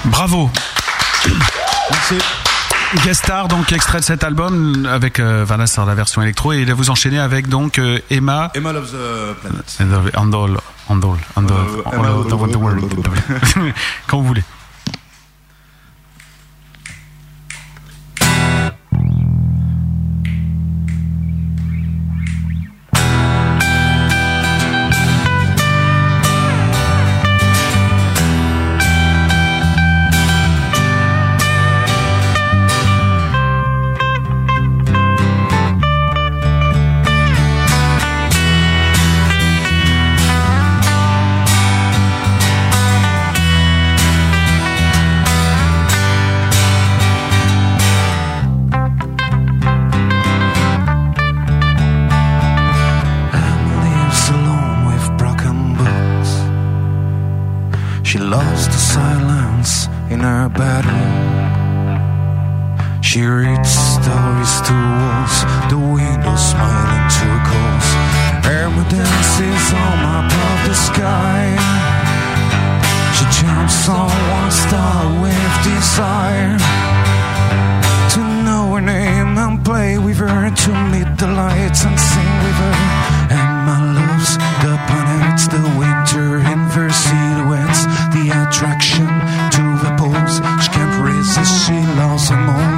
Speaker 2: Bravo Merci. Guest star, donc extrait de cet album avec euh, Vanessa, la version électro, et là vous enchaînez avec donc euh, Emma.
Speaker 4: Emma Love the Planet.
Speaker 2: And all, and all, and all, and all-
Speaker 4: Euh,
Speaker 2: all
Speaker 4: Emma-
Speaker 2: over the world. Quand vous voulez.
Speaker 5: Thank
Speaker 11: lost the silence in her bedroom. She reads stories to walls, the windows smiling to calls. Emma dances on up of the sky. She jumps on one star with desire to know her name and play with her, to meet the lights and sing with her. And my love's the planets, the winter in her silhouettes, the attraction to the poles. She can't resist, she loves them all.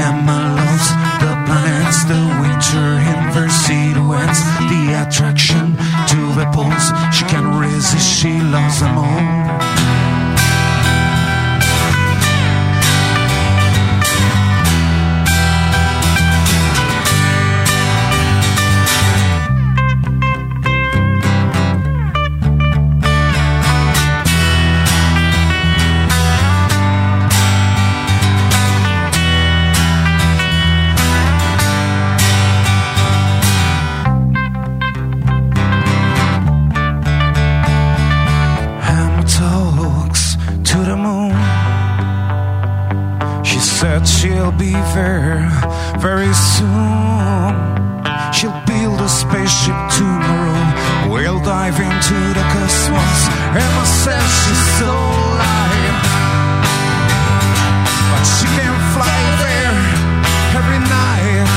Speaker 11: And my love's the planets, the winter in her silhouettes, the attraction to the poles. She can't resist, she loves them all. Hammer talks to the moon. She said she'll be there very soon. She'll build a spaceship tomorrow. We'll dive into the cosmos. Emma says she's so alive. But she can fly there every night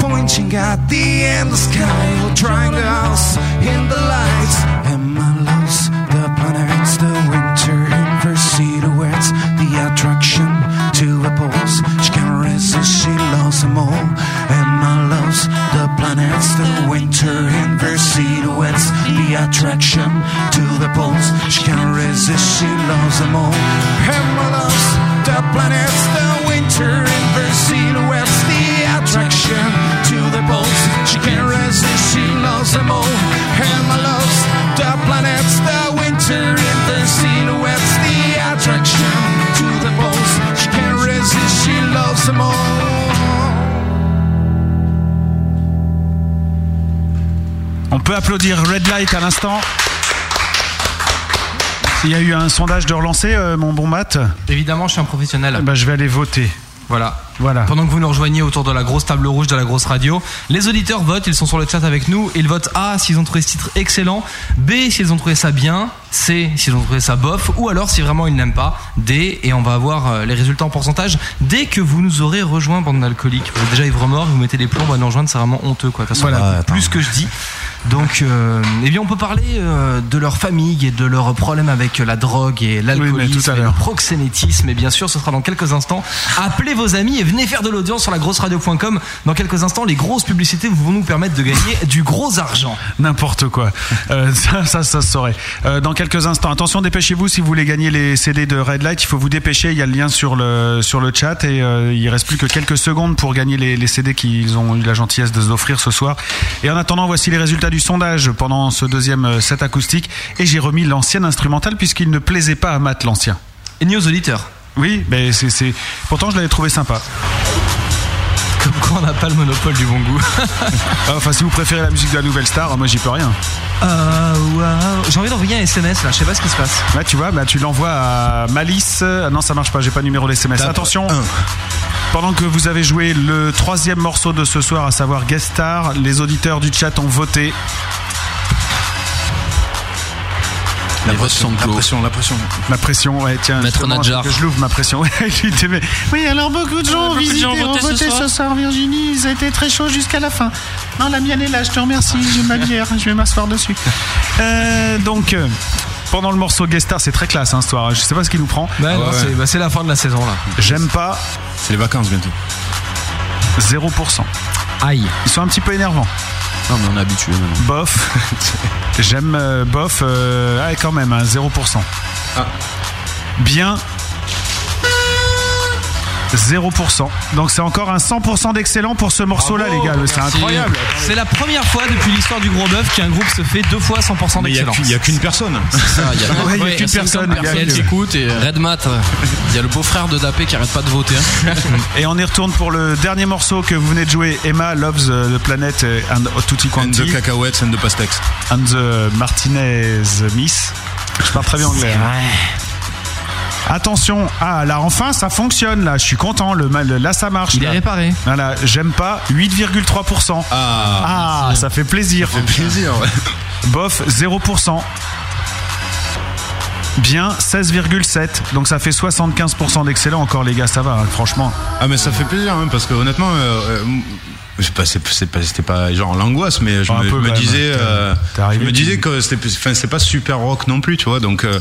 Speaker 11: pointing at the end of the sky or triangles in the lights and my loves the planets the winter in her silhouettes the attraction to the poles she can't resist she loves them all and my loves the planets the winter in her silhouettes the attraction to the poles she can't resist she loves them all and my loves the planets the winter in her silhouettes the attraction to the poles. She can't resist, she loves them all. Emma loves the planets, the winter in the silhouettes, the attraction to the poles. She can't resist, she loves them all.
Speaker 2: On peut applaudir Red Light à l'instant. Il y a eu un sondage de relancer, euh, mon bon Matt.
Speaker 3: Évidemment, je suis un professionnel.
Speaker 2: Bah, je vais aller voter.
Speaker 3: Voilà.
Speaker 2: Voilà.
Speaker 3: Pendant que vous nous rejoignez autour de la grosse table rouge de la grosse radio, les auditeurs votent, ils sont sur le chat avec nous, ils votent A s'ils ont trouvé ce titre excellent, B s'ils ont trouvé ça bien, C s'ils ont trouvé ça bof, ou alors si vraiment ils n'aiment pas, D, et on va avoir euh, les résultats en pourcentage dès que vous nous aurez rejoint, bande d'alcooliques. Vous êtes déjà ivre mort, vous mettez des plombs à nous rejoindre, c'est vraiment honteux quoi. De toute façon,
Speaker 12: Voilà.
Speaker 3: on a plus que je dis. Donc, euh, eh bien, on peut parler euh, de leur famille et de leurs problèmes avec euh, la drogue et l'alcoolisme, et le proxénétisme. Et bien sûr, ce sera dans quelques instants. Appelez vos amis et venez faire de l'audience sur la grosse radio.com. Dans quelques instants, les grosses publicités vont nous permettre de gagner du gros argent.
Speaker 2: N'importe quoi. Euh, ça, ça, ça se saurait. Euh, dans quelques instants, attention, dépêchez-vous si vous voulez gagner les CD de Red Light. Il faut vous dépêcher. Il y a le lien sur le, sur le chat et euh, il reste plus que quelques secondes pour gagner les, les CD qu'ils ont eu la gentillesse de nous offrir ce soir. Et en attendant, voici les résultats du sondage pendant ce deuxième euh, set acoustique. Et j'ai remis l'ancien instrumental puisqu'il ne plaisait pas à Matt l'ancien.
Speaker 3: Et ni aux auditeurs.
Speaker 2: Oui, mais c'est, c'est- pourtant je l'avais trouvé sympa.
Speaker 3: Comme quoi on n'a pas le monopole du bon goût.
Speaker 2: enfin, si vous préférez la musique de la nouvelle star, moi j'y peux rien.
Speaker 3: Ah, waouh. J'ai envie d'envoyer un SMS là, je sais pas ce qui se passe.
Speaker 2: Bah tu vois, bah tu l'envoies à Malice. Euh, Non, ça marche pas, j'ai pas de numéro d'SMS. Attention. Pendant que vous avez joué le troisième morceau de ce soir, à savoir Guest Star, les auditeurs du chat ont voté.
Speaker 4: La pression, la pression, la pression.
Speaker 2: La pression, ouais, tiens.
Speaker 4: Maître
Speaker 2: justement,
Speaker 4: Nadjar.
Speaker 2: que Je l'ouvre, ma pression. Ouais, il était- mais- Oui, alors beaucoup de
Speaker 14: Ouais,
Speaker 2: gens ont
Speaker 14: beaucoup de
Speaker 2: visité,
Speaker 14: gens ont
Speaker 2: ont
Speaker 14: voté ce
Speaker 2: voté
Speaker 14: soir.
Speaker 2: ce soir, Virginie. Ça a été très chaud jusqu'à la fin. Non, la mienne est là, je te remercie. J'ai ma bière, je vais m'asseoir dessus. Euh, donc, euh, pendant le morceau Guest Star, c'est très classe hein, ce soir. Je sais pas ce qu'il nous prend.
Speaker 10: Ah
Speaker 3: Bah, non, c'est- bah, c'est la fin de la saison là.
Speaker 2: J'aime pas.
Speaker 4: C'est les vacances bientôt.
Speaker 2: 0%.
Speaker 3: Aïe.
Speaker 2: Ils sont un petit peu énervants.
Speaker 10: Non, mais on est habitué maintenant.
Speaker 2: Bof. J'aime euh, bof. euh, ah, quand même, hein, 0%.
Speaker 3: Ah.
Speaker 2: Bien. 0%. Donc c'est encore un 100% d'excellent pour ce morceau-là, les gars. C'est incroyable.
Speaker 3: C'est la première fois depuis l'histoire du gros bœuf qu'un groupe se fait deux fois 100%
Speaker 4: Mais il y a
Speaker 3: d'excellence.
Speaker 4: qu'une- il y a qu'une personne.
Speaker 10: Ça, il y a,
Speaker 3: Ouais, il y a
Speaker 10: Ouais,
Speaker 3: qu'une
Speaker 10: cinq
Speaker 3: personne,
Speaker 10: personnes
Speaker 3: il y a
Speaker 10: qui
Speaker 3: que-
Speaker 10: écoutent et Red Mat. Il y a le beau-frère de Dapé qui arrête pas de voter. hein.
Speaker 2: Et on y retourne pour le dernier morceau que vous venez de jouer, Emma Loves euh, the Planet and Tutti Quanti. And the Cacahuètes and the Pastex. And the Martinez Miss. Je parle très bien anglais. hein. Attention, ah là enfin ça fonctionne là, je suis content, le, le- là ça marche. Il est réparé. Voilà, j'aime pas, 8,3%. Ah, ça fait plaisir. Ça fait plaisir, Bof, 0%. Bien, 16,7. Donc ça fait 75% d'excellent encore les gars, ça va, hein, franchement.
Speaker 4: Ah mais ça fait plaisir hein, parce que honnêtement, euh, euh, je sais pas, c'est- c'est pas- c'était pas genre l'angoisse, mais je
Speaker 2: Un
Speaker 4: me,
Speaker 2: peu,
Speaker 4: je me
Speaker 2: quand même. hein.
Speaker 4: disais,
Speaker 2: T'es-
Speaker 4: euh,
Speaker 2: t'es arrivé,
Speaker 4: je me
Speaker 2: tu-
Speaker 4: disais que c'était, enfin c'est pas super rock non plus, tu vois. Donc euh,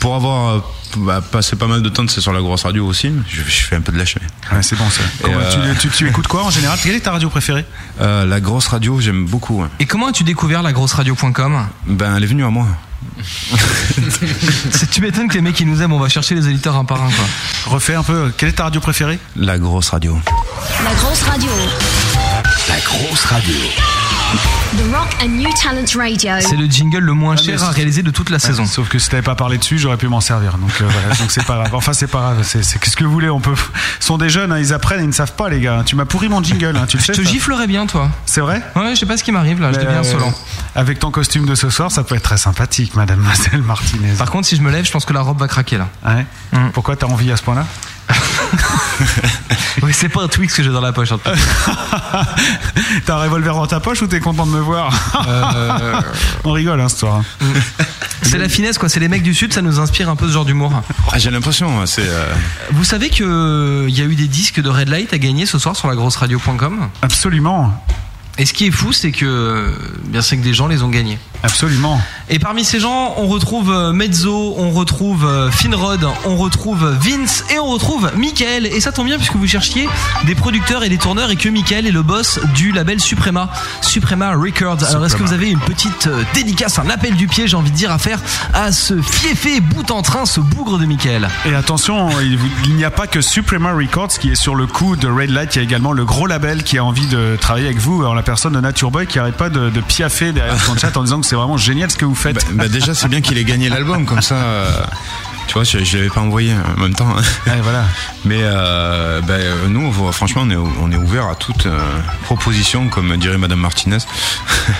Speaker 4: pour avoir euh, bah, passé pas mal de temps, c'est sur la grosse radio aussi. Je, je fais un peu de lâcher.
Speaker 2: c'est bon ça.
Speaker 4: Et,
Speaker 2: Comment-
Speaker 4: euh,
Speaker 2: tu, tu- tu écoutes quoi en général Quelle est ta radio préférée
Speaker 4: euh, la grosse radio, j'aime beaucoup. ouais.
Speaker 3: Et comment as-tu découvert la grosse radio.com
Speaker 4: Ben elle est venue à moi.
Speaker 3: C'est- Tu m'étonnes que les mecs qui nous aiment, on va chercher les éditeurs un par un quoi.
Speaker 2: Refais un peu, quelle est ta radio préférée
Speaker 4: La grosse radio.
Speaker 14: La grosse radio.
Speaker 4: La grosse radio.
Speaker 14: The Rock and New Talent Radio.
Speaker 3: C'est le jingle le moins
Speaker 2: Ouais,
Speaker 3: cher
Speaker 2: Ah, mais
Speaker 3: à
Speaker 2: c'est-
Speaker 3: réaliser de toute la
Speaker 2: Ouais,
Speaker 3: saison.
Speaker 2: Sauf que si t'avais pas parlé dessus, j'aurais pu m'en servir. Donc euh, voilà, donc c'est pas grave. Enfin, c'est pas grave. C'est c'est- qu'est-ce que vous voulez On peut. Ils sont des jeunes, hein, ils apprennent, ils ne savent pas, les gars. Tu m'as pourri mon jingle. hein, tu le
Speaker 3: Je
Speaker 2: sais.
Speaker 3: te
Speaker 2: ça
Speaker 3: giflerais bien toi.
Speaker 2: C'est vrai
Speaker 3: Ouais, je sais pas ce qui m'arrive là, je
Speaker 2: Mais,
Speaker 3: deviens
Speaker 2: euh,
Speaker 3: insolent.
Speaker 2: Avec ton costume de ce soir, ça peut être très sympathique, mademoiselle Martinez.
Speaker 3: Par Mm. contre, si je me lève, je pense que la robe va craquer là.
Speaker 2: Ouais. Pourquoi t'as envie à ce point-là
Speaker 3: Oui, c'est pas un Twix que j'ai dans la poche. en tout cas.
Speaker 2: T'as un revolver dans ta poche ou t'es content de me voir On rigole, hein, ce soir. hein.
Speaker 3: Euh, C'est la finesse quoi, c'est les mecs du sud, ça nous inspire un peu ce genre d'humour.
Speaker 4: Ah, J'ai l'impression, ouais, c'est. euh,
Speaker 3: Vous savez que euh, il y a eu des disques de Red Light à gagner ce soir sur la grosse radio.com
Speaker 2: Absolument.
Speaker 3: Et ce qui est fou, c'est que euh, bien c'est que des gens les ont gagnés.
Speaker 2: Absolument.
Speaker 3: Et parmi ces gens, on retrouve euh, Mezzo, on retrouve euh, Finrod, on retrouve euh, Vince et on retrouve Michael. Et ça tombe bien puisque vous cherchiez des producteurs et des tourneurs et que Michael est le boss du label Suprema, Suprema Records. Alors est-ce que
Speaker 13: Suprema.
Speaker 3: vous avez une petite euh, dédicace, un appel du pied, j'ai envie de dire, à faire à ce fiefé bout en train, ce bougre de Michael
Speaker 2: Et attention, il vous- il n'y a pas que Suprema Records qui est sur le coup de Red Light, il y a également le gros label qui a envie de travailler avec vous, alors la personne de Nature Boy qui arrête pas de, de piaffer derrière son chat en disant que c'est vraiment génial ce que vous faites.
Speaker 4: Bah déjà, c'est bien qu'il ait gagné l'album, comme ça. euh, tu vois, je, je l'avais pas envoyé en même temps.
Speaker 2: Ah, voilà.
Speaker 4: Mais euh, bah, euh, nous, on- franchement, on est, on est ouvert à toute euh, proposition, comme dirait Madame Martinez.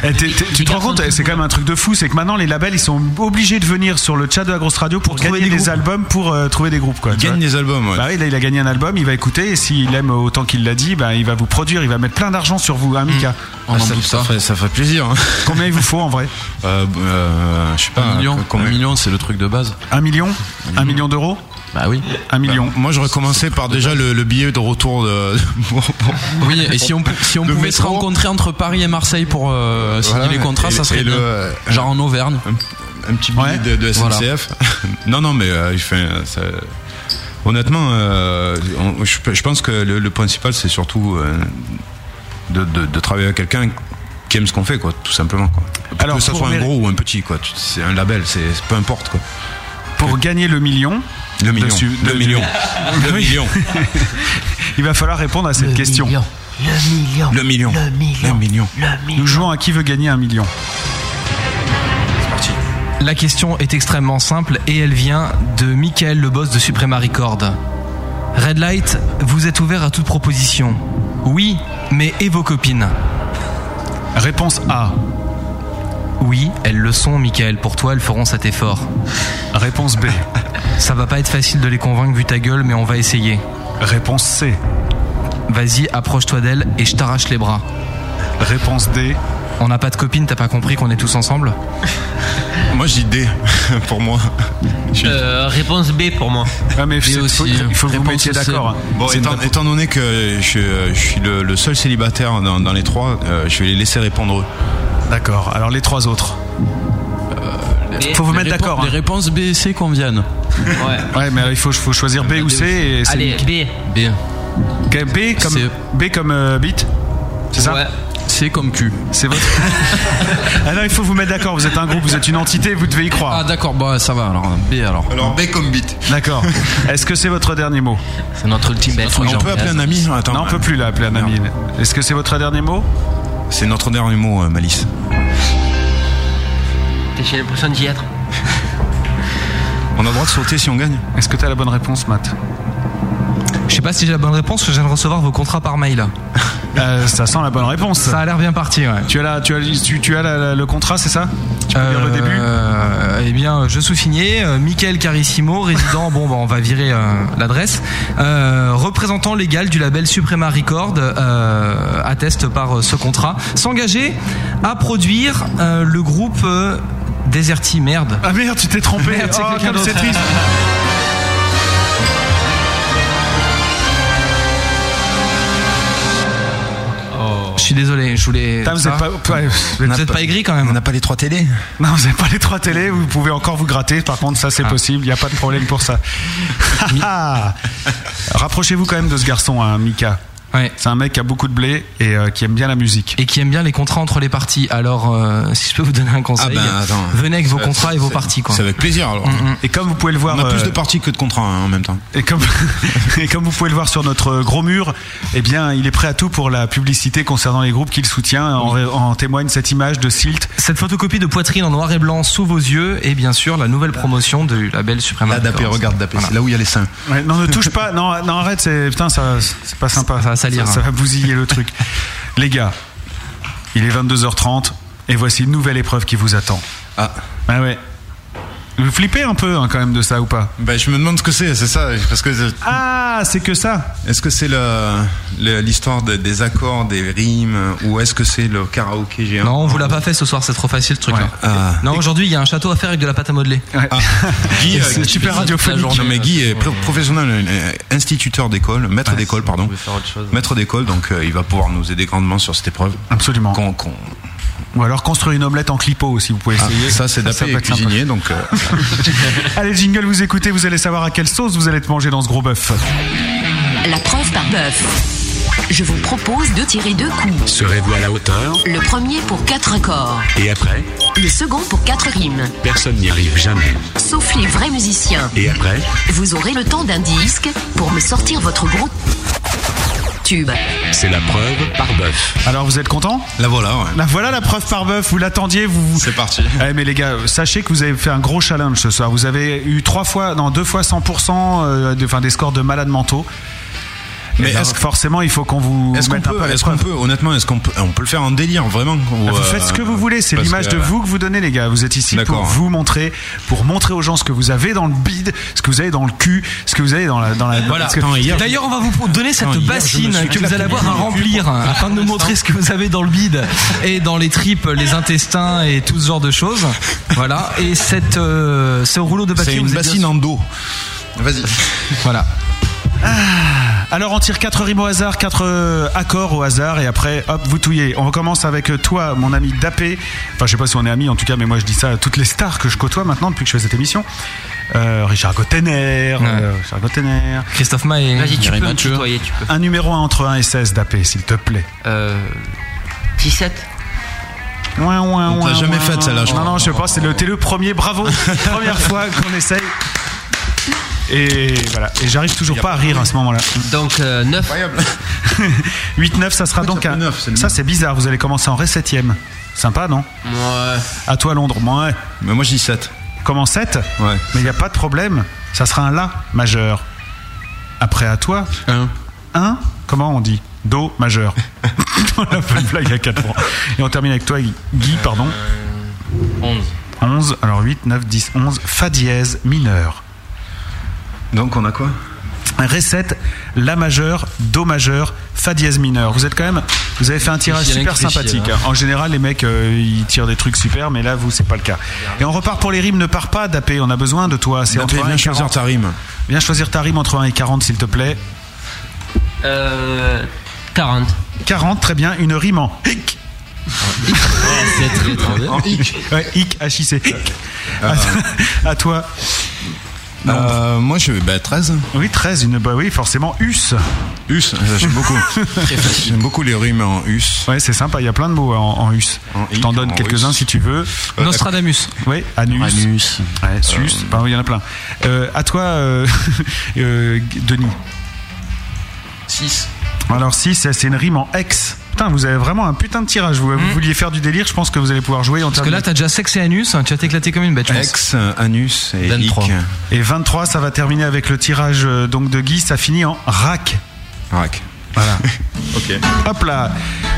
Speaker 2: Eh, t'es- t'es- tu te rends compte, eh, c'est quand même un truc de fou, c'est que maintenant les labels ils sont obligés de venir sur le chat de la grosse radio pour
Speaker 4: trouver
Speaker 2: gagner
Speaker 4: des
Speaker 2: des,
Speaker 4: groupes.
Speaker 2: albums, pour euh, trouver des groupes quoi. tu
Speaker 4: Gagne
Speaker 2: vois.
Speaker 4: des albums, ouais.
Speaker 2: Bah oui, là il a gagné un album, il va écouter et s'il aime autant qu'il l'a dit, bah, il va vous produire, il va mettre plein d'argent sur vous, hein, Mika.
Speaker 4: Ah, ça, ça ferait, ça ferait plaisir. hein.
Speaker 2: Combien il vous faut en vrai
Speaker 4: Euh, euh, Je sais pas.
Speaker 10: Un million. Un million, c'est le truc de base.
Speaker 2: Un million Un million d'euros
Speaker 10: Bah oui.
Speaker 2: Un million.
Speaker 4: moi, j'aurais commencé par déjà le, le billet de retour de.
Speaker 10: Oui, et si on, pou- si on
Speaker 4: Le
Speaker 10: pouvait se
Speaker 4: métro.
Speaker 10: rencontrer entre Paris et Marseille pour euh, signer
Speaker 4: Voilà,
Speaker 10: les contrats,
Speaker 4: et-
Speaker 10: ça serait
Speaker 4: et le,
Speaker 10: bien.
Speaker 4: euh,
Speaker 10: Genre en Auvergne.
Speaker 4: un petit billet de, de
Speaker 10: Voilà.
Speaker 4: SNCF. non, non, mais euh, il fait, ça- honnêtement, euh, on- je, je pense que le, le principal, c'est surtout euh, de, de- de travailler avec quelqu'un qui aime ce qu'on fait, quoi, tout simplement. Quoi. Alors,
Speaker 2: Alors,
Speaker 4: que ça
Speaker 2: pour
Speaker 4: soit un
Speaker 2: les-
Speaker 4: gros ou un petit, quoi, tu- c'est un label, c'est c'est peu importe. Quoi.
Speaker 2: Pour gagner le million.
Speaker 4: Le million.
Speaker 2: dessus-
Speaker 4: le
Speaker 2: de-
Speaker 4: million. le
Speaker 2: Oui.
Speaker 4: million.
Speaker 2: Il va falloir répondre à cette question.
Speaker 7: Le million.
Speaker 4: Le million.
Speaker 7: Le million.
Speaker 4: Le million.
Speaker 2: Nous jouons à hein, qui veut gagner un million.
Speaker 3: La question est extrêmement simple et elle vient de Michael, le boss de Suprema Record. Red Light, vous êtes ouvert à toute proposition. Oui, mais et vos copines
Speaker 2: Réponse A.
Speaker 3: Oui, elles le sont, Michael. Pour toi, elles feront cet effort.
Speaker 2: Réponse B.
Speaker 3: Ça va pas être facile de les convaincre vu ta gueule, mais on va essayer.
Speaker 2: Réponse C.
Speaker 3: Vas-y, approche-toi d'elles et je t'arrache les bras.
Speaker 2: Réponse D.
Speaker 3: On n'a pas de copine, t'as pas compris qu'on est tous ensemble
Speaker 4: Moi, j'ai D pour moi.
Speaker 9: Euh, réponse B pour moi.
Speaker 2: Ah mais
Speaker 9: c'est- aussi, faut- il faut que vous réponse mettiez d'accord, C. hein.
Speaker 4: Bon,
Speaker 9: C'est
Speaker 4: étant,
Speaker 9: une vraie-
Speaker 4: étant donné que je, je suis le, le seul célibataire dans, dans les trois, euh, je vais les laisser répondre eux.
Speaker 2: D'accord. Alors les trois autres. Faut vous
Speaker 10: Les
Speaker 2: mettre
Speaker 10: répo-
Speaker 2: d'accord, hein.
Speaker 10: Les réponses B et C conviennent.
Speaker 2: Ouais, mais il faut, faut choisir B ou C. Et c'est
Speaker 9: Allez, B.
Speaker 10: B.
Speaker 2: Ok, B comme B comme euh, bit. C'est ça.
Speaker 10: C comme cul.
Speaker 2: C'est votre. ah non, il faut vous mettre d'accord. Vous êtes un groupe, vous êtes une entité, vous devez y croire.
Speaker 10: Ah d'accord, bah ça va alors. B alors.
Speaker 4: Alors, B comme bite.
Speaker 2: D'accord. Est-ce que c'est votre dernier mot
Speaker 10: C'est notre ultime
Speaker 4: on peut appeler un ami Attends,
Speaker 2: Non, on peut plus là appeler un ami. Est-ce que c'est votre dernier mot
Speaker 4: C'est notre dernier mot, euh, Malice.
Speaker 9: J'ai l'impression d'y être.
Speaker 4: On a le droit de sauter si on gagne
Speaker 2: Est-ce que t'as la bonne réponse, Matt
Speaker 3: Je sais pas si j'ai la bonne réponse, parce que je viens de recevoir vos contrats par mail.
Speaker 2: Euh, ça sent la bonne réponse. Ça a l'air bien parti, ouais. Tu as, la- tu as, tu, tu as la- la- le contrat, c'est ça Tu peux lire le début
Speaker 3: Euh, eh bien, je Soufigné, euh, Michael Carissimo, résident, bon, bah, on va virer euh, l'adresse, euh, représentant légal du label Suprema Record, euh, atteste par euh, ce contrat, s'engager à produire euh, le groupe euh, Deserti. Merde.
Speaker 2: Ah merde, tu t'es trompé.
Speaker 3: Merde, c'est
Speaker 2: Oh,
Speaker 3: quelqu'un
Speaker 2: comme
Speaker 3: d'autre.
Speaker 2: c'est triste.
Speaker 3: Je suis désolé, je voulais.
Speaker 2: Putain, vous êtes
Speaker 3: ça.
Speaker 2: pas, ouais,
Speaker 3: Vous êtes pas aigri quand même.
Speaker 2: On n'a pas les trois télés Non, vous n'avez pas les trois télés, vous pouvez encore vous gratter. Par contre, ça
Speaker 3: Ah.
Speaker 2: c'est possible, il n'y a pas de problème pour ça. Ah, ah. Rapprochez-vous quand même de ce garçon, hein, Mika. C'est un mec qui a beaucoup de blé et euh, qui aime bien la musique.
Speaker 3: Et qui aime bien les contrats entre les parties. Alors, euh, si je peux vous donner un
Speaker 2: Ah
Speaker 3: conseil,
Speaker 2: ben,
Speaker 3: venez avec vos contrats et vos parties. quoi.
Speaker 4: C'est avec plaisir alors.
Speaker 2: Et comme vous pouvez le voir.
Speaker 4: On a plus
Speaker 2: euh,
Speaker 4: de parties que de contrats hein, en même temps.
Speaker 2: Et comme, et comme vous pouvez le voir sur notre gros mur, eh bien, il est prêt à tout pour la publicité concernant les groupes qu'il soutient. En, en témoigne cette image de Silt.
Speaker 3: Cette photocopie de poitrine en noir et blanc sous vos yeux et bien sûr la nouvelle promotion du label Suprema. Là,
Speaker 4: Dapé, regarde Dapé, c'est là où il y a les seins.
Speaker 2: Ouais, non, ne touche pas. Non, non arrête. C'est putain, ça, c'est pas sympa. Ça va
Speaker 3: salir,
Speaker 2: Ça,
Speaker 3: hein.
Speaker 2: va bousiller le truc. Les gars, il est 22h30 et voici une nouvelle épreuve qui vous attend.
Speaker 4: Ah.
Speaker 2: Ah ouais. Vous flippez un peu hein, quand même de ça ou pas
Speaker 4: Bah, je me demande ce que c'est, c'est ça. Parce que
Speaker 2: ah, c'est que ça.
Speaker 4: Est-ce que c'est le- le- l'histoire de- des accords, des rimes, ou est-ce que c'est le karaoké géant
Speaker 3: Non, on vous l'a pas fait ce soir, c'est trop facile le truc là.
Speaker 4: Ah.
Speaker 3: Non, aujourd'hui il y a un château à faire avec de la pâte à modeler.
Speaker 4: Ah. Guy, euh,
Speaker 3: C'est super radiophonique.
Speaker 4: Non, mais Guy est pro- professionnel, euh, instituteur d'école, maître d'école, pardon. Maître d'école, donc euh, il va pouvoir nous aider grandement sur cette épreuve.
Speaker 2: Absolument.
Speaker 4: Qu'on, qu'on-
Speaker 2: Ou alors construire une omelette en clipo si vous pouvez
Speaker 4: Ah,
Speaker 2: essayer.
Speaker 4: ça, c'est
Speaker 2: ça
Speaker 4: d'appel
Speaker 2: peut être sympa.
Speaker 4: cuisinier, donc. euh,
Speaker 2: Allez, jingle, vous écoutez, vous allez savoir à quelle sauce vous allez être manger dans ce gros bœuf.
Speaker 1: La preuve par bœuf. Je vous propose de tirer deux coups.
Speaker 15: Serez-vous à la hauteur
Speaker 1: Le premier pour quatre accords,
Speaker 15: Et après
Speaker 1: le second pour quatre rimes.
Speaker 15: Personne n'y arrive jamais.
Speaker 1: Sauf les vrais musiciens.
Speaker 15: Et après
Speaker 1: Vous aurez le temps d'un disque pour me sortir votre gros tube.
Speaker 15: C'est la preuve par bœuf.
Speaker 2: Alors vous êtes content
Speaker 4: La voilà, ouais.
Speaker 2: La voilà la preuve par bœuf, vous l'attendiez, vous.
Speaker 4: C'est parti.
Speaker 2: mais les gars, sachez que vous avez fait un gros challenge ce soir. Vous avez eu trois fois, non, deux fois 100%, euh, de, enfin, des scores de malades mentaux.
Speaker 4: Mais
Speaker 2: Mais
Speaker 4: est-ce-
Speaker 2: forcément, il faut qu'on vous
Speaker 4: Est-ce qu'on
Speaker 2: mette un peu à
Speaker 4: peut, est-ce qu'on
Speaker 2: l'épreuve.
Speaker 4: peut- honnêtement, est-ce qu'on peut, on peut le faire en délire, vraiment ou,
Speaker 2: Vous
Speaker 4: euh,
Speaker 2: faites ce que vous voulez, c'est
Speaker 4: parce
Speaker 2: l'image
Speaker 4: que- euh,
Speaker 2: de vous que vous donnez, les gars. Vous êtes ici pour
Speaker 4: D'accord.
Speaker 2: vous montrer, pour montrer aux gens ce que vous avez dans le bide, ce que vous avez dans le cul, ce que vous avez dans la. Dans la
Speaker 3: Voilà.
Speaker 2: parce que-
Speaker 3: D'ailleurs, on va vous donner cette
Speaker 2: Attends, hier, je me
Speaker 3: bassine
Speaker 2: suis
Speaker 3: que vous allez
Speaker 2: claqué
Speaker 3: avoir
Speaker 2: le
Speaker 3: à
Speaker 2: cul pour-
Speaker 3: remplir hein, afin de nous montrer ce que vous avez dans le bide et dans les tripes, les intestins et tout ce genre de choses. Voilà. Et cette, euh, ce rouleau de papier.
Speaker 4: C'est une bassine en dos. Vas-y.
Speaker 3: Voilà.
Speaker 2: Ah, Alors on tire quatre rimes au hasard, quatre euh, accords au hasard et après hop vous touillez. On recommence avec euh, toi mon ami Dapé. Enfin je sais pas si on est amis en tout cas mais moi je dis ça à toutes les stars que je côtoie maintenant depuis que je fais cette émission. Euh, Richard Gottener, euh, Richard Gottener.
Speaker 3: Christophe Maé.
Speaker 2: Vas-y, tu
Speaker 9: Thierry peux Euh, me Mathieu. tutoyer, tu
Speaker 2: Un numéro 1 entre 1 et 16 Dapé s'il te plaît.
Speaker 9: 17
Speaker 2: Ouais, ouais,
Speaker 9: On t'a jamais faite, celle-là, je
Speaker 2: Non,
Speaker 9: crois.
Speaker 2: non, je sais pas, c'est le, E t'es le premier, bravo, première fois qu'on essaye. Et voilà, et j'arrive toujours pas à rire à ce moment-là.
Speaker 9: Donc euh, 9.
Speaker 2: 8-9, ça sera donc un. ça, c'est bizarre, vous allez commencer en ré 7 Sympa, non
Speaker 9: Ouais.
Speaker 2: À toi, Londres, moi.
Speaker 4: Mais moi, je dis 7.
Speaker 2: Comment 7
Speaker 4: Ouais.
Speaker 2: Mais il n'y a pas de problème, ça sera un La majeur. Après, à toi.
Speaker 4: 1.
Speaker 2: 1, comment on dit Do majeur. on a fait une blague à 4 ans. Et on termine avec toi, Guy, pardon.
Speaker 9: Euh,
Speaker 12: 11.
Speaker 2: 11, alors 8, 9, 10, 11, Fa dièse mineur.
Speaker 4: Donc on a quoi
Speaker 2: Ré 7, La majeur, Do majeur, Fa dièse mineur. Vous êtes quand même. Vous avez fait un tirage
Speaker 4: Il y en a
Speaker 2: super
Speaker 4: qui fait chier,
Speaker 2: sympathique.
Speaker 4: là.
Speaker 2: hein. En général, les mecs, euh, ils tirent des trucs super, mais là, vous, c'est pas le cas. Et on repart pour les rimes, ne pars pas, Dapé, on a besoin de toi. C'est
Speaker 4: Dapé,
Speaker 2: entre 1
Speaker 4: viens
Speaker 2: et
Speaker 4: choisir
Speaker 2: 40.
Speaker 4: ta rime.
Speaker 2: Viens choisir ta rime entre 1 et 40, s'il te plaît.
Speaker 9: Euh, 40.
Speaker 2: 40, très bien, une rime en hic.
Speaker 9: C'est très très bien.
Speaker 2: En hic. Ouais, hic, H-I-C. Hic. À, à toi.
Speaker 4: Euh, moi, je vais 13.
Speaker 2: Oui, 13, une, bah oui, forcément, us.
Speaker 4: Us, j'aime beaucoup. J'aime beaucoup les rimes en us.
Speaker 2: Ouais, c'est sympa, il y a plein de mots hein, en, en us. Je t'en donne
Speaker 4: en
Speaker 2: quelques-uns
Speaker 4: us.
Speaker 2: si tu veux.
Speaker 4: Euh, Nostradamus.
Speaker 2: Oui, anus.
Speaker 10: Anus.
Speaker 2: Ouais, sus. Enfin, il y en a plein. Euh, à toi, euh, euh, Denis.
Speaker 12: 6.
Speaker 2: Alors, 6, c'est une rime en ex. Putain, vous avez vraiment un putain de tirage. Vous, vous vouliez faire du délire, je pense que vous allez pouvoir jouer en
Speaker 3: Hmm. Parce que là, t'as déjà sexe et anus, hein, tu vas t'éclater comme une bête. je pense.
Speaker 4: Ex, anus et hic.
Speaker 2: Et 23, ça va terminer avec le tirage euh, donc de Guy. Ça finit en rack.
Speaker 4: Rack.
Speaker 2: Voilà.
Speaker 4: Ok.
Speaker 2: Hop là,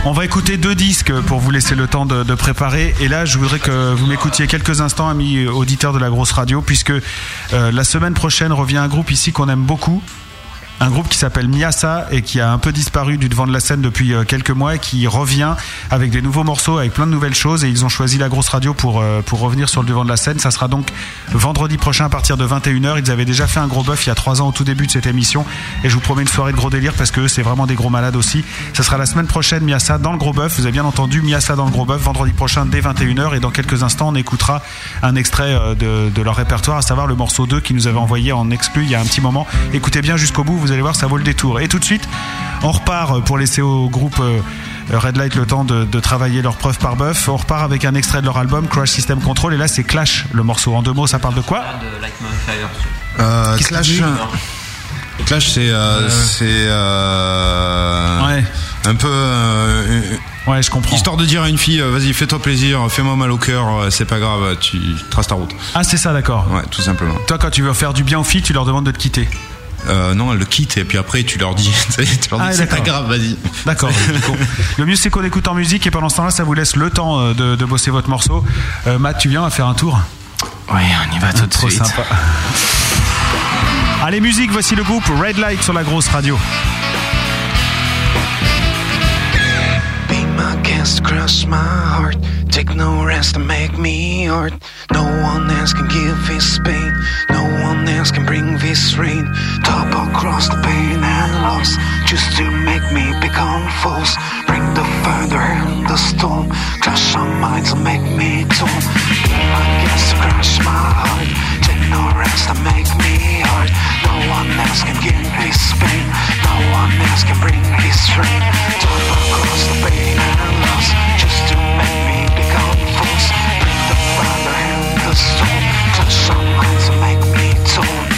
Speaker 2: on va écouter deux disques pour vous laisser le temps de, de préparer. Et là, je voudrais que vous m'écoutiez quelques instants, amis auditeurs de la grosse radio, puisque euh, la semaine prochaine revient un groupe ici qu'on aime beaucoup. Un groupe qui s'appelle Miasa et qui a un peu disparu du devant de la scène depuis euh, quelques mois et qui revient avec des nouveaux morceaux, avec plein de nouvelles choses. Et ils ont choisi la grosse radio pour, euh, pour revenir sur le devant de la scène. Ça sera donc vendredi prochain à partir de 21h. Ils avaient déjà fait un gros bœuf il y a trois ans au tout début de cette émission. Et je vous promets une soirée de gros délire parce que eux, c'est vraiment des gros malades aussi. Ça sera la semaine prochaine, Miasa dans le gros bœuf. Vous avez bien entendu Miasa dans le gros bœuf vendredi prochain dès 21h. Et dans quelques instants, on écoutera un extrait euh, de, de leur répertoire, à savoir le morceau 2 qu'ils nous avaient envoyé en exclu il y a un petit moment. Écoutez bien jusqu'au bout, vous allez voir, ça vaut le détour. Et tout de suite, on repart euh, pour laisser au groupe euh, Red Light le temps de, de travailler leurs preuves par bœuf. On repart avec un extrait de leur album Crash System Control. Et là, c'est Clash le morceau. En deux mots, ça parle de quoi
Speaker 9: de Light My Fire.
Speaker 4: Euh,
Speaker 9: Qu'est-ce
Speaker 4: Clash.
Speaker 9: qu'il dit
Speaker 2: hein.
Speaker 4: Clash, c'est. euh, c'est. euh, Un peu. euh,
Speaker 2: ouais, je comprends.
Speaker 4: Histoire de dire à une fille, euh, vas-y, fais-toi plaisir, fais-moi mal au cœur, euh, c'est pas grave, tu traces ta route.
Speaker 2: Ah, c'est ça, d'accord.
Speaker 4: Ouais, tout simplement.
Speaker 2: Toi, quand tu veux faire du bien aux filles, tu leur demandes de te quitter.
Speaker 4: Euh, non, elle le quitte et puis après tu leur dis, tu sais, tu leur dis,
Speaker 2: Ah,
Speaker 4: c'est pas
Speaker 2: d'accord.
Speaker 4: grave, vas-y.
Speaker 2: D'accord. le mieux c'est qu'on écoute en musique et pendant ce temps-là, ça vous laisse le temps euh, de, de bosser votre morceau. Euh, Matt, tu viens à faire un tour
Speaker 3: Ouais, on y va tout de
Speaker 2: Trop
Speaker 3: suite.
Speaker 2: sympa. Allez, musique, voici le groupe Red Light sur la grosse radio.
Speaker 11: Beat my against, crush my heart. Take no rest to make me hard. No one else can give this pain. No one else can bring this rain. Top across the pain and loss. Just to make me become false. Bring the thunder and the storm. Crush our minds and make me torn. Beat my against, crush my heart. Take no rest to make me hard. No one else can give this pain. No one else can bring this rain. Top across the pain and loss, just to make me become false. Bring the fire and the storm, touch our minds and make me torn.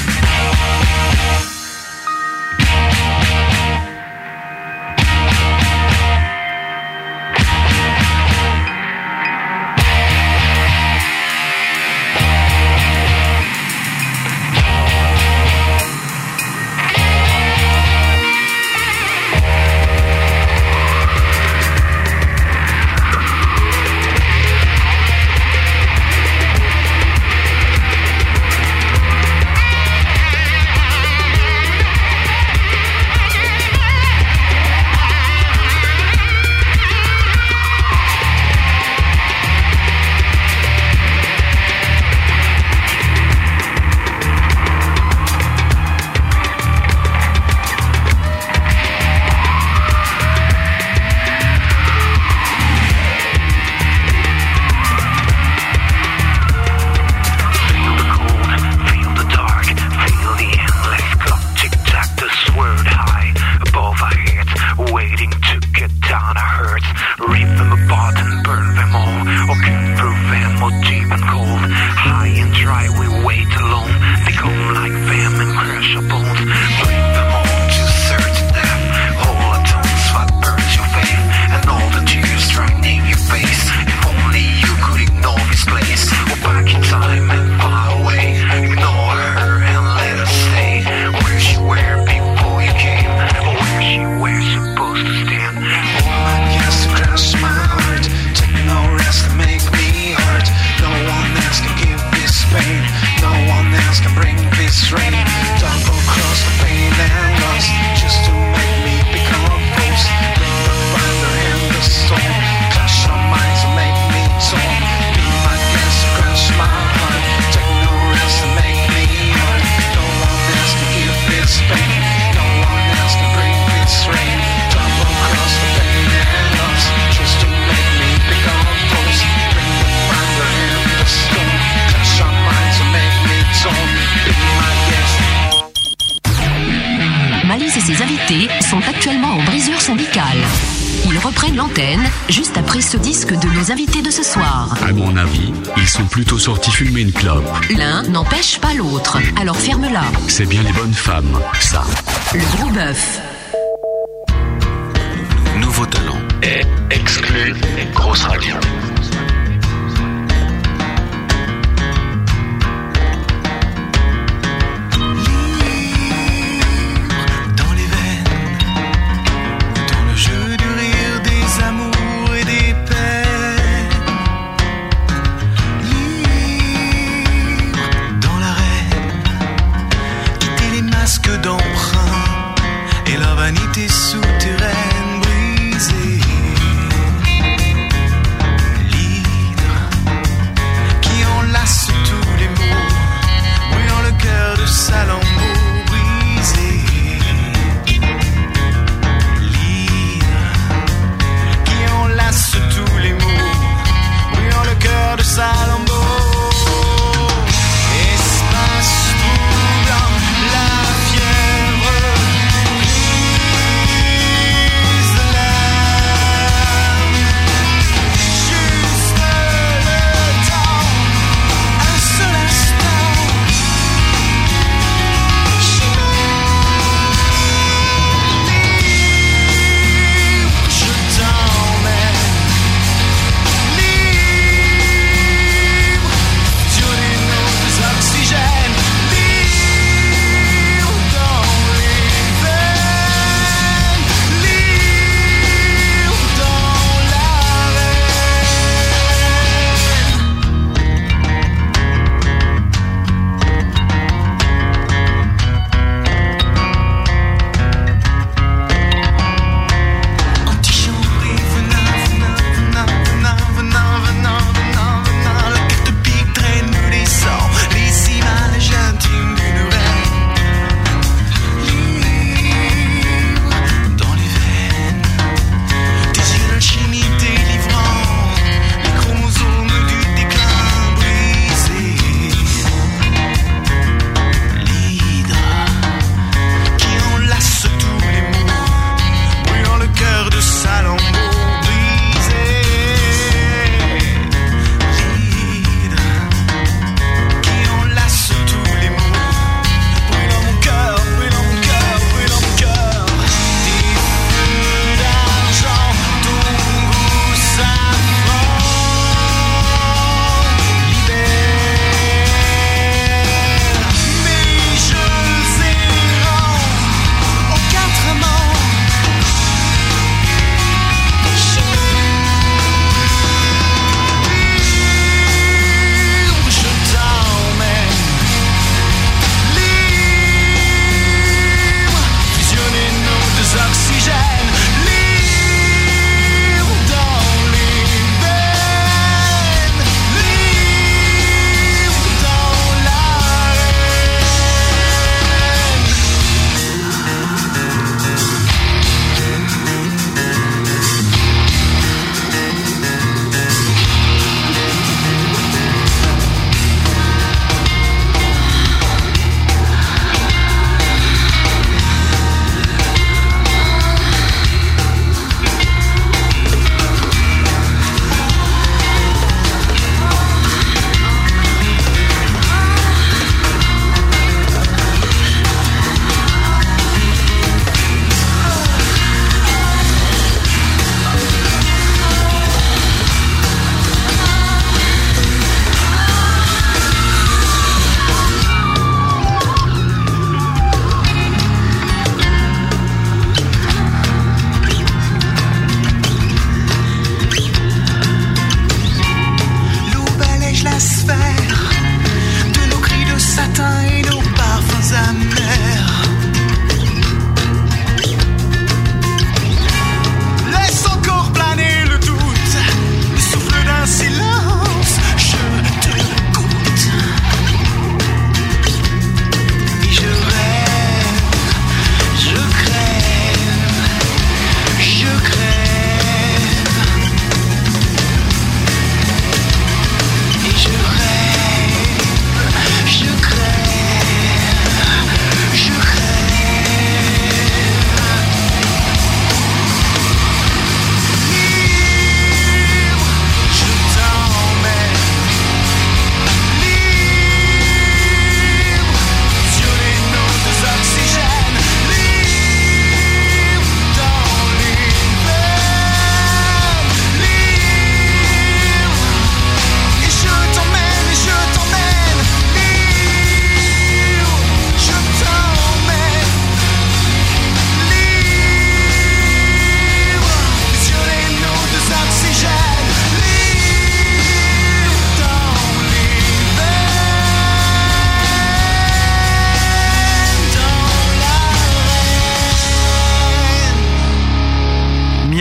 Speaker 11: Feel the dark, feel the endless clock tick tock. The sword high above our heads, waiting to get down our hurts. Rip them apart and burn them all, Oh, or cut through them, or deep and cold. High and dry, we wait alone. Become like them and crush our bones. Break them all to search death. All our tongues, what burns your faith, and all the tears drowning your face. If only you could ignore this place, or back in time and far away. Ignore her and let us stay where she were before you came, or where she were supposed to stand. Woman, yes, you crush my heart. Take no rest to make me hurt. No one else can give this pain. No one else can bring this rain. Double cross the pain and loss, just to make me become false. Bring the thunder and the storm. Clash our minds and make me torn. Be my guest, crush my heart. Take no rest and make me hurt. No one else can give this pain. No one else can bring this rain. Double cross the pain and loss, just to make me become false. Bring the thunder and the storm. Clash our minds and make me torn. Be my guest.
Speaker 1: Malice et ses invités sont actuellement en brisure syndicale. Ils reprennent l'antenne juste après ce disque de nos invités de ce soir.
Speaker 10: À mon avis, ils sont plutôt sortis fumer une clope.
Speaker 1: L'un n'empêche pas l'autre, alors ferme-la.
Speaker 10: C'est bien les bonnes femmes, ça.
Speaker 1: Le gros bœuf.
Speaker 16: Nouveau talent. Et exclu grosse radio.
Speaker 11: dans les veines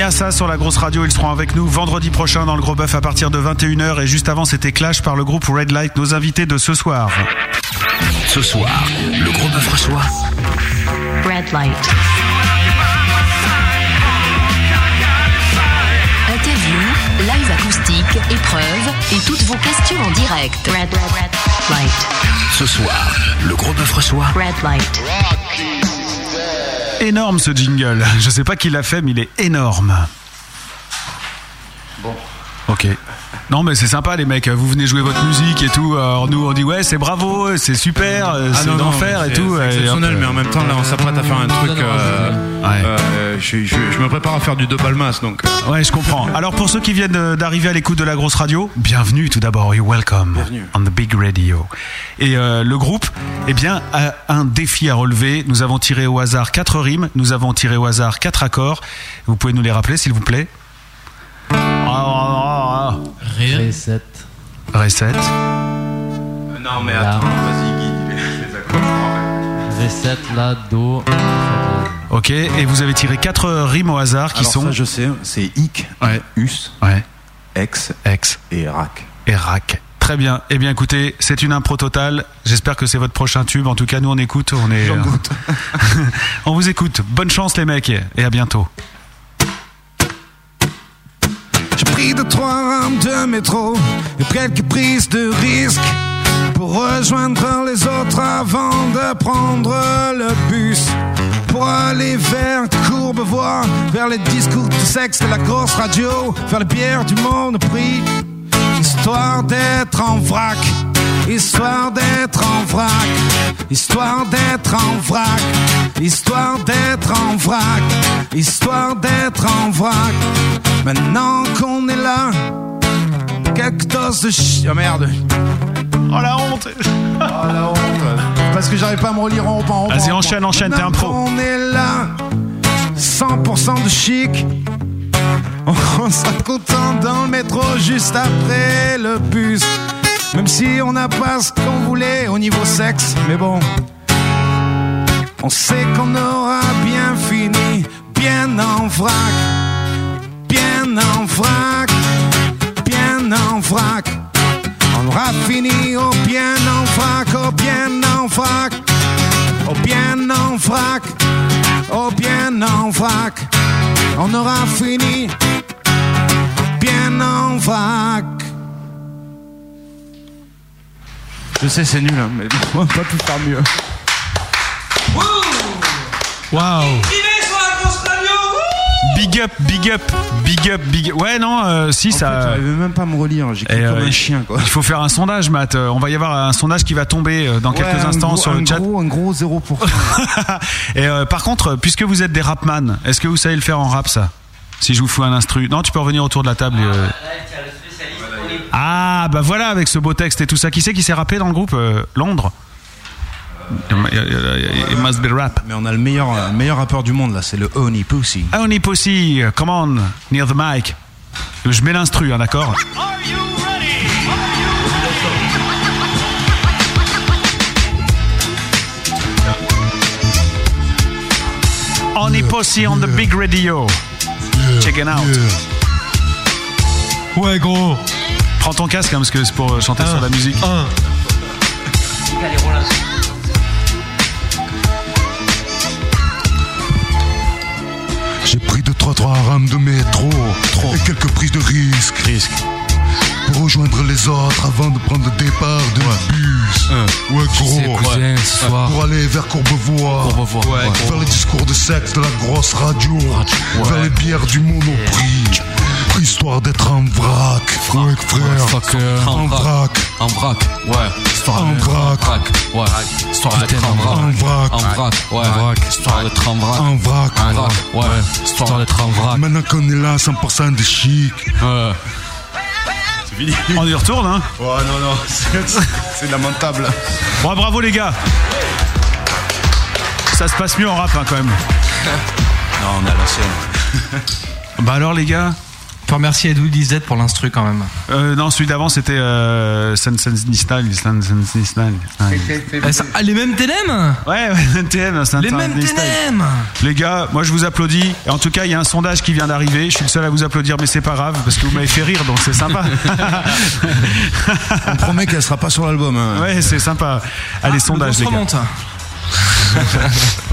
Speaker 2: ça sur la grosse radio. Ils seront avec nous vendredi prochain dans le Gros Bœuf à partir de 21h. Et juste avant, c'était Clash par le groupe Red Light, nos invités de ce soir.
Speaker 8: Ce soir, le gros bœuf reçoit.
Speaker 1: Red Light. Interview, live acoustique, épreuve et toutes vos questions en direct. Red, Light.
Speaker 8: Ce soir, le gros bœuf reçoit.
Speaker 1: Red Light.
Speaker 2: Énorme ce jingle. Je sais pas qui l'a fait, mais il est énorme.
Speaker 17: Bon.
Speaker 2: Ok. Non mais c'est sympa les mecs, vous venez jouer votre musique et tout, alors nous on dit ouais c'est bravo, c'est super, euh,
Speaker 4: Ah
Speaker 2: c'est
Speaker 4: non, non,
Speaker 2: l'enfer
Speaker 4: mais
Speaker 2: et
Speaker 4: c'est-
Speaker 2: tout.
Speaker 4: C'est
Speaker 2: et
Speaker 4: exceptionnel,
Speaker 2: hop,
Speaker 4: mais en même temps, là, on s'apprête à faire un truc. euh, euh, je, je- je me prépare à faire du deux palmas, donc.
Speaker 2: euh, Ouais je comprends. Alors pour ceux qui viennent euh, d'arriver à l'écoute de la grosse radio, bienvenue tout d'abord, you're welcome on the big radio. Et euh, le groupe, eh bien, a un défi à relever. Nous avons tiré au hasard quatre rimes, nous avons tiré au hasard quatre accords. Vous pouvez nous les rappeler s'il vous plaît Ah.
Speaker 18: Reset.
Speaker 2: Reset.
Speaker 4: Non, mais attends, vas-y, Guy, les
Speaker 18: Reset, la, do.
Speaker 2: Ok, et vous avez tiré quatre rimes au hasard qui
Speaker 4: Alors
Speaker 2: sont...
Speaker 4: ça, je sais, c'est hic, us, ex,
Speaker 2: ex
Speaker 4: et rac.
Speaker 2: et rack. Très bien. Eh bien, écoutez, c'est une impro totale. J'espère que c'est votre prochain tube. En tout cas, nous, on écoute. On est.
Speaker 4: J'en doute.
Speaker 2: on vous écoute. Bonne chance, les mecs, et à bientôt.
Speaker 19: J'ai pris deux, trois rames de métro et quelques prises de risque pour rejoindre les autres avant de prendre le bus. Pour aller vers Courbevoie, vers les discours de sexe de la grosse radio, vers les bières du monde prix. Histoire d'être en vrac, histoire d'être en vrac, histoire d'être en vrac, histoire d'être en vrac, histoire d'être en vrac. Maintenant qu'on est là, quelques doses de ch... Oh merde.
Speaker 2: Oh la honte
Speaker 19: Oh la honte Parce que j'arrive pas à me relire en en
Speaker 2: Vas-y, enchaîne, enchaîne, t'es un pro.
Speaker 19: On est là, 100% de chic. On sera content dans le métro juste après le bus. Même si on n'a pas ce qu'on voulait au niveau sexe, mais bon. On sait qu'on aura bien fini, bien en vrac, bien en vrac, bien en vrac. On aura fini au bien en vrac, au bien en vrac, au bien en vrac, au bien en vrac. On aura fini bien en vrac.
Speaker 4: Je sais, c'est nul, hein, mais on va pas tout faire mieux.
Speaker 2: Waouh Big up, big up, big up, big up. Ouais, non, euh, si, ça.
Speaker 4: J'arrive même pas à me relire, j'écris
Speaker 2: Et,
Speaker 4: comme
Speaker 2: euh,
Speaker 4: un chien, quoi.
Speaker 2: Il faut faire un sondage, Matt. Euh, On va y avoir un sondage qui va tomber euh, dans
Speaker 19: Ouais,
Speaker 2: quelques
Speaker 19: un
Speaker 2: instants
Speaker 19: gros-
Speaker 2: sur le
Speaker 19: un
Speaker 2: chat.
Speaker 19: Gros, un gros 0%.
Speaker 2: Et euh, par contre, puisque vous êtes des rapman, est-ce que vous savez le faire en rap ça Si je vous fous un instru. Non, tu peux revenir autour de la table. et, euh, Ah, bah voilà, avec ce beau texte et tout ça. Qui c'est qui s'est rappé dans le groupe Euh, Londres It must be rap.
Speaker 4: Mais on a le meilleur, euh, meilleur rappeur du monde, là, c'est le Honey Pussy.
Speaker 2: Only Pussy, come on, near the mic. Je mets l'instru, hein, d'accord Only Pussy on the big radio. Check it out. Ouais, gros. Prends ton casque, hein, parce que c'est pour euh, chanter sur la musique.
Speaker 20: J'ai pris deux, trois, trois rames de métro et quelques prises de risque. Pour rejoindre les autres avant de prendre le départ de bus. Ouais, gros.
Speaker 10: sais, cousin,
Speaker 20: Ouais.
Speaker 10: ce soir.
Speaker 20: Pour aller vers Courbevoie.
Speaker 10: Ouais, ouais.
Speaker 20: Vers les discours de sexe de la grosse radio. Vers les bières du monoprix. Histoire d'être en vrac. Ouais, frère. En vrac.
Speaker 10: En vrac. Ouais. Histoire
Speaker 20: En
Speaker 10: de-
Speaker 20: vrac.
Speaker 10: Ouais. Histoire d'être en vrac.
Speaker 20: En vrac.
Speaker 10: En vrac. Ouais. Histoire d'être en vrac.
Speaker 20: En vrac.
Speaker 10: En vrac. Ouais. Histoire d'être en vrac.
Speaker 20: Maintenant qu'on est là, 100% de chic.
Speaker 2: On y retourne, hein
Speaker 4: Ouais, non, non, c'est c'est lamentable.
Speaker 2: Bon, bravo les gars. Ça se passe mieux en rap, hein, quand même.
Speaker 4: Non, on est à l'ancienne.
Speaker 2: Bah alors les gars,
Speaker 3: Faut remercier Edou Lizette pour l'instru quand même.
Speaker 2: Euh, non, celui d'avant c'était euh, Sun Sun Sunny Style. Sun Sun Sunny Style. Ouais.
Speaker 3: Eh, ça- ah, les mêmes TNM
Speaker 2: Ouais, ouais, TNM, c'est un
Speaker 3: Les
Speaker 2: Sun
Speaker 3: mêmes
Speaker 2: Sunny Style.
Speaker 3: TNM
Speaker 2: Les gars, moi je vous applaudis. Et en tout cas, il y a un sondage qui vient d'arriver. Je suis le seul à vous applaudir, mais c'est pas grave parce que vous m'avez fait rire, donc c'est sympa.
Speaker 4: On promet qu'elle sera pas sur l'album. hein. Ah
Speaker 2: Ouais, c'est sympa.
Speaker 3: Ah,
Speaker 2: Allez, sondage,
Speaker 3: se
Speaker 2: les gars.
Speaker 3: remonte.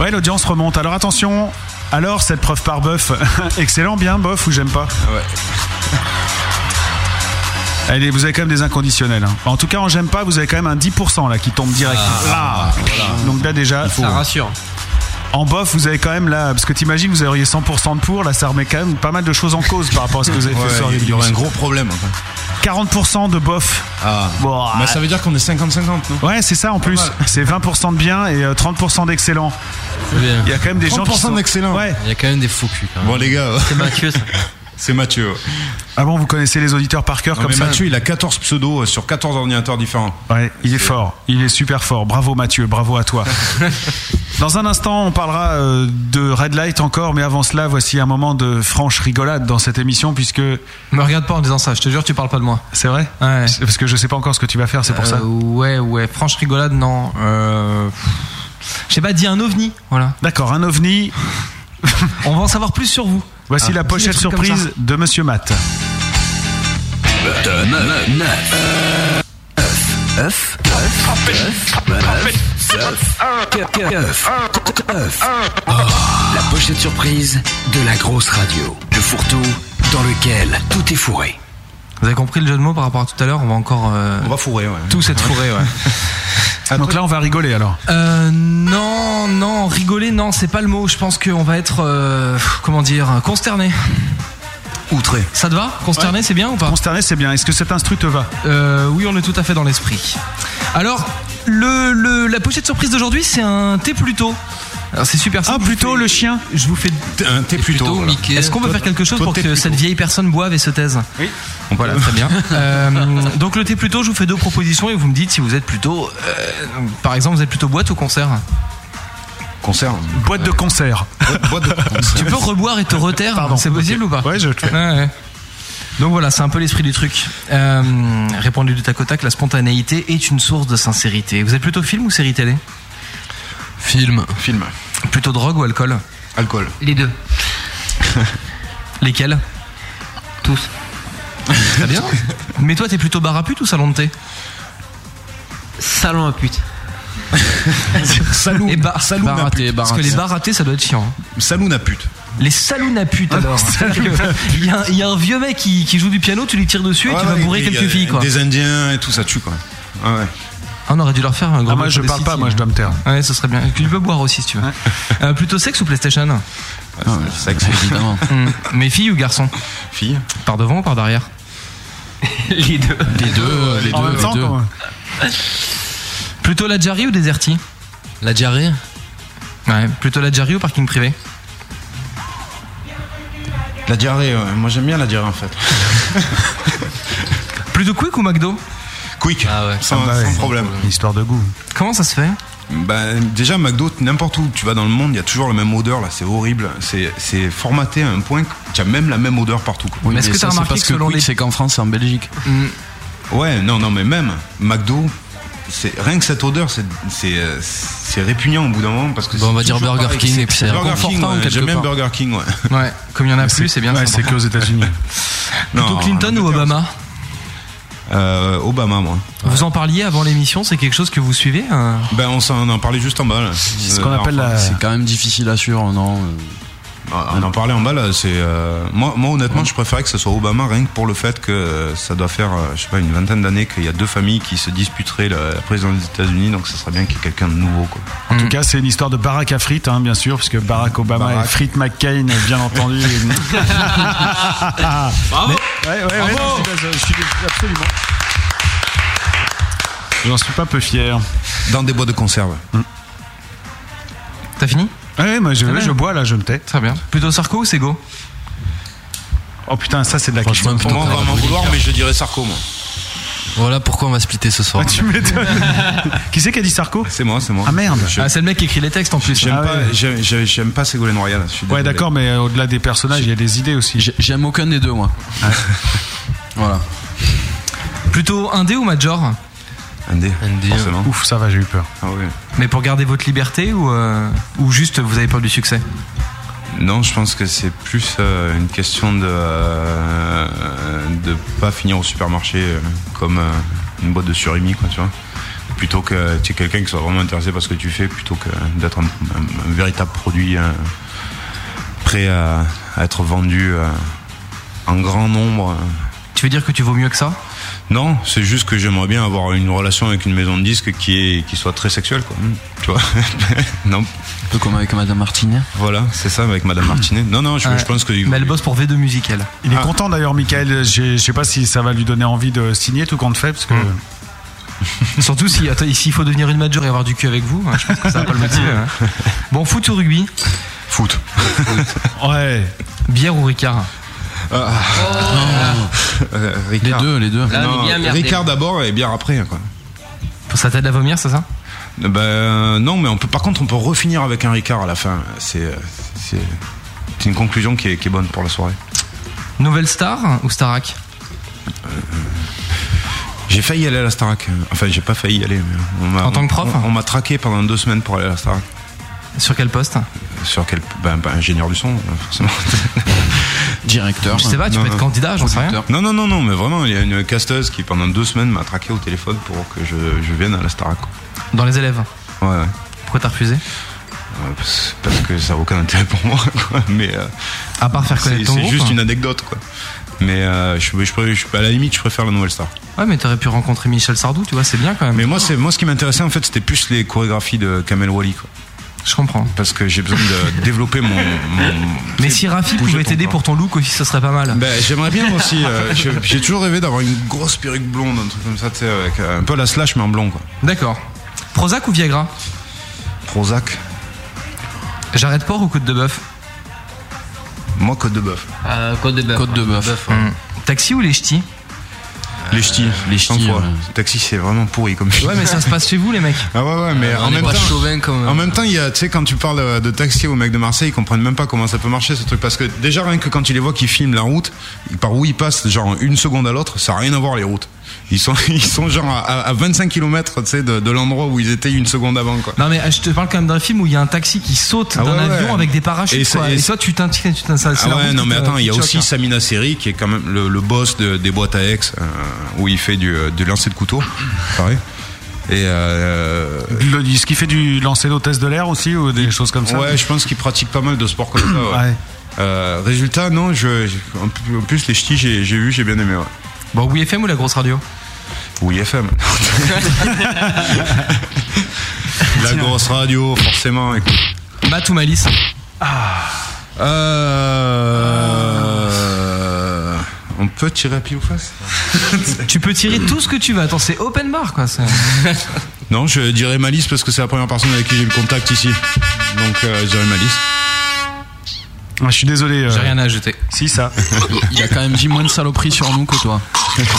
Speaker 2: Ouais, l'audience remonte. Alors attention. Alors, cette preuve par bœuf, excellent, bien, bof ou j'aime pas Allez, vous avez quand même des inconditionnels. hein. En tout cas, en j'aime pas, vous avez quand même un 10% là qui tombe direct.
Speaker 9: Ah,
Speaker 2: Là. Donc là déjà, faut-
Speaker 9: Ça rassure.
Speaker 2: En bof, vous avez quand même là, parce que t'imagines, vous auriez 100% de pour, là ça remet quand même pas mal de choses en cause par rapport à ce que vous avez fait
Speaker 4: Ouais,
Speaker 2: sur
Speaker 4: il y
Speaker 2: aurait
Speaker 4: aurait un gros problème. en fait.
Speaker 2: 40% de bof.
Speaker 4: hein. Ah. Bah, ça veut dire qu'on est 50-50, non
Speaker 2: Ouais, c'est ça en plus.
Speaker 4: mal.
Speaker 2: C'est 20% de bien et euh, 30% d'excellent. Il y a quand même des gens qui
Speaker 4: 30%
Speaker 2: sont-
Speaker 4: d'excellent.
Speaker 2: Ouais.
Speaker 4: Il y a quand même des faux culs. Bon, les gars. C'est Mathieu, ça. C'est Mathieu. ouais.
Speaker 2: Ah bon, vous connaissez les auditeurs par cœur
Speaker 4: Non,
Speaker 2: comme
Speaker 4: mais
Speaker 2: ça
Speaker 4: Mathieu, il a 14 pseudos euh, sur 14 ordinateurs différents.
Speaker 2: Ouais, il est fort, il est super fort. Bravo Mathieu, bravo à toi. Dans un instant, on parlera euh, de Red Light encore, mais avant cela, voici un moment de franche rigolade dans cette émission, puisque
Speaker 3: Me regarde pas en disant ça, je te jure, tu parles pas de moi.
Speaker 2: c'est vrai,
Speaker 3: Ouais.
Speaker 2: C'est parce que je sais pas encore ce que tu vas faire, c'est pour ça.
Speaker 3: Euh, ouais, ouais, franche rigolade, non. Euh, Je sais pas, dit un ovni, voilà.
Speaker 2: D'accord, un ovni.
Speaker 3: On va en savoir plus sur vous.
Speaker 2: Voici
Speaker 3: Ah.
Speaker 2: la
Speaker 3: Dis des
Speaker 2: pochette
Speaker 3: trucs comme
Speaker 2: surprise
Speaker 3: ça.
Speaker 2: de Monsieur Matt.
Speaker 6: Œuf, œuf, œuf, œuf, œuf, œuf. La pochette surprise de la grosse radio. Le fourre-tout dans lequel tout est fourré.
Speaker 3: Vous avez compris le jeu de mots par rapport à tout à l'heure On va encore. euh, On
Speaker 4: va fourrer, ouais.
Speaker 3: Tout cette fourré, ouais.
Speaker 2: Donc là, on va rigoler alors.
Speaker 3: Euh, non, non, rigoler, non, c'est pas le mot. Je pense qu'on va être. euh, comment dire Consterné.
Speaker 4: Outré.
Speaker 3: Ça te va Consterné, c'est bien ou pas
Speaker 2: Consterné, c'est bien. Est-ce que cet instru te va
Speaker 3: Euh, oui, on est tout à fait dans l'esprit. Alors, le, le- la pochette surprise d'aujourd'hui, c'est un thé plutôt. Alors c'est super simple. Ah, plutôt
Speaker 2: le chien
Speaker 3: Je vous fais
Speaker 4: un thé plutôt. voilà.
Speaker 3: Est-ce qu'on peut faire quelque chose
Speaker 4: Toi,
Speaker 3: pour
Speaker 4: thé
Speaker 3: que
Speaker 4: plutôt.
Speaker 3: cette vieille personne boive et se taise
Speaker 2: Oui.
Speaker 4: On
Speaker 3: Voilà,
Speaker 4: peut.
Speaker 3: très bien. Euh, donc le thé plutôt, je vous fais deux propositions et vous me dites si vous êtes plutôt. euh, par exemple, vous êtes plutôt boîte ou concert
Speaker 4: Concert.
Speaker 2: Boîte de concert.
Speaker 4: Boîte de concert.
Speaker 3: Tu peux reboire et te reterre C'est possible ou pas
Speaker 2: Ouais, je le fais.
Speaker 3: Ouais, ouais. Donc voilà, c'est un peu l'esprit du truc. Euh, répondu du tac au tac, la spontanéité est une source de sincérité. Vous êtes plutôt film ou série télé
Speaker 10: Film.
Speaker 4: Film.
Speaker 3: Plutôt drogue ou alcool
Speaker 4: Alcool.
Speaker 9: Les deux.
Speaker 3: Lesquels
Speaker 9: Tous.
Speaker 3: Très bien. Mais toi, t'es plutôt bar à pute ou salon de thé
Speaker 9: Salon à pute.
Speaker 4: Saloon.
Speaker 3: Et bar,
Speaker 4: Saloon
Speaker 3: bar
Speaker 4: à
Speaker 3: à
Speaker 4: pute.
Speaker 3: thé, bar Parce que
Speaker 4: à
Speaker 3: les
Speaker 4: thé.
Speaker 3: bars ratés, ça doit être chiant. hein.
Speaker 4: Saloon à pute.
Speaker 3: Les saloons à pute alors. Il y, a un- il y a un vieux mec qui, qui joue du piano, tu lui tires dessus et
Speaker 4: Ouais,
Speaker 3: tu vas
Speaker 4: Ah ouais,
Speaker 3: bourrer
Speaker 4: il y a
Speaker 3: quelques filles quoi.
Speaker 4: Des Indiens et tout, ça tue quoi. Ah ouais.
Speaker 3: Ah, on aurait dû leur faire un grand.
Speaker 2: Ah, moi,
Speaker 3: groupe
Speaker 2: je
Speaker 3: de
Speaker 2: parle pas,
Speaker 3: City.
Speaker 10: hein.
Speaker 2: moi, je dois me taire.
Speaker 3: Ouais, ce serait bien. Tu peux boire aussi si tu veux. Euh, plutôt sexe ou PlayStation
Speaker 4: Ah, c'est sexe, évidemment.
Speaker 3: Hmm. Mais fille ou garçon
Speaker 4: Fille.
Speaker 3: Par devant ou par derrière
Speaker 9: Les deux.
Speaker 10: Les deux, euh, les deux.
Speaker 2: En même
Speaker 10: les
Speaker 2: temps,
Speaker 10: deux.
Speaker 2: quand même.
Speaker 3: Plutôt la Jarry ou Deserti
Speaker 10: La diarrhée
Speaker 3: Ouais, plutôt la Jarry ou parking privé
Speaker 4: La diarrhée, Eh, ouais. moi j'aime bien la diarrhée en fait.
Speaker 3: Plutôt Quick ou McDo
Speaker 4: Quick,
Speaker 10: Ah ouais.
Speaker 4: sans,
Speaker 2: Ah bah
Speaker 4: sans
Speaker 2: ouais.
Speaker 4: problème.
Speaker 2: Histoire de goût.
Speaker 3: Comment ça se fait
Speaker 4: Bah, déjà, McDo, n'importe où tu vas dans le monde, il y a toujours la même odeur là, c'est horrible. C'est c'est formaté à un point que tu as même la même odeur partout. quoi.
Speaker 10: Oui,
Speaker 3: Mais est-ce
Speaker 10: mais
Speaker 3: que t'as
Speaker 10: ça, c'est
Speaker 3: remarqué
Speaker 10: parce
Speaker 3: que
Speaker 10: que
Speaker 3: selon
Speaker 10: Quick,
Speaker 3: les-
Speaker 10: c'est qu'en France, c'est en Belgique.
Speaker 3: Hmm.
Speaker 4: Ouais, non, non, mais même McDo, c'est rien que cette odeur, c'est c'est euh, c'est répugnant au bout d'un moment parce que.
Speaker 10: Bon, on
Speaker 4: c'est
Speaker 10: va dire
Speaker 4: toujours
Speaker 10: Burger
Speaker 4: pareil.
Speaker 10: King, et puis c'est
Speaker 4: Burger King,
Speaker 10: réconfortant,
Speaker 4: ouais,
Speaker 10: quelque
Speaker 4: j'aime bien
Speaker 10: part.
Speaker 4: Burger King, ouais.
Speaker 3: Ouais, comme il y en a plus, c'est bien
Speaker 2: Ouais,
Speaker 3: ça.
Speaker 2: c'est que aux États-Unis.
Speaker 3: Plutôt
Speaker 4: Non,
Speaker 3: Clinton ou
Speaker 4: Angleterre,
Speaker 3: Obama
Speaker 4: Euh, Obama, moi.
Speaker 3: Vous en parliez avant l'émission, c'est quelque chose que vous suivez hein
Speaker 4: Ben, on s'en en parlait juste en bas. là.
Speaker 2: C'est ce
Speaker 4: Euh,
Speaker 2: qu'on appelle
Speaker 4: enfin, Ah,
Speaker 2: la.
Speaker 10: C'est quand même difficile à suivre, non euh.
Speaker 4: On en parlait en bas là, c'est euh, moi, moi honnêtement je préférais que ce soit Obama rien que pour le fait que euh, ça doit faire euh, je sais pas une vingtaine d'années qu'il y a deux familles qui se disputeraient la, la présidence des États-Unis donc ça serait bien qu'il y ait quelqu'un de nouveau quoi.
Speaker 2: En tout cas, c'est une histoire de baraque à frites, hein, bien sûr, puisque Barack Obama
Speaker 4: Barack.
Speaker 2: et frites McCain, bien entendu. Ah,
Speaker 9: Bravo.
Speaker 2: Ouais, ouais, ouais, non, je suis pas- je suis absolument. J'en suis pas peu fier.
Speaker 4: Dans des boîtes de conserve.
Speaker 3: T'as fini
Speaker 2: Ouais, Eh, moi je,
Speaker 3: Ah ouais.
Speaker 2: je bois là, je me tais.
Speaker 3: Très bien. Plutôt Sarko ou Sego
Speaker 2: Oh putain, ça c'est de la
Speaker 10: Franchement,
Speaker 2: question.
Speaker 10: plutôt
Speaker 4: Moi on va
Speaker 10: Obama.
Speaker 4: m'en vouloir mais je dirais Sarko moi.
Speaker 12: Voilà pourquoi on va splitter ce
Speaker 4: Ah,
Speaker 12: soir.
Speaker 2: Tu m'étonnes. qui c'est qui a dit Sarko
Speaker 4: C'est moi, c'est moi.
Speaker 2: Ah merde.
Speaker 3: Ah, c'est le mec qui écrit les textes en plus.
Speaker 4: J'aime pas, j'ai- j'ai- j'aime pas Ségolène Royal. je suis
Speaker 2: Ouais,
Speaker 4: désolé.
Speaker 2: d'accord, mais euh, au-delà des personnages, il y a des idées aussi.
Speaker 10: J'aime aucun des deux, moi.
Speaker 4: Voilà.
Speaker 3: Plutôt indé ou major
Speaker 4: Un dé, forcément.
Speaker 2: Ouf, ça va, j'ai eu peur.
Speaker 4: Ah ouais.
Speaker 3: Mais pour garder votre liberté ou, euh, ou juste vous avez peur du succès
Speaker 4: Non, je pense que c'est plus euh, une question de euh, de pas finir au supermarché euh, comme euh, une boîte de surimi, quoi, tu vois. Plutôt que tu es quelqu'un qui soit vraiment intéressé par ce que tu fais, plutôt que d'être un, un- un véritable produit euh, prêt à, à être vendu euh, en grand nombre.
Speaker 3: Tu veux dire que tu vaux mieux que ça
Speaker 4: Non, c'est juste que j'aimerais bien avoir une relation avec une maison de disques qui, est, qui soit très sexuelle, quoi. Tu vois Non. Un
Speaker 10: peu comme avec Madame Martinet.
Speaker 4: Voilà, c'est ça, avec Madame Martinet. Non, non, je,
Speaker 2: Ouais.
Speaker 4: je pense que.
Speaker 3: Mais elle bosse pour V2 Musique, elle.
Speaker 2: Il est content d'ailleurs, Michael. J'ai- Je sais pas si ça va lui donner envie de signer tout compte fait, parce que.
Speaker 3: Hmm. Surtout si, attends, s'il faut devenir une major et avoir du cul avec vous, hein, je pense que ça va pas le motiver. hein. Bon, foot ou rugby
Speaker 4: Foot.
Speaker 2: ouais.
Speaker 3: Bière ou Ricard
Speaker 4: Ah. Euh, Ricard.
Speaker 3: Les deux, les deux. Là, on est
Speaker 4: Non,
Speaker 3: bien merdé.
Speaker 4: Ricard d'abord et bière après, quoi.
Speaker 3: Ça t'aide à vomir, c'est ça
Speaker 4: Ben euh, non, mais on peut, par contre, on peut refinir avec un Ricard à la fin. C'est euh, c'est c'est une conclusion qui est, qui est bonne pour la soirée.
Speaker 3: Nouvelle star ou Starac
Speaker 4: J'ai failli aller à la Starac. Enfin, j'ai pas failli y aller. mais on m'a-
Speaker 3: En tant que prof
Speaker 4: on- On m'a traqué pendant deux semaines pour aller à la Starac.
Speaker 3: Sur quel poste
Speaker 4: Sur quel ben, ben, ingénieur du son, euh, forcément.
Speaker 10: Directeur.
Speaker 3: Je sais pas, tu peux être candidat, j'en sais rien.
Speaker 4: Non, non, non, non, mais vraiment, il y a une casteuse qui pendant deux semaines m'a traqué au téléphone pour que je, je vienne à la Starac. quoi.
Speaker 3: Dans les élèves
Speaker 4: Ouais, ouais.
Speaker 3: Pourquoi t'as refusé
Speaker 4: Euh, parce- Parce que ça n'a aucun intérêt pour moi, quoi. Mais. euh,
Speaker 3: À part faire
Speaker 4: c'est
Speaker 3: connaître ton
Speaker 4: c'est
Speaker 3: groupe hein.
Speaker 4: juste une anecdote, quoi. Mais euh, je, je, pré- je- à la limite, je préfère la nouvelle star.
Speaker 3: Ouais, mais t'aurais pu rencontrer Michel Sardou, tu vois, c'est bien quand même.
Speaker 4: Mais moi, c'est moi ce qui m'intéressait en fait, c'était plus les chorégraphies de Kamel Wally. Quoi.
Speaker 3: Je comprends.
Speaker 4: Parce que j'ai besoin de développer mon. mon-
Speaker 3: Mais si Rafi
Speaker 4: bouger
Speaker 3: pouvait
Speaker 4: ton
Speaker 3: t'aider
Speaker 4: corps.
Speaker 3: pour ton look aussi, ça serait pas mal.
Speaker 4: Ben, j'aimerais bien aussi. euh, j'ai- j'ai toujours rêvé d'avoir une grosse perruque blonde, un truc comme ça, tu sais, avec euh, un peu la slash mais en blond, quoi.
Speaker 3: D'accord. Prozac ou Viagra
Speaker 4: Prozac.
Speaker 3: J'arrête porc ou côte de bœuf
Speaker 4: Moi, côte de bœuf.
Speaker 9: côte de bœuf.
Speaker 4: Côte de bœuf.
Speaker 3: Hum. Taxi ou les ch'tis
Speaker 4: Les ch'tis, les ch'tis. euh. Taxi, c'est vraiment pourri comme
Speaker 3: Ouais, mais ça se passe chez vous, les mecs.
Speaker 4: Ah ouais, ouais, mais
Speaker 3: Euh, on
Speaker 4: en,
Speaker 3: est
Speaker 4: même
Speaker 3: pas
Speaker 4: temps,
Speaker 3: chauvin comme-
Speaker 4: en même temps, il y a, tu sais, quand tu parles euh, de taxi aux mecs de Marseille, ils comprennent même pas comment ça peut marcher ce truc. Parce que déjà, rien que quand tu les vois qui filment la route, ils- par où ils passent, genre une seconde à l'autre, ça n'a rien à voir les routes. Ils sont, ils sont genre à, à- à 25 km tu sais, de, de l'endroit où ils étaient une seconde avant, quoi.
Speaker 3: Non mais euh, je te parle quand même d'un film où il y a un taxi qui saute
Speaker 4: Ah
Speaker 3: d'un
Speaker 4: ouais,
Speaker 3: avion
Speaker 4: ouais.
Speaker 3: avec des parachutes
Speaker 4: Et
Speaker 3: et,
Speaker 4: ça-
Speaker 3: quoi.
Speaker 4: et
Speaker 3: et
Speaker 4: ça-
Speaker 3: toi tu t'in- tu t'in- tu t'in- c'est la
Speaker 4: Ah ouais,
Speaker 3: route
Speaker 4: non
Speaker 3: qui
Speaker 4: mais
Speaker 3: te-
Speaker 4: attends,
Speaker 3: qui
Speaker 4: il y a
Speaker 3: te
Speaker 4: aussi
Speaker 3: choque, hein.
Speaker 4: Samina Seri qui est quand même le, le boss de- des boîtes à ex euh, où il fait du, euh, du lancer de couteau, pareil. Et euh,
Speaker 2: Le- Est-ce qu'il fait Ah du lancer d'hôtesse de l'air aussi, ou des choses comme ça
Speaker 4: Ouais, je pense qu'il pratique pas mal de sports comme ça. ouais.
Speaker 2: Ouais.
Speaker 4: Euh, résultat, non, je, je- en plus- en plus les ch'tis, j'ai j'ai vu, j'ai bien aimé. Ouais.
Speaker 3: Bon, oui FM ou la grosse radio
Speaker 4: Oui, FM. la grosse radio, forcément. Écoute. Ah.
Speaker 3: Matt ou Malice
Speaker 4: Euh, On peut tirer à pile ou face
Speaker 3: Tu peux tirer tout ce que tu veux. Attends, c'est open bar quoi. c'est-
Speaker 4: Non, je dirais Malice parce que c'est la première personne avec qui j'ai le contact ici. Donc, euh, je dirais Malice.
Speaker 2: Ah, je suis désolé.
Speaker 4: J'ai
Speaker 3: rien à ajouter.
Speaker 2: Si, ça.
Speaker 10: Il a quand même dit moins de saloperies sur nous que toi.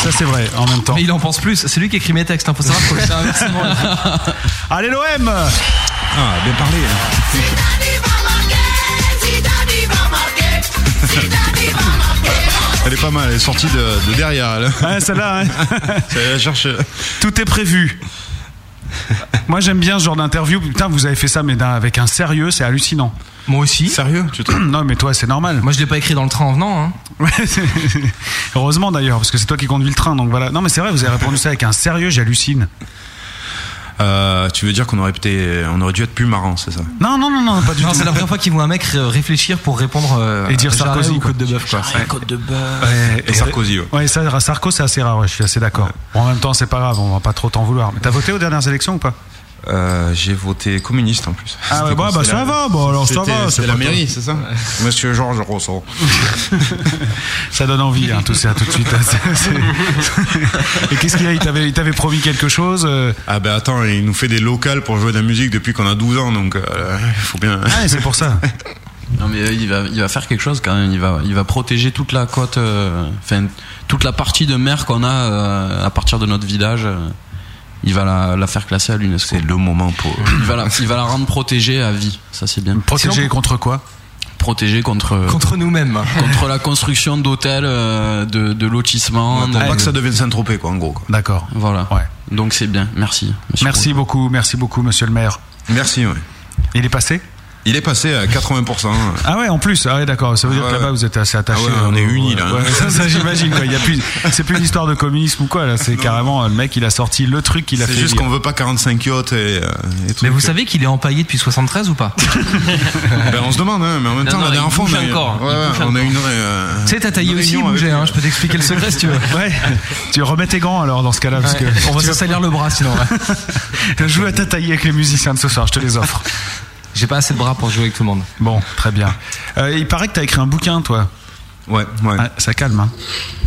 Speaker 2: Ça, c'est vrai, en même temps.
Speaker 3: Mais il en pense plus. C'est lui qui écrit mes textes. Hein. Faut savoir que c'est inversement. le truc.
Speaker 2: Allez, l'OM Ah,
Speaker 4: bien parlé. Elle est pas mal, elle est sortie de, de derrière. Là.
Speaker 2: Ouais, celle-là, hein.
Speaker 4: Elle cherche.
Speaker 2: Tout est prévu. Moi, j'aime bien ce genre d'interview. Putain, vous avez fait ça, mais d'un- avec un sérieux, c'est hallucinant.
Speaker 3: Moi aussi.
Speaker 4: Sérieux
Speaker 2: Non, mais toi, c'est normal.
Speaker 3: Moi, je l'ai pas écrit dans le train en venant. Hein.
Speaker 2: Ouais, c'est- Heureusement d'ailleurs, parce que c'est toi qui conduis le train, donc voilà. Non, mais c'est vrai, vous avez répondu ça avec un sérieux, j'hallucine.
Speaker 4: Euh, tu veux dire qu'on aurait, été- on aurait dû être plus marrant, c'est ça
Speaker 2: Non, non, non, non, pas du
Speaker 3: Non,
Speaker 2: tout.
Speaker 3: c'est la première fois qu'ils voient un mec euh, réfléchir pour répondre euh,
Speaker 2: Et dire
Speaker 3: Jarret
Speaker 2: Sarkozy,
Speaker 3: ou
Speaker 2: quoi.
Speaker 3: Côte de Bœuf quoi.
Speaker 2: Jarret,
Speaker 3: Côte de Bœuf.
Speaker 2: Ouais,
Speaker 4: Et Sarkozy, ouais.
Speaker 2: Ouais, ça, Sarko, c'est assez rare, ouais, je suis assez d'accord. Bon, en même temps, c'est pas grave, on va pas trop t'en vouloir. Mais t'as voté aux dernières élections ou pas
Speaker 4: Euh, J'ai voté communiste en plus.
Speaker 2: Ah ouais,
Speaker 4: C'était
Speaker 2: bah,
Speaker 4: comme-
Speaker 2: bah,
Speaker 4: c'était
Speaker 2: ça
Speaker 4: la-
Speaker 2: va, bah, alors ça
Speaker 4: c'était-
Speaker 2: va, c'est
Speaker 4: C'est la
Speaker 2: pas
Speaker 4: mairie,
Speaker 2: toi.
Speaker 4: c'est ça Monsieur Georges Rousseau.
Speaker 2: Ça donne envie, hein, tout ça, tout de suite. hein, c'est- c'est- Et qu'est-ce qu'il y a Il t'avait il t'avait promis quelque chose euh,
Speaker 4: Ah ben attends, il nous fait des locales pour jouer de la musique depuis qu'on a 12 ans, donc euh, il faut bien...
Speaker 2: Ah, et c'est pour ça.
Speaker 10: Non mais euh, il va, il va faire quelque chose quand même. Il va, il va protéger toute la côte, euh, enfin toute la partie de mer qu'on a euh, à partir de notre village. euh, Il va la, la faire classer à l'UNESCO. C'est le moment pour. Il va la, il va la rendre protégée à vie. Ça c'est bien.
Speaker 2: Protégée Sinon- contre quoi
Speaker 10: Protégée contre. euh,
Speaker 3: Contre nous-mêmes.
Speaker 10: Contre la construction d'hôtels, euh, de, de lotissements.
Speaker 4: Ouais, pour
Speaker 10: de-
Speaker 4: pas que ça devienne Saint-Tropez, quoi, en gros.
Speaker 2: D'accord.
Speaker 10: Voilà. Donc c'est bien. Merci.
Speaker 2: Merci beaucoup, merci beaucoup, monsieur le maire.
Speaker 4: Merci, oui.
Speaker 2: Il est passé
Speaker 4: Il est passé à 80%.
Speaker 2: Ah ouais, en plus, ah ouais, d'accord, ça veut dire que là-bas vous êtes assez attaché. euh,
Speaker 4: Ah ouais, on est unis, là, hein.
Speaker 2: ça, ça, j'imagine, quoi. Il y a plus, c'est plus une histoire de communisme ou quoi, là. C'est carrément euh, le mec, il a sorti le truc qu'il a fait.
Speaker 4: C'est juste
Speaker 2: dire.
Speaker 4: qu'on veut pas 45 yachts et, euh, et
Speaker 3: Mais
Speaker 4: trucs.
Speaker 3: vous savez qu'il est empaillé depuis 73 ou pas
Speaker 4: Ben, on se demande, hein, mais en même
Speaker 3: Non,
Speaker 4: temps,
Speaker 3: non,
Speaker 4: la
Speaker 3: il
Speaker 4: dernière fois, on
Speaker 3: bouge
Speaker 4: a eu-
Speaker 3: encore,
Speaker 4: ouais,
Speaker 3: il
Speaker 4: ouais,
Speaker 3: bouge
Speaker 4: on a eu
Speaker 3: encore.
Speaker 4: une. euh,
Speaker 3: Tu sais, t'as taillé
Speaker 4: une
Speaker 3: aussi, il
Speaker 4: réunion
Speaker 3: bougeait,
Speaker 4: avec-
Speaker 3: hein, je peux t'expliquer le secret si tu veux.
Speaker 2: Ouais, tu remets tes gants alors dans ce cas-là. Parce
Speaker 3: Ouais,
Speaker 2: que
Speaker 3: on va
Speaker 2: tu
Speaker 3: se
Speaker 2: vas-
Speaker 3: salir le bras sinon.
Speaker 2: Joue à ta taille avec les musiciens de ce soir, je te les offre.
Speaker 3: J'ai pas assez de bras pour jouer avec tout le monde.
Speaker 2: Bon, très bien. Euh, il paraît que t'as écrit un bouquin, toi.
Speaker 4: Ouais, ouais.
Speaker 2: ça calme, hein.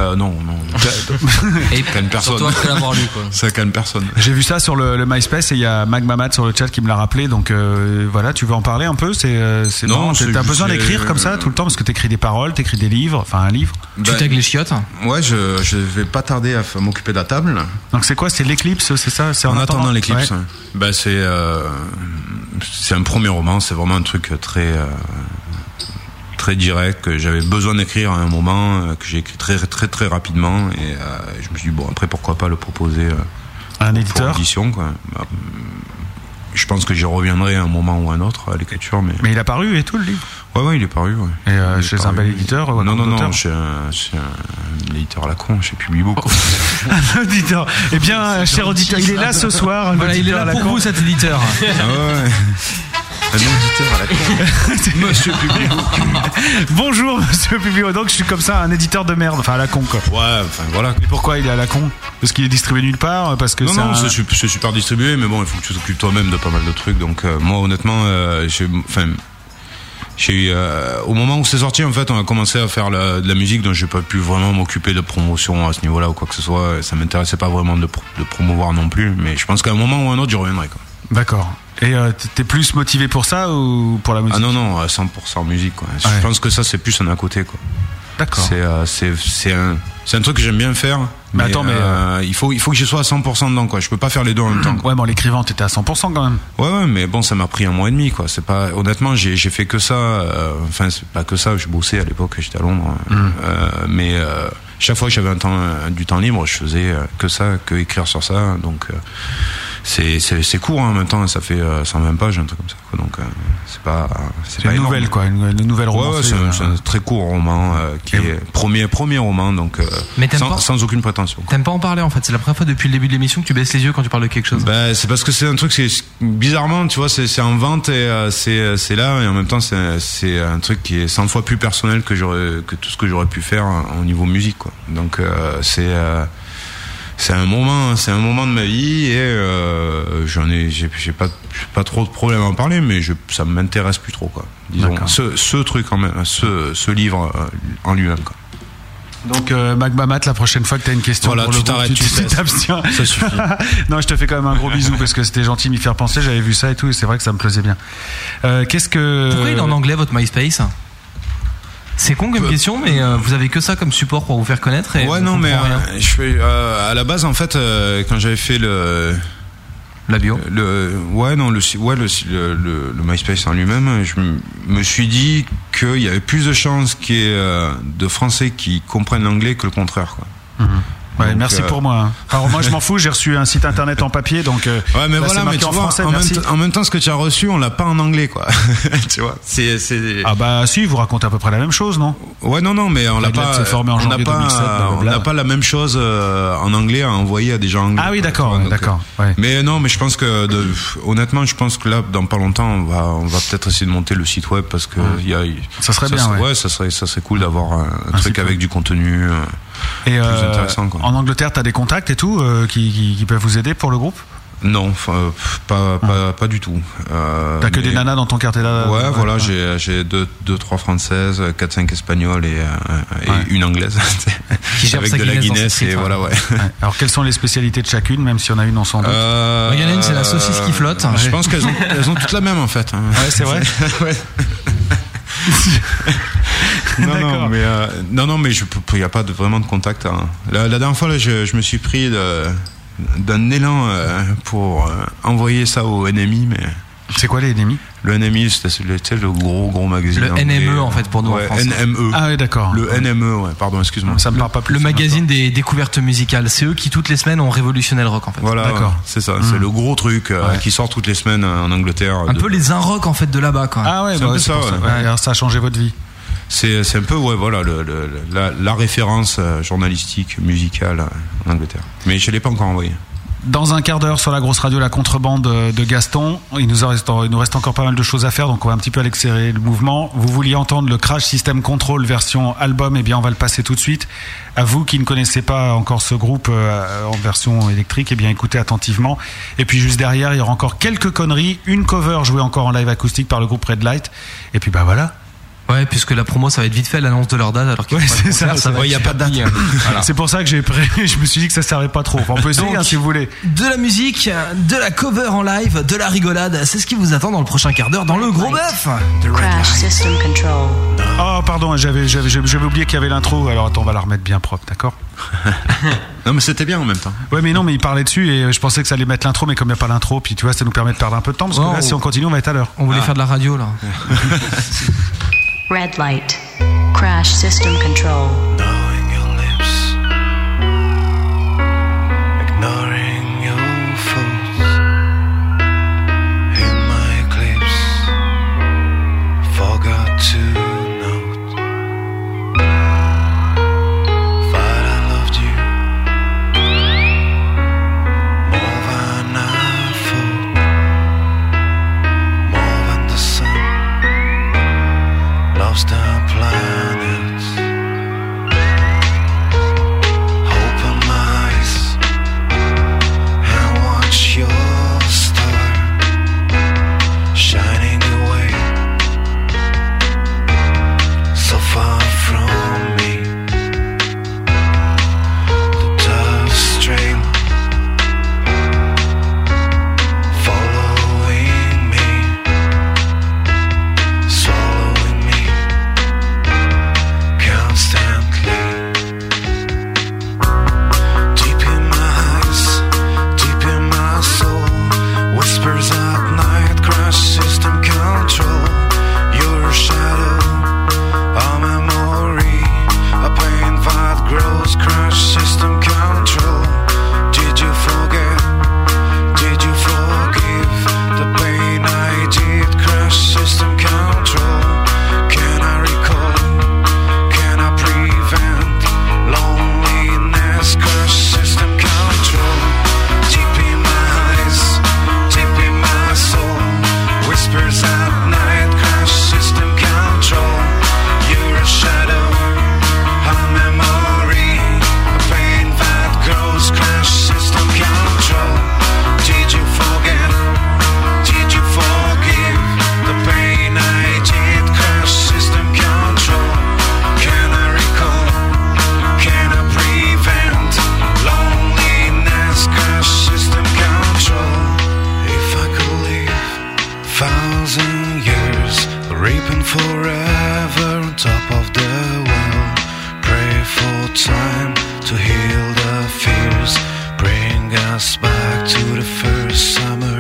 Speaker 4: Euh, non, non.
Speaker 2: Et
Speaker 4: Ça calme personne.
Speaker 2: surtout après l'avoir lu, quoi.
Speaker 4: Ça calme personne.
Speaker 2: J'ai vu ça sur le, le MySpace et il y a Magmamad sur le chat qui me l'a rappelé. Donc euh, voilà, tu veux en parler un peu C'est euh, c'est
Speaker 4: Non,
Speaker 2: marrant.
Speaker 4: c'est
Speaker 2: T'as
Speaker 4: juste-
Speaker 2: besoin d'écrire
Speaker 4: c'est-
Speaker 2: comme ça tout le temps parce que t'écris des paroles, t'écris des livres, enfin un livre.
Speaker 4: Ben,
Speaker 3: les chiottes
Speaker 4: Ouais, je, je vais pas tarder à f- m'occuper de la table.
Speaker 2: Donc c'est quoi C'est l'éclipse, c'est ça C'est
Speaker 4: en
Speaker 2: en,
Speaker 4: attendant l'éclipse.
Speaker 2: Ouais.
Speaker 4: Bah, c'est euh, c'est un premier roman, c'est vraiment un truc très euh, très direct que j'avais besoin d'écrire à un moment euh, que j'ai écrit très très très rapidement et euh, je me suis dit bon après pourquoi pas le proposer euh,
Speaker 2: à un
Speaker 4: éditeur audition quoi. Bah, je pense que j'y reviendrai à un moment ou à un autre à l'écriture mais
Speaker 2: Mais il a paru et tout le livre.
Speaker 4: Ouais, ouais, il est paru. Ouais.
Speaker 2: Et euh, chez un bel éditeur euh,
Speaker 4: Non, non, non,
Speaker 2: d'auteur
Speaker 4: chez un, chez un éditeur à la con, chez Publibo. quoi.
Speaker 2: Un auditeur. Eh bien, cher auditeur, il est là ce soir. un
Speaker 3: Voilà, il est
Speaker 2: auditeur
Speaker 3: là
Speaker 2: à la
Speaker 3: pour
Speaker 2: con.
Speaker 3: vous cet éditeur.
Speaker 4: Ah ouais. Un auditeur à la con. Monsieur Publibo.
Speaker 2: Bonjour, monsieur Publio. Donc, je suis comme ça, un éditeur de merde. Enfin, à la con, quoi.
Speaker 4: Ouais, enfin voilà.
Speaker 2: Et pourquoi il est à la con Parce qu'il est distribué nulle part euh, Parce que
Speaker 4: Non,
Speaker 2: c'est
Speaker 4: non,
Speaker 2: un-
Speaker 4: c'est sup- c'est super distribué, mais bon, il faut que tu t'occupes toi-même de pas mal de trucs. Donc, euh, moi, honnêtement, euh, j'ai- enfin, j'ai eu, euh, au moment où c'est sorti, en fait, on a commencé à faire la- de la musique, donc j'ai pas pu vraiment m'occuper de promotion à ce niveau-là ou quoi que ce soit. Ça m'intéressait pas vraiment de, pro- de promouvoir non plus, mais je pense qu'à un moment ou un autre, j'y reviendrai. Quoi.
Speaker 2: D'accord. Et euh, t'es plus motivé pour ça ou pour la musique
Speaker 4: Ah non, non, à 100% musique. Quoi.
Speaker 2: Ouais.
Speaker 4: Je pense que ça, c'est plus un à côté. Quoi.
Speaker 2: D'accord.
Speaker 4: C'est euh, c'est- c'est un, c'est un truc que j'aime bien faire.
Speaker 2: Mais attends, mais,
Speaker 4: euh, il, faut, il faut que je sois à 100% dedans. Quoi. Je peux pas faire les deux en même temps.
Speaker 2: Ouais, mais en l'écrivant, t'étais à 100% quand même.
Speaker 4: Ouais, ouais, mais bon, ça m'a pris un mois et demi, quoi. C'est pas, honnêtement, j'ai, j'ai fait que ça. euh, enfin, c'est pas que ça. Je bossais à l'époque, j'étais à Londres.
Speaker 2: Mm.
Speaker 4: Euh, mais euh, chaque fois que j'avais un temps, euh, du temps libre, je faisais euh, que ça, que écrire sur ça. Donc, euh, c'est, c'est, c'est court hein, en même temps. Ça fait euh, 120 pages, un truc comme ça. Quoi. Donc, euh, c'est pas, c'est,
Speaker 2: C'est
Speaker 4: pas
Speaker 2: une
Speaker 4: énorme.
Speaker 2: nouvelle, quoi. Une, une nouvelle euh, hein.
Speaker 4: Ouais,
Speaker 2: romance.
Speaker 4: ouais, c'est, un, c'est un très court roman euh, qui est premier premier roman donc euh,
Speaker 3: Mais t'aimes
Speaker 4: sans,
Speaker 3: pas
Speaker 4: sans aucune prétention.
Speaker 3: T'aimes pas en parler en fait, c'est la première fois depuis le début de l'émission que tu baisses les yeux quand tu parles de quelque chose.
Speaker 4: Bah, c'est parce que c'est un truc, c'est bizarrement, tu vois, c'est c'est en vente et euh, c'est euh, c'est là et en même temps c'est c'est un truc qui est 100 fois plus personnel que j'aurais que tout ce que j'aurais pu faire euh, au niveau musique, quoi. Donc euh, c'est euh, c'est un moment, c'est un moment de ma vie et euh, j'en ai, j'ai j'ai pas j'ai pas trop de problème à en parler, mais je, ça m'intéresse plus trop, quoi. Disons
Speaker 2: D'accord.
Speaker 4: ce ce truc en même, ce ce livre euh, en lui-même, quoi.
Speaker 2: Donc, euh, Magmamat, la prochaine fois que t'as une question,
Speaker 4: Voilà,
Speaker 2: pour
Speaker 4: tu
Speaker 2: le groupe,
Speaker 4: t'arrêtes, tu
Speaker 2: tu
Speaker 4: cesses.
Speaker 2: t'abstiens.
Speaker 4: Ça suffit.
Speaker 2: non, je te fais quand même un gros bisou parce que c'était gentil de m'y faire penser. J'avais vu ça et tout, et c'est vrai que ça me plaisait bien. Euh, Qu'est-ce que.
Speaker 3: Pourquoi il est en anglais votre MySpace C'est con comme question, mais euh, vous avez que ça comme support pour vous faire connaître. Et
Speaker 4: Ouais,
Speaker 3: on
Speaker 4: non, mais
Speaker 3: comprend rien.
Speaker 4: euh, je fais, euh, à la base, en fait, euh, quand j'avais fait le.
Speaker 3: La bio
Speaker 4: le, Ouais, non, le, si- ouais, le, si- le, le- le MySpace en lui-même, je m- me suis dit qu'il y avait plus de chances qu'il y ait euh, de Français qui comprennent l'anglais que le contraire, quoi.
Speaker 2: Mhm. Ouais,
Speaker 4: Donc,
Speaker 2: merci
Speaker 4: euh,
Speaker 2: pour moi. hein. Alors, moi, je m'en fous, j'ai reçu un site internet en papier, donc. euh,
Speaker 4: Ouais, mais
Speaker 2: là, c'est
Speaker 4: voilà, mais
Speaker 2: marqué
Speaker 4: tu
Speaker 2: en
Speaker 4: vois,
Speaker 2: français,
Speaker 4: en, même
Speaker 2: merci.
Speaker 4: temps- en même temps, ce que tu as reçu, on l'a pas en anglais, quoi. tu vois, c'est. c'est-
Speaker 2: Ah, bah, si, vous racontez à peu près la même chose, non
Speaker 4: Ouais, non, non, mais on l'a
Speaker 2: Maglev
Speaker 4: pas.
Speaker 2: s'est formé en
Speaker 4: on n'a
Speaker 2: janvier
Speaker 4: pas-
Speaker 2: 2007,
Speaker 4: On
Speaker 2: blablabla.
Speaker 4: n'a pas la même chose euh, en anglais à envoyer à des gens anglais.
Speaker 2: Ah oui,
Speaker 4: quoi,
Speaker 2: d'accord,
Speaker 4: tu vois,
Speaker 2: ouais,
Speaker 4: donc,
Speaker 2: d'accord,
Speaker 4: euh,
Speaker 2: ouais.
Speaker 4: Mais non, mais je pense que, de- pff, honnêtement, je pense que là, dans pas longtemps, on va, on va peut-être essayer de monter le site web parce que il y a.
Speaker 2: Ça serait bien, ouais.
Speaker 4: ça serait, ça serait cool d'avoir un, un truc avec du contenu euh,
Speaker 2: Et
Speaker 4: plus
Speaker 2: euh,
Speaker 4: intéressant, quoi.
Speaker 2: en Angleterre, t'as des contacts et tout euh, qui, qui- qui peuvent vous aider pour le groupe
Speaker 4: Non, enfin, euh, pff, pas, pas, pas du tout. Euh,
Speaker 2: Ah. T'as que
Speaker 4: mais-
Speaker 2: des nanas euh, dans ton quartier là
Speaker 4: Ouais, voilà, j'ai, j'ai deux, deux, trois françaises, quatre, cinq espagnoles et, euh, et une anglaise.
Speaker 3: Qui gère
Speaker 4: avec
Speaker 3: sa
Speaker 4: de la
Speaker 3: Guinness dans ses
Speaker 4: Guinness et
Speaker 2: hein.
Speaker 3: titres,
Speaker 4: voilà, ouais.
Speaker 2: Ouais. Alors, quelles sont les spécialités de chacune, même si on a une, on s'en doute
Speaker 4: Euh,
Speaker 3: Il y en a une, c'est la saucisse qui flotte.
Speaker 4: Je pense qu'elles ont, elles ont toutes la même en fait. hein.
Speaker 2: Ouais, c'est vrai.
Speaker 4: non, non, mais, euh, non, non, mais il n'y a pas de, vraiment de contact. hein. La, la dernière fois, là, je, je me suis pris de- d'un élan euh, pour euh, envoyer ça au NMI. Mais...
Speaker 2: C'est quoi les NMI
Speaker 4: Le NMI, c'était le, tu sais, le gros, gros magazine.
Speaker 3: Le
Speaker 4: anglais.
Speaker 3: NME, en fait, pour nous, en
Speaker 4: Ouais,
Speaker 3: français.
Speaker 4: NME.
Speaker 3: Ah oui, d'accord.
Speaker 4: Le NME, ouais, pardon, excuse-moi. Ça me parle pas
Speaker 3: Le magazine des découvertes musicales. C'est eux qui, toutes les semaines, ont révolutionné le rock, en fait.
Speaker 4: Voilà, ouais, c'est ça. C'est le gros truc euh,
Speaker 3: Hmm. Ouais.
Speaker 4: qui sort toutes les semaines euh, en Angleterre.
Speaker 3: Un
Speaker 4: de-
Speaker 3: peu les un rock, en fait, de là-bas, quoi.
Speaker 2: Ah ouais,
Speaker 4: C'est
Speaker 2: bah
Speaker 4: un peu
Speaker 2: ouais, c'est
Speaker 4: ça,
Speaker 2: pour ça.
Speaker 4: ouais.
Speaker 2: Ouais, alors ça a changé votre vie.
Speaker 4: C'est c'est un peu ouais, voilà, le- le- le- la, la référence euh, journalistique, musicale euh, en Angleterre. Mais je ne l'ai pas encore envoyé.
Speaker 2: Dans un quart d'heure sur la grosse radio, la contrebande euh, de Gaston. Il nous, en reste, il nous reste encore pas mal de choses à faire, donc on va un petit peu accélérer le mouvement. Vous vouliez entendre le Crash System Control version album, eh bien on va le passer tout de suite. À vous qui ne connaissez pas encore ce groupe euh, en version électrique, eh bien écoutez attentivement. Et puis juste derrière, il y aura encore quelques conneries, une cover jouée encore en live acoustique par le groupe Red Light. Et puis bah voilà.
Speaker 3: Ouais, puisque la promo, ça va être vite fait, l'annonce de leur date, alors qu'il
Speaker 2: Ouais,
Speaker 3: c'est
Speaker 2: c'est ça,
Speaker 3: ça va
Speaker 2: ouais,
Speaker 3: être
Speaker 2: y a pas de
Speaker 3: super
Speaker 2: date.
Speaker 3: bien. Voilà.
Speaker 2: C'est pour ça que j'ai pré- je me suis dit que ça servait pas trop. Enfin, on peut essayer
Speaker 3: Donc,
Speaker 2: hein, si vous voulez.
Speaker 3: De la musique, de la cover en live, de la rigolade, c'est ce qui vous attend dans le prochain quart d'heure dans le gros bœuf.
Speaker 8: Crash system control.
Speaker 2: Oh pardon, j'avais j'avais- j'avais oublié qu'il y avait l'intro. Alors attends, on va la remettre bien propre, d'accord
Speaker 4: Non, mais c'était bien en même temps.
Speaker 2: Ouais, mais non, mais il parlait dessus et je pensais que ça allait mettre l'intro, mais comme il n'y a pas l'intro, puis tu vois, ça nous permet de perdre un peu de temps parce que
Speaker 3: Oh.
Speaker 2: là, si on continue, on va être à l'heure. Ah.
Speaker 3: On voulait faire de la radio là.
Speaker 8: Red light. Crash system control.
Speaker 11: ignoring your fools in my clips forgot to note that I loved you more than I thought more than the sun loves the planets open my eyes and watch your star shining away so far from me. The dove stream following me, swallowing me constantly. Deep in my eyes deep in my soul. Whispers at night, crash system control. Your shadow, a memory, a pain that grows. Crash system control. Did you forget? Did you forgive the pain I did? Crash system control. Can I recall? Can I prevent loneliness? Crash system control. Deep in my eyes, deep in my soul. Whispers at night, crash system control. You're a shadow, a memory, a pain that grows. Crash system control. Did you forget? Did you forgive the pain I did? Crash system control. Can I recall? Can I prevent loneliness? Crash system control. If I could live thousand years, reaping forever on top of the world. Pray for time to heal the fears. Bring us back to the first summer.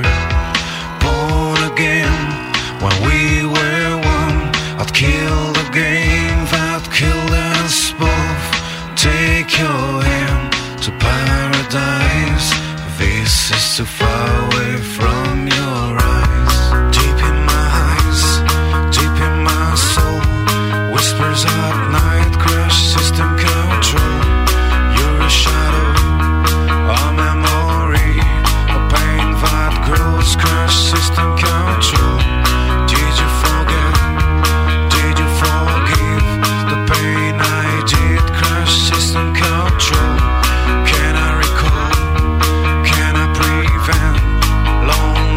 Speaker 11: Born again when we were one. I'd kill the game that killed us both. Take your hand to paradise. This is too far away from your eyes. Deep in my eyes, deep in my soul. Whispers at night, crash system control. You're a shadow, a memory, a pain that grows. Crash system control. Did you forget? Did you forgive the pain I did? Crash system control. Can I recall? Can I prevent long?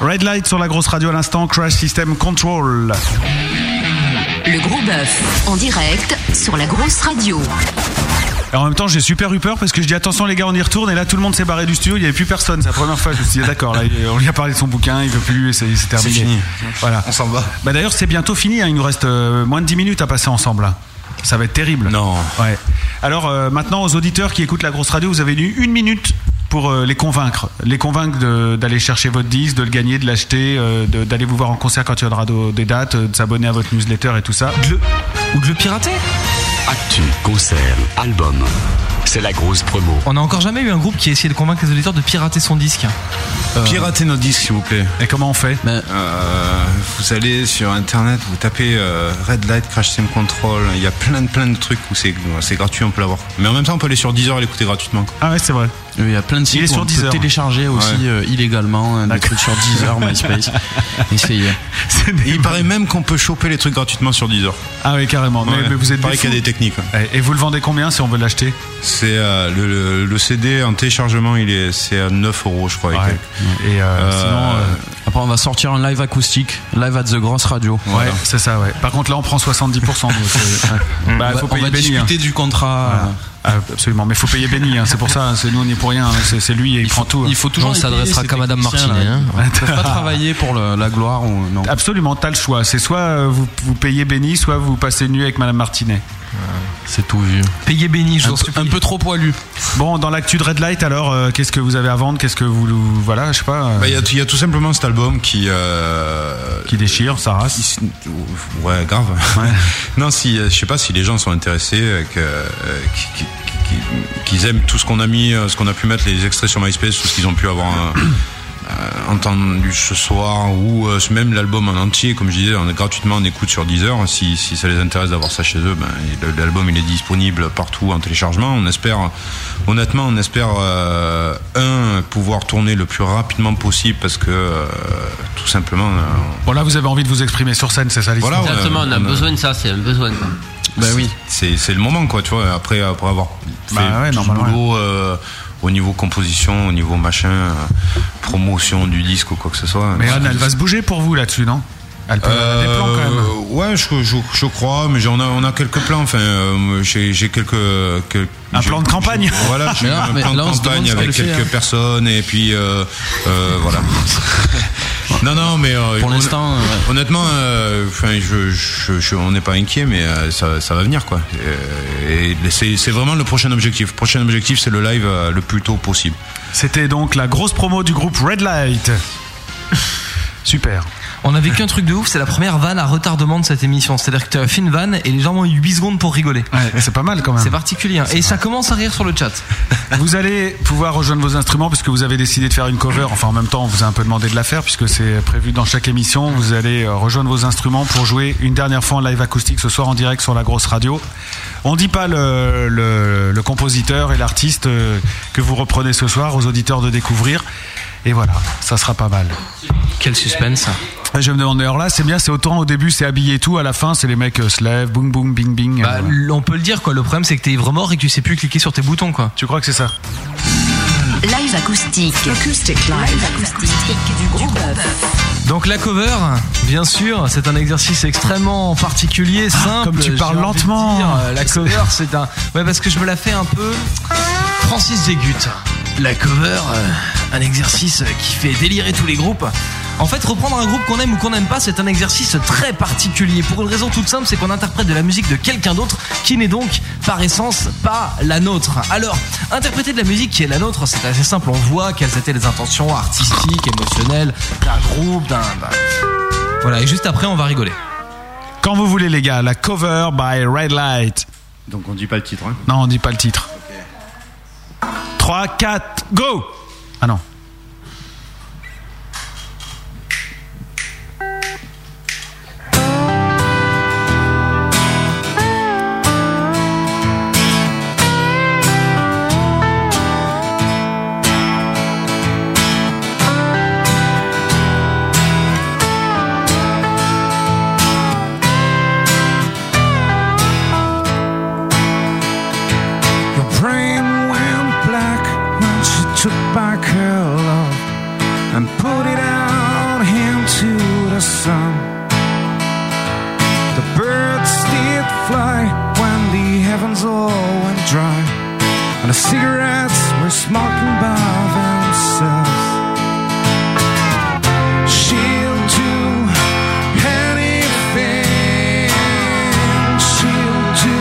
Speaker 2: Red Light sur la grosse radio à l'instant, Crash System Control.
Speaker 1: Le gros bœuf, en direct sur la grosse radio.
Speaker 2: Et en même temps, j'ai super eu peur parce que je dis attention les gars, on y retourne. Et là, tout le monde s'est barré du studio. Il n'y avait plus personne. C'est la première fois. Je me suis dit d'accord. Là, on lui a parlé de son bouquin. Il veut plus. et C'est c'est terminé.
Speaker 4: fini.
Speaker 2: Voilà. On s'en va. Bah d'ailleurs, c'est bientôt fini. hein. Il nous reste euh, moins de 10 minutes à passer ensemble. là. Ça va être terrible. Non. Ouais. Alors euh, maintenant, aux auditeurs qui écoutent la grosse radio, vous avez eu une minute pour euh, les convaincre, les convaincre de- d'aller chercher votre disque, de le gagner, de l'acheter, euh, de- d'aller vous voir en concert quand il y aura de- des dates, euh, de s'abonner à votre newsletter et tout ça.
Speaker 3: Ou de le pirater
Speaker 21: Actu, concert, album. C'est la grosse promo.
Speaker 3: On n'a encore jamais eu un groupe qui a essayé de convaincre les auditeurs de pirater son disque.
Speaker 10: Euh,
Speaker 4: Piratez nos disques, s'il vous plaît.
Speaker 2: Et comment on fait
Speaker 10: Ben,
Speaker 4: Euh, Vous allez sur internet, vous tapez euh, Red Light Crash Team Control. Il y a plein de plein de trucs où c'est c'est gratuit, on peut l'avoir. Mais en même temps, on peut aller sur Deezer et l'écouter gratuitement. quoi.
Speaker 2: Ah ouais, c'est vrai.
Speaker 10: Il y a plein de sites
Speaker 4: Il est
Speaker 10: où
Speaker 4: sur
Speaker 10: on peut
Speaker 4: Deezer.
Speaker 10: télécharger aussi
Speaker 4: Ouais.
Speaker 10: euh, illégalement euh, des trucs sur Deezer, MySpace. Essayez.
Speaker 4: Et il paraît même qu'on peut choper les trucs gratuitement sur Deezer.
Speaker 2: Ah oui, carrément. Mais,
Speaker 4: Ouais.
Speaker 2: mais vous êtes
Speaker 4: Pareil
Speaker 2: des
Speaker 4: qu'il y a
Speaker 2: fous.
Speaker 4: des
Speaker 2: Eh,
Speaker 4: techniques.
Speaker 2: Et et vous le vendez combien si on veut l'acheter
Speaker 4: C'est euh, le, le- le CD en téléchargement, il est c'est à 9 euros, je crois. et quelques. Euh,
Speaker 2: Et euh,
Speaker 10: Euh, Après, on va sortir un live acoustique, live at The Grosse Radio.
Speaker 2: Ouais, c'est ça, ouais. Par contre, là, on prend 70%. nous, c'est-
Speaker 10: On
Speaker 2: Bah,
Speaker 10: va-
Speaker 2: faut
Speaker 10: on
Speaker 2: payer
Speaker 10: va
Speaker 2: Benny,
Speaker 10: discuter
Speaker 2: hein.
Speaker 10: du contrat.
Speaker 2: Voilà. Ah, absolument, mais faut payer Benny, hein, c'est pour ça, c'est nous on n'y est pour rien, hein, c'est c'est lui et il, prend tout. hein.
Speaker 10: Il faut toujours. les payer, ces techniciens, là.
Speaker 9: hein.
Speaker 10: Ils peuvent pas travailler pour le- la gloire ou non.
Speaker 2: Absolument, t'as le choix. C'est soit euh, vous, vous payez Benny, soit vous passez nu avec Madame Martinet.
Speaker 10: C'est tout vieux.
Speaker 3: Payez Benny,
Speaker 10: je vous en supplie. Un peu trop poilu.
Speaker 2: Bon, dans l'actu de Red Light, alors, euh, qu'est-ce que vous avez à vendre Qu'est-ce que vous, voilà, je sais pas. euh,
Speaker 4: Bah, Il y, a- il y a tout simplement cet album qui. euh,
Speaker 2: qui déchire sa race.
Speaker 4: ouais, grave. non, si, euh, je sais pas si les gens sont intéressés, euh, que, euh, qui- qui- qui- qu'ils aiment tout ce qu'on a mis, euh, ce qu'on a pu mettre, les extraits sur MySpace, tout ce qu'ils ont pu avoir. euh, euh, entendu ce soir ou euh, même l'album en entier comme je disais on, gratuitement on écoute sur Deezer si, si ça les intéresse d'avoir ça chez eux ben, le- l'album il est disponible partout en téléchargement on espère honnêtement on espère euh, un pouvoir tourner le plus rapidement possible parce que euh, tout simplement euh,
Speaker 2: Bon, là, Ah, vous avez envie de vous exprimer sur scène, c'est ça l'histoire
Speaker 4: Voilà,
Speaker 9: Exactement,
Speaker 4: ouais,
Speaker 9: on a
Speaker 4: on a-
Speaker 9: besoin de ça, c'est un besoin. quoi.
Speaker 4: C'est- Ben C'est c'est le moment, quoi, tu vois. Après, après avoir fait
Speaker 2: Bah ouais,
Speaker 4: tout ce
Speaker 2: normalement,
Speaker 4: boulot euh, au niveau composition, au niveau machin, euh, promotion du disque ou quoi que ce soit.
Speaker 2: Mais Anne,
Speaker 4: Euh,
Speaker 2: elle va se bouger pour vous là-dessus, non Elle peut elle a des plans quand même.
Speaker 4: euh, ouais, je, je, je crois, mais j'en a, on a quelques plans. Enfin, euh, j'ai j'ai quelques, quelques-
Speaker 2: Un
Speaker 4: j'ai-
Speaker 2: plan de campagne.
Speaker 4: j'ai- Voilà, j'ai
Speaker 2: Mais là,
Speaker 4: un
Speaker 2: mais
Speaker 4: plan
Speaker 2: là, on
Speaker 4: de
Speaker 2: se demande
Speaker 4: campagne
Speaker 2: ce
Speaker 4: avec
Speaker 2: qu'elle fait,
Speaker 4: quelques
Speaker 2: hein.
Speaker 4: personnes et puis euh, euh, voilà. Non, non, mais euh,
Speaker 10: Pour
Speaker 4: hon-
Speaker 10: l'instant, euh,
Speaker 4: honnêtement, euh, enfin, je, je- je- on n'est pas inquiet, mais euh, ça, ça va venir, quoi. Euh, Et c'est c'est vraiment le prochain objectif. Prochain objectif, c'est le live euh, le plus tôt possible.
Speaker 2: C'était donc la grosse promo du groupe Red Light. Super.
Speaker 3: On a vécu un truc de ouf, c'est la première vanne à retardement de cette émission. C'est-à-dire que tu as fait une vanne et les gens ont eu 8 secondes pour rigoler.
Speaker 2: c'est pas mal quand même.
Speaker 3: C'est particulier. hein. Et ça commence à rire sur le chat.
Speaker 2: Vous allez pouvoir rejoindre vos instruments puisque vous avez décidé de faire une cover. Enfin, en même temps, on vous a un peu demandé de la faire puisque c'est prévu dans chaque émission. Vous allez euh, rejoindre vos instruments pour jouer une dernière fois en live acoustique ce soir en direct sur la grosse radio. On dit pas le, le- le compositeur et l'artiste euh, que vous reprenez ce soir aux auditeurs de découvrir. Et voilà, ça sera pas mal.
Speaker 3: Quel suspense.
Speaker 2: Je me demande alors là, c'est bien, c'est autant au début c'est habillé et tout, à la fin c'est les mecs euh, se lèvent, boum boum, bing bing. euh,
Speaker 3: Bah, l- on peut le dire quoi. Le problème c'est que t'es ivre mort et que tu sais plus cliquer sur tes boutons quoi.
Speaker 2: Tu crois que c'est ça
Speaker 1: Live acoustique. Live acoustique du gros bœuf.
Speaker 3: Donc la cover, bien sûr, c'est un exercice extrêmement particulier, simple.
Speaker 2: Ah, comme tu
Speaker 3: j'ai
Speaker 2: parles
Speaker 3: envie de
Speaker 2: lentement.
Speaker 3: dire. Euh, La cover, c'est un. Ouais, parce que je me la fais un peu. Francis Zégut. La cover, euh, un exercice euh, qui fait délirer tous les groupes. En fait, reprendre un groupe qu'on aime ou qu'on n'aime pas, c'est un exercice très particulier. Pour une raison toute simple, c'est qu'on interprète de la musique de quelqu'un d'autre qui n'est donc par essence pas la nôtre. Alors, interpréter de la musique qui est la nôtre, c'est assez simple. On voit quelles étaient les intentions artistiques, émotionnelles d'un groupe, d'un. d'un- Voilà, et juste après, on va rigoler.
Speaker 2: Quand vous voulez les gars, la cover by Red Light.
Speaker 4: Donc on dit pas le titre. Hein.
Speaker 2: Non, on dit pas le titre. 3, 4, go Ah non.
Speaker 11: Your brain went black when she took back her love and put it out dry, and the cigarettes were smoking by themselves. She'll do anything. She'll do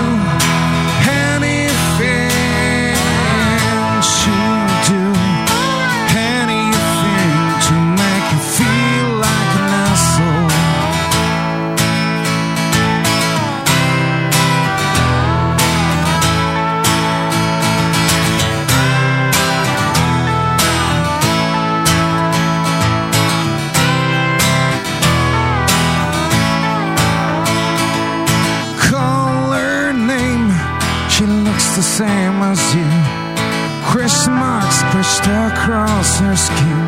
Speaker 11: anything. She'll do anything to make you feel like an asshole. Call her name. She looks the same as you. Chris marks pushed across her skin.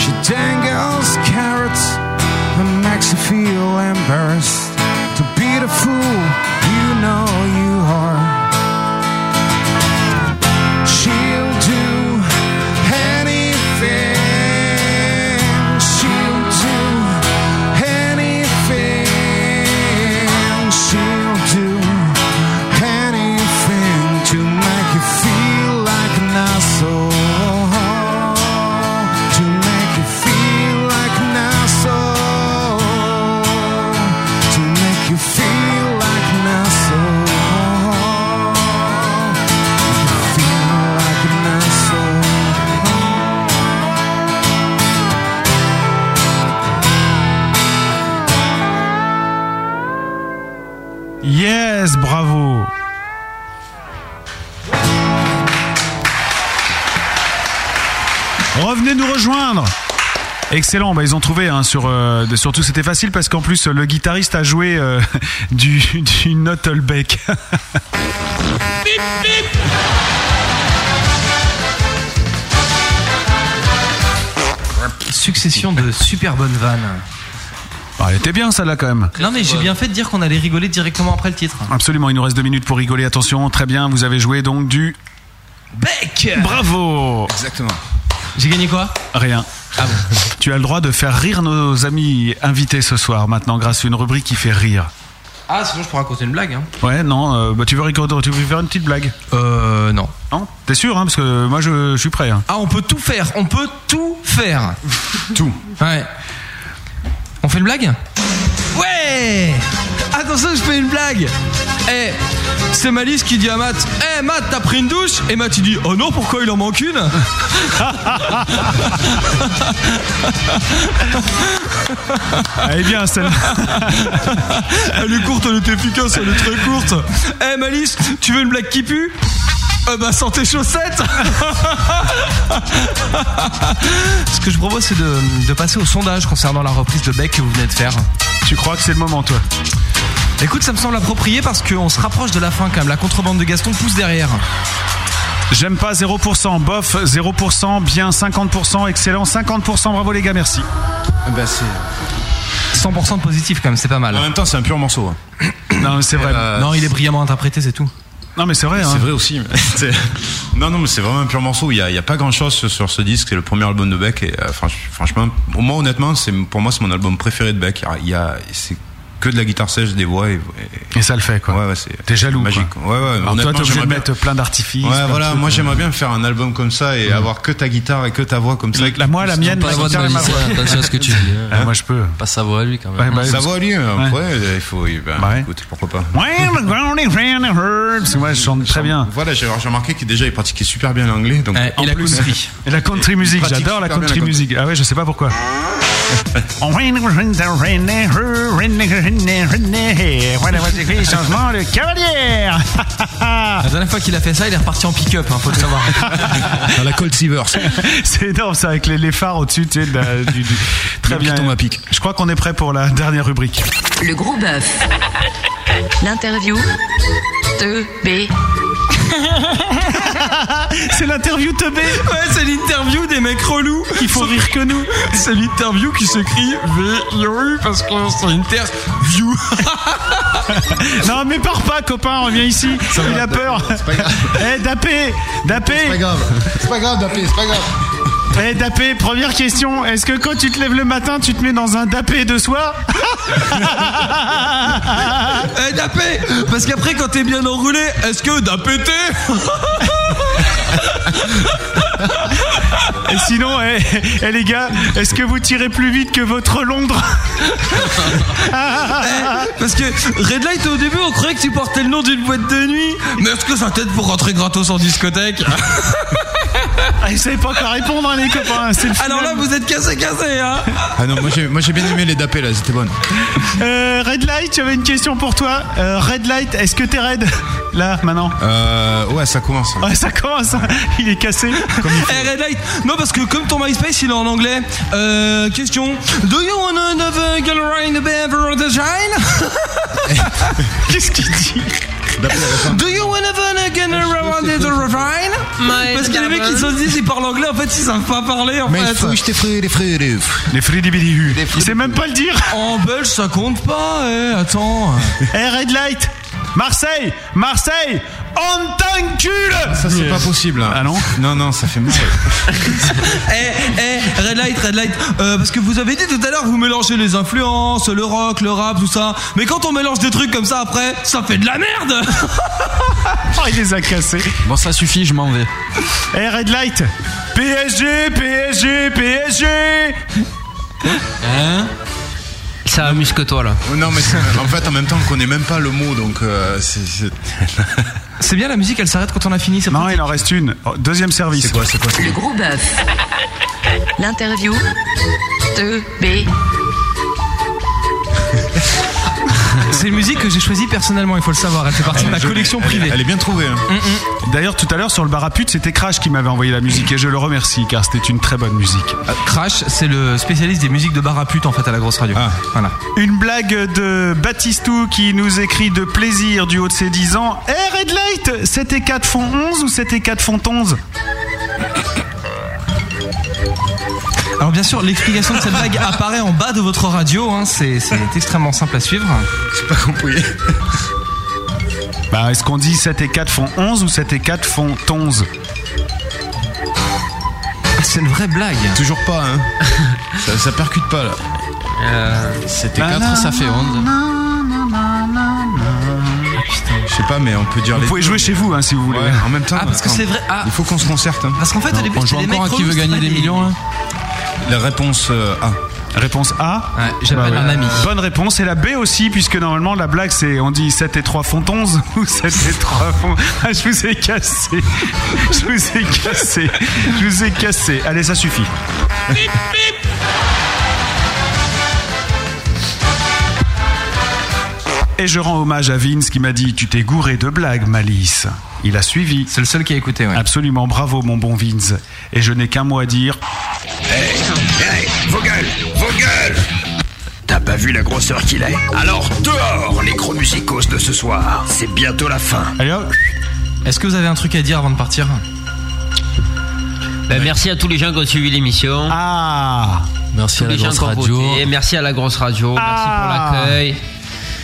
Speaker 11: She dangles carrots and makes you feel embarrassed to be the fool you know you are. She'll do anything. She'll do anything. She'll do anything to make you feel like an asshole. To make you feel like an asshole. To make you feel like an asshole. Feel like an asshole.
Speaker 2: Yes, bravo. Revenez nous rejoindre. Excellent, bah, ils ont trouvé hein, sur euh, de- surtout c'était facile parce qu'en plus le guitariste a joué euh, du du Nottlebeck.
Speaker 3: Succession de super bonnes vannes.
Speaker 2: Ah, elle était bien celle-là quand même.
Speaker 3: Non mais j'ai bien fait de dire qu'on allait rigoler directement après le titre.
Speaker 2: Absolument, il nous reste deux minutes pour rigoler. Attention, très bien, vous avez joué donc du
Speaker 3: Beck.
Speaker 2: Bravo.
Speaker 4: Exactement.
Speaker 3: J'ai gagné quoi Ah
Speaker 2: Rien. tu as le droit de faire rire nos amis invités ce soir maintenant grâce à une rubrique qui fait rire.
Speaker 3: Ah sinon je pourrais raconter une blague. Hein.
Speaker 2: Ouais, non, euh, bah, tu veux rigoler, tu veux faire une petite blague
Speaker 3: Euh, non.
Speaker 2: Non T'es sûr, hein, parce que moi je, je suis prêt. hein.
Speaker 3: Ah on peut tout faire, on peut tout faire.
Speaker 2: tout.
Speaker 3: Ouais. On fait une blague Ouais Attention, je fais une blague Eh, c'est Malice qui dit à Matt Eh, Matt, t'as pris une douche Et Matt, il dit Oh non, pourquoi il en manque une
Speaker 2: Elle est bien, celle-là
Speaker 3: Elle est courte, elle est efficace, elle est très courte Eh, Malice, tu veux une blague qui pue eh bah sans tes chaussettes Ce que je propose c'est de, de passer au sondage concernant la reprise de Beck que vous venez de faire.
Speaker 2: Tu crois que c'est le moment toi
Speaker 3: Écoute ça me semble approprié parce qu'on se rapproche de la fin quand même, la contrebande de Gaston pousse derrière.
Speaker 2: J'aime pas 0%, bof 0%, bien 50%, excellent 50%, bravo les gars, merci.
Speaker 4: Bah c'est
Speaker 3: 100% de positif quand même, c'est pas mal. Euh,
Speaker 4: En même temps, c'est un pur morceau.
Speaker 2: Non, mais c'est vrai.
Speaker 4: Euh,
Speaker 3: non, il est brillamment interprété, c'est hein. tout.
Speaker 2: Non, mais c'est vrai.
Speaker 4: C'est vrai aussi. mais c'est- non, non, mais c'est vraiment un pur morceau. Il n'y a, il y a pas grand chose sur ce disque. C'est le premier album de Beck. Et, euh, franch- franchement, pour moi, honnêtement, c'est, pour moi, c'est mon album préféré de Beck. Il y a, c'est que de la guitare sèche, des voix. Et,
Speaker 2: et ça le fait, quoi.
Speaker 4: Ouais, ouais, c'est,
Speaker 2: T'es jaloux.
Speaker 4: Magique.
Speaker 2: quoi.
Speaker 4: Ouais, ouais,
Speaker 2: Alors toi,
Speaker 4: honnêtement,
Speaker 2: t'es obligé de
Speaker 4: j'aimerais bien-
Speaker 2: mettre plein d'artifices.
Speaker 4: Ouais,
Speaker 2: plein de
Speaker 4: voilà,
Speaker 2: trucs,
Speaker 4: moi
Speaker 2: ouais.
Speaker 4: j'aimerais bien faire un album comme ça et avoir que ta guitare et que ta voix comme ça.
Speaker 2: La- moi, la mienne, ma guitare et ma voix. Ah, Moi, je peux.
Speaker 12: hein. Pas sa voix à lui quand même.
Speaker 2: Ouais, bah,
Speaker 4: Ça va lui, hein,
Speaker 2: Ouais. Bah
Speaker 4: ouais, il faut. il- ben, Écoute, pourquoi pas.
Speaker 2: Ouais, le ground is red and hurt. Parce que moi, je chante très bien.
Speaker 4: Voilà, j'ai j'ai remarqué qu'il déjà il pratiquait super bien l'anglais. Donc, en plus-
Speaker 2: Euh, Et la country music,
Speaker 4: pratique
Speaker 2: j'adore la
Speaker 4: super bien
Speaker 2: country music. Ah ouais, je sais pas pourquoi. Voilà, voici le changement de cavalière.
Speaker 3: La dernière fois qu'il a fait ça, il est reparti en pick-up, hein, faut le savoir.
Speaker 4: Dans la Cold Silver.
Speaker 2: C'est énorme ça, avec les, les phares au-dessus, tu sais, de la- du, du- Très bien. Je crois qu'on est prêt pour la dernière rubrique.
Speaker 8: Le gros bœuf. L'interview de B.
Speaker 2: c'est l'interview teubé
Speaker 3: Ouais, c'est l'interview des mecs relous
Speaker 2: qui font rire que nous.
Speaker 3: C'est l'interview qui s'écrit VIOU parce que c'est interview.
Speaker 2: Non, mais pars pas, copain, reviens ici. Il a peur. Eh, Dapé Dapé
Speaker 20: C'est pas grave, c'est pas grave, Dapé, c'est pas grave.
Speaker 2: Eh Dapé, première question. Est-ce que quand tu te lèves le matin, tu te mets dans un Dapé de soie
Speaker 3: Eh, Dapé Parce qu'après, quand t'es bien enroulé, est-ce que d'un pété
Speaker 2: Et sinon, eh, eh, les gars, est-ce que vous tirez plus vite que votre Londres
Speaker 3: Eh, Parce que Red Light, au début, on croyait que tu portais le nom d'une boîte de nuit. Mais est-ce que ça t'aide pour rentrer gratos en discothèque
Speaker 2: ah, Ils savaient pas quoi répondre, hein, les copains. C'est le
Speaker 3: Alors là,
Speaker 2: final.
Speaker 3: vous êtes cassé, cassé, hein
Speaker 4: Ah non, moi j'ai moi, j'ai bien aimé les dapés là, c'était bonne.
Speaker 2: Euh, Red Light, j'avais une question pour toi. Euh, Red Light, est-ce que t'es raide Là, maintenant.
Speaker 4: Euh, ouais, ça commence.
Speaker 2: Ouais, ça commence, hein. il est cassé.
Speaker 3: Eh, Red Light Non, parce que comme ton MySpace, il est en anglais. Euh, question Do you wanna another girl ride the beaver of the shine
Speaker 2: Qu'est-ce qu'il dit Eh,
Speaker 3: Do you wanna another girl ride the refine
Speaker 5: My
Speaker 3: Parce que les mecs,
Speaker 5: darling.
Speaker 3: ils se disent, ils parlent anglais, en fait, ils savent pas parler, en fait.
Speaker 4: tes fruits, les fruits, les fruits.
Speaker 2: Les fruits des bilihu. Il sait même pas le dire.
Speaker 3: En belge, ça compte pas, eh, attends.
Speaker 2: Eh, Red Light, Marseille, Marseille, on t'encule
Speaker 4: Ça c'est pas possible. Ah
Speaker 2: non
Speaker 4: Non, non, ça fait mal.
Speaker 3: Eh, eh, red light, red light. Euh, parce que vous avez dit tout à l'heure, vous mélangez les influences, le rock, le rap, tout ça. Mais quand on mélange des trucs comme ça après, ça fait de la merde
Speaker 2: Oh, il les a cassés.
Speaker 10: Bon, ça suffit, je m'en vais.
Speaker 2: Eh, Red Light, PSG, PSG, PSG
Speaker 9: Ça amuse que toi là.
Speaker 4: Oh, Non, mais c'est- en fait, en même temps, on connaît même pas le mot, donc euh, c'est. c'est-
Speaker 3: C'est bien, la musique, elle s'arrête quand on a fini. c'est
Speaker 2: Non, il en reste une. Oh, Deuxième service. C'est
Speaker 4: quoi, c'est quoi
Speaker 22: Le gros bœuf.
Speaker 23: L'interview de B.
Speaker 3: C'est une musique que j'ai choisie personnellement, il faut le savoir. Elle fait partie de ma collection privée. Mm,
Speaker 4: Elle est bien trouvée. hein.
Speaker 2: D'ailleurs, tout à l'heure, sur le bar à pute, c'était Crash qui m'avait envoyé la musique et je le remercie car c'était une très bonne musique.
Speaker 3: Crash, c'est le spécialiste des musiques de bar à pute, en fait à la grosse radio.
Speaker 4: Ah.
Speaker 3: Voilà.
Speaker 2: Une blague de Batistou qui nous écrit de plaisir du haut de ses 10 ans. Eh, Red Light, c'était 4 font 11 ou c'était 4 font 11
Speaker 3: Alors bien sûr, l'explication de cette blague apparaît en bas de votre radio. hein. C'est c'est extrêmement simple à suivre.
Speaker 4: J'ai pas compris.
Speaker 2: Bah, est-ce qu'on dit 7 et 4 font 11 ou 7 et 4 font 11
Speaker 3: Ah, C'est une vraie blague.
Speaker 4: Toujours pas, hein. ça, ça percute pas là. C'était 4, ça fait 11. Je sais pas, mais on peut dire
Speaker 2: Vous
Speaker 4: les
Speaker 2: pouvez
Speaker 4: deux.
Speaker 2: jouer chez vous hein, si vous voulez.
Speaker 4: Ouais, en même temps. euh,
Speaker 3: Ah, parce que
Speaker 4: attends.
Speaker 3: c'est vrai. Ah,
Speaker 4: Il faut qu'on se concerte. hein.
Speaker 3: parce qu'en fait, au
Speaker 4: Non,
Speaker 3: début,
Speaker 4: on joue
Speaker 3: c'était les
Speaker 4: encore
Speaker 3: mecs
Speaker 4: à qui veut
Speaker 3: relous,
Speaker 4: gagner
Speaker 3: c'était
Speaker 4: des
Speaker 3: pas
Speaker 4: millions là La réponse euh, A.
Speaker 2: Réponse A
Speaker 3: Ouais, j'appelle
Speaker 2: Bah ouais.
Speaker 3: un ami.
Speaker 2: Bonne réponse. Et la B aussi, puisque normalement la blague c'est on dit 7 et 3 font 11 ou 7 et 3 font. Ah, je vous ai cassé. Je vous ai cassé. Je vous ai cassé. Allez, ça suffit. Et je rends hommage à Vince qui m'a dit Tu t'es gouré de blagues, Malice. Il a suivi.
Speaker 3: C'est le seul qui a écouté, ouais.
Speaker 2: Absolument, bravo, mon bon Vince. Et je n'ai qu'un mot à dire.
Speaker 6: Hey, vos gueules, vos gueules T'as pas vu la grosseur qu'il est Alors dehors les gros musicos de ce soir, c'est bientôt la fin.
Speaker 2: Allez hop.
Speaker 3: Est-ce que vous avez un truc à dire avant de partir
Speaker 9: Ben, merci à tous les gens qui ont suivi l'émission.
Speaker 2: Ah
Speaker 24: Merci
Speaker 9: Tous
Speaker 24: à la
Speaker 9: les gens
Speaker 24: grosse
Speaker 9: qui ont
Speaker 24: radio.
Speaker 9: voté. Merci à la grosse radio.
Speaker 2: Ah.
Speaker 9: Merci pour l'accueil.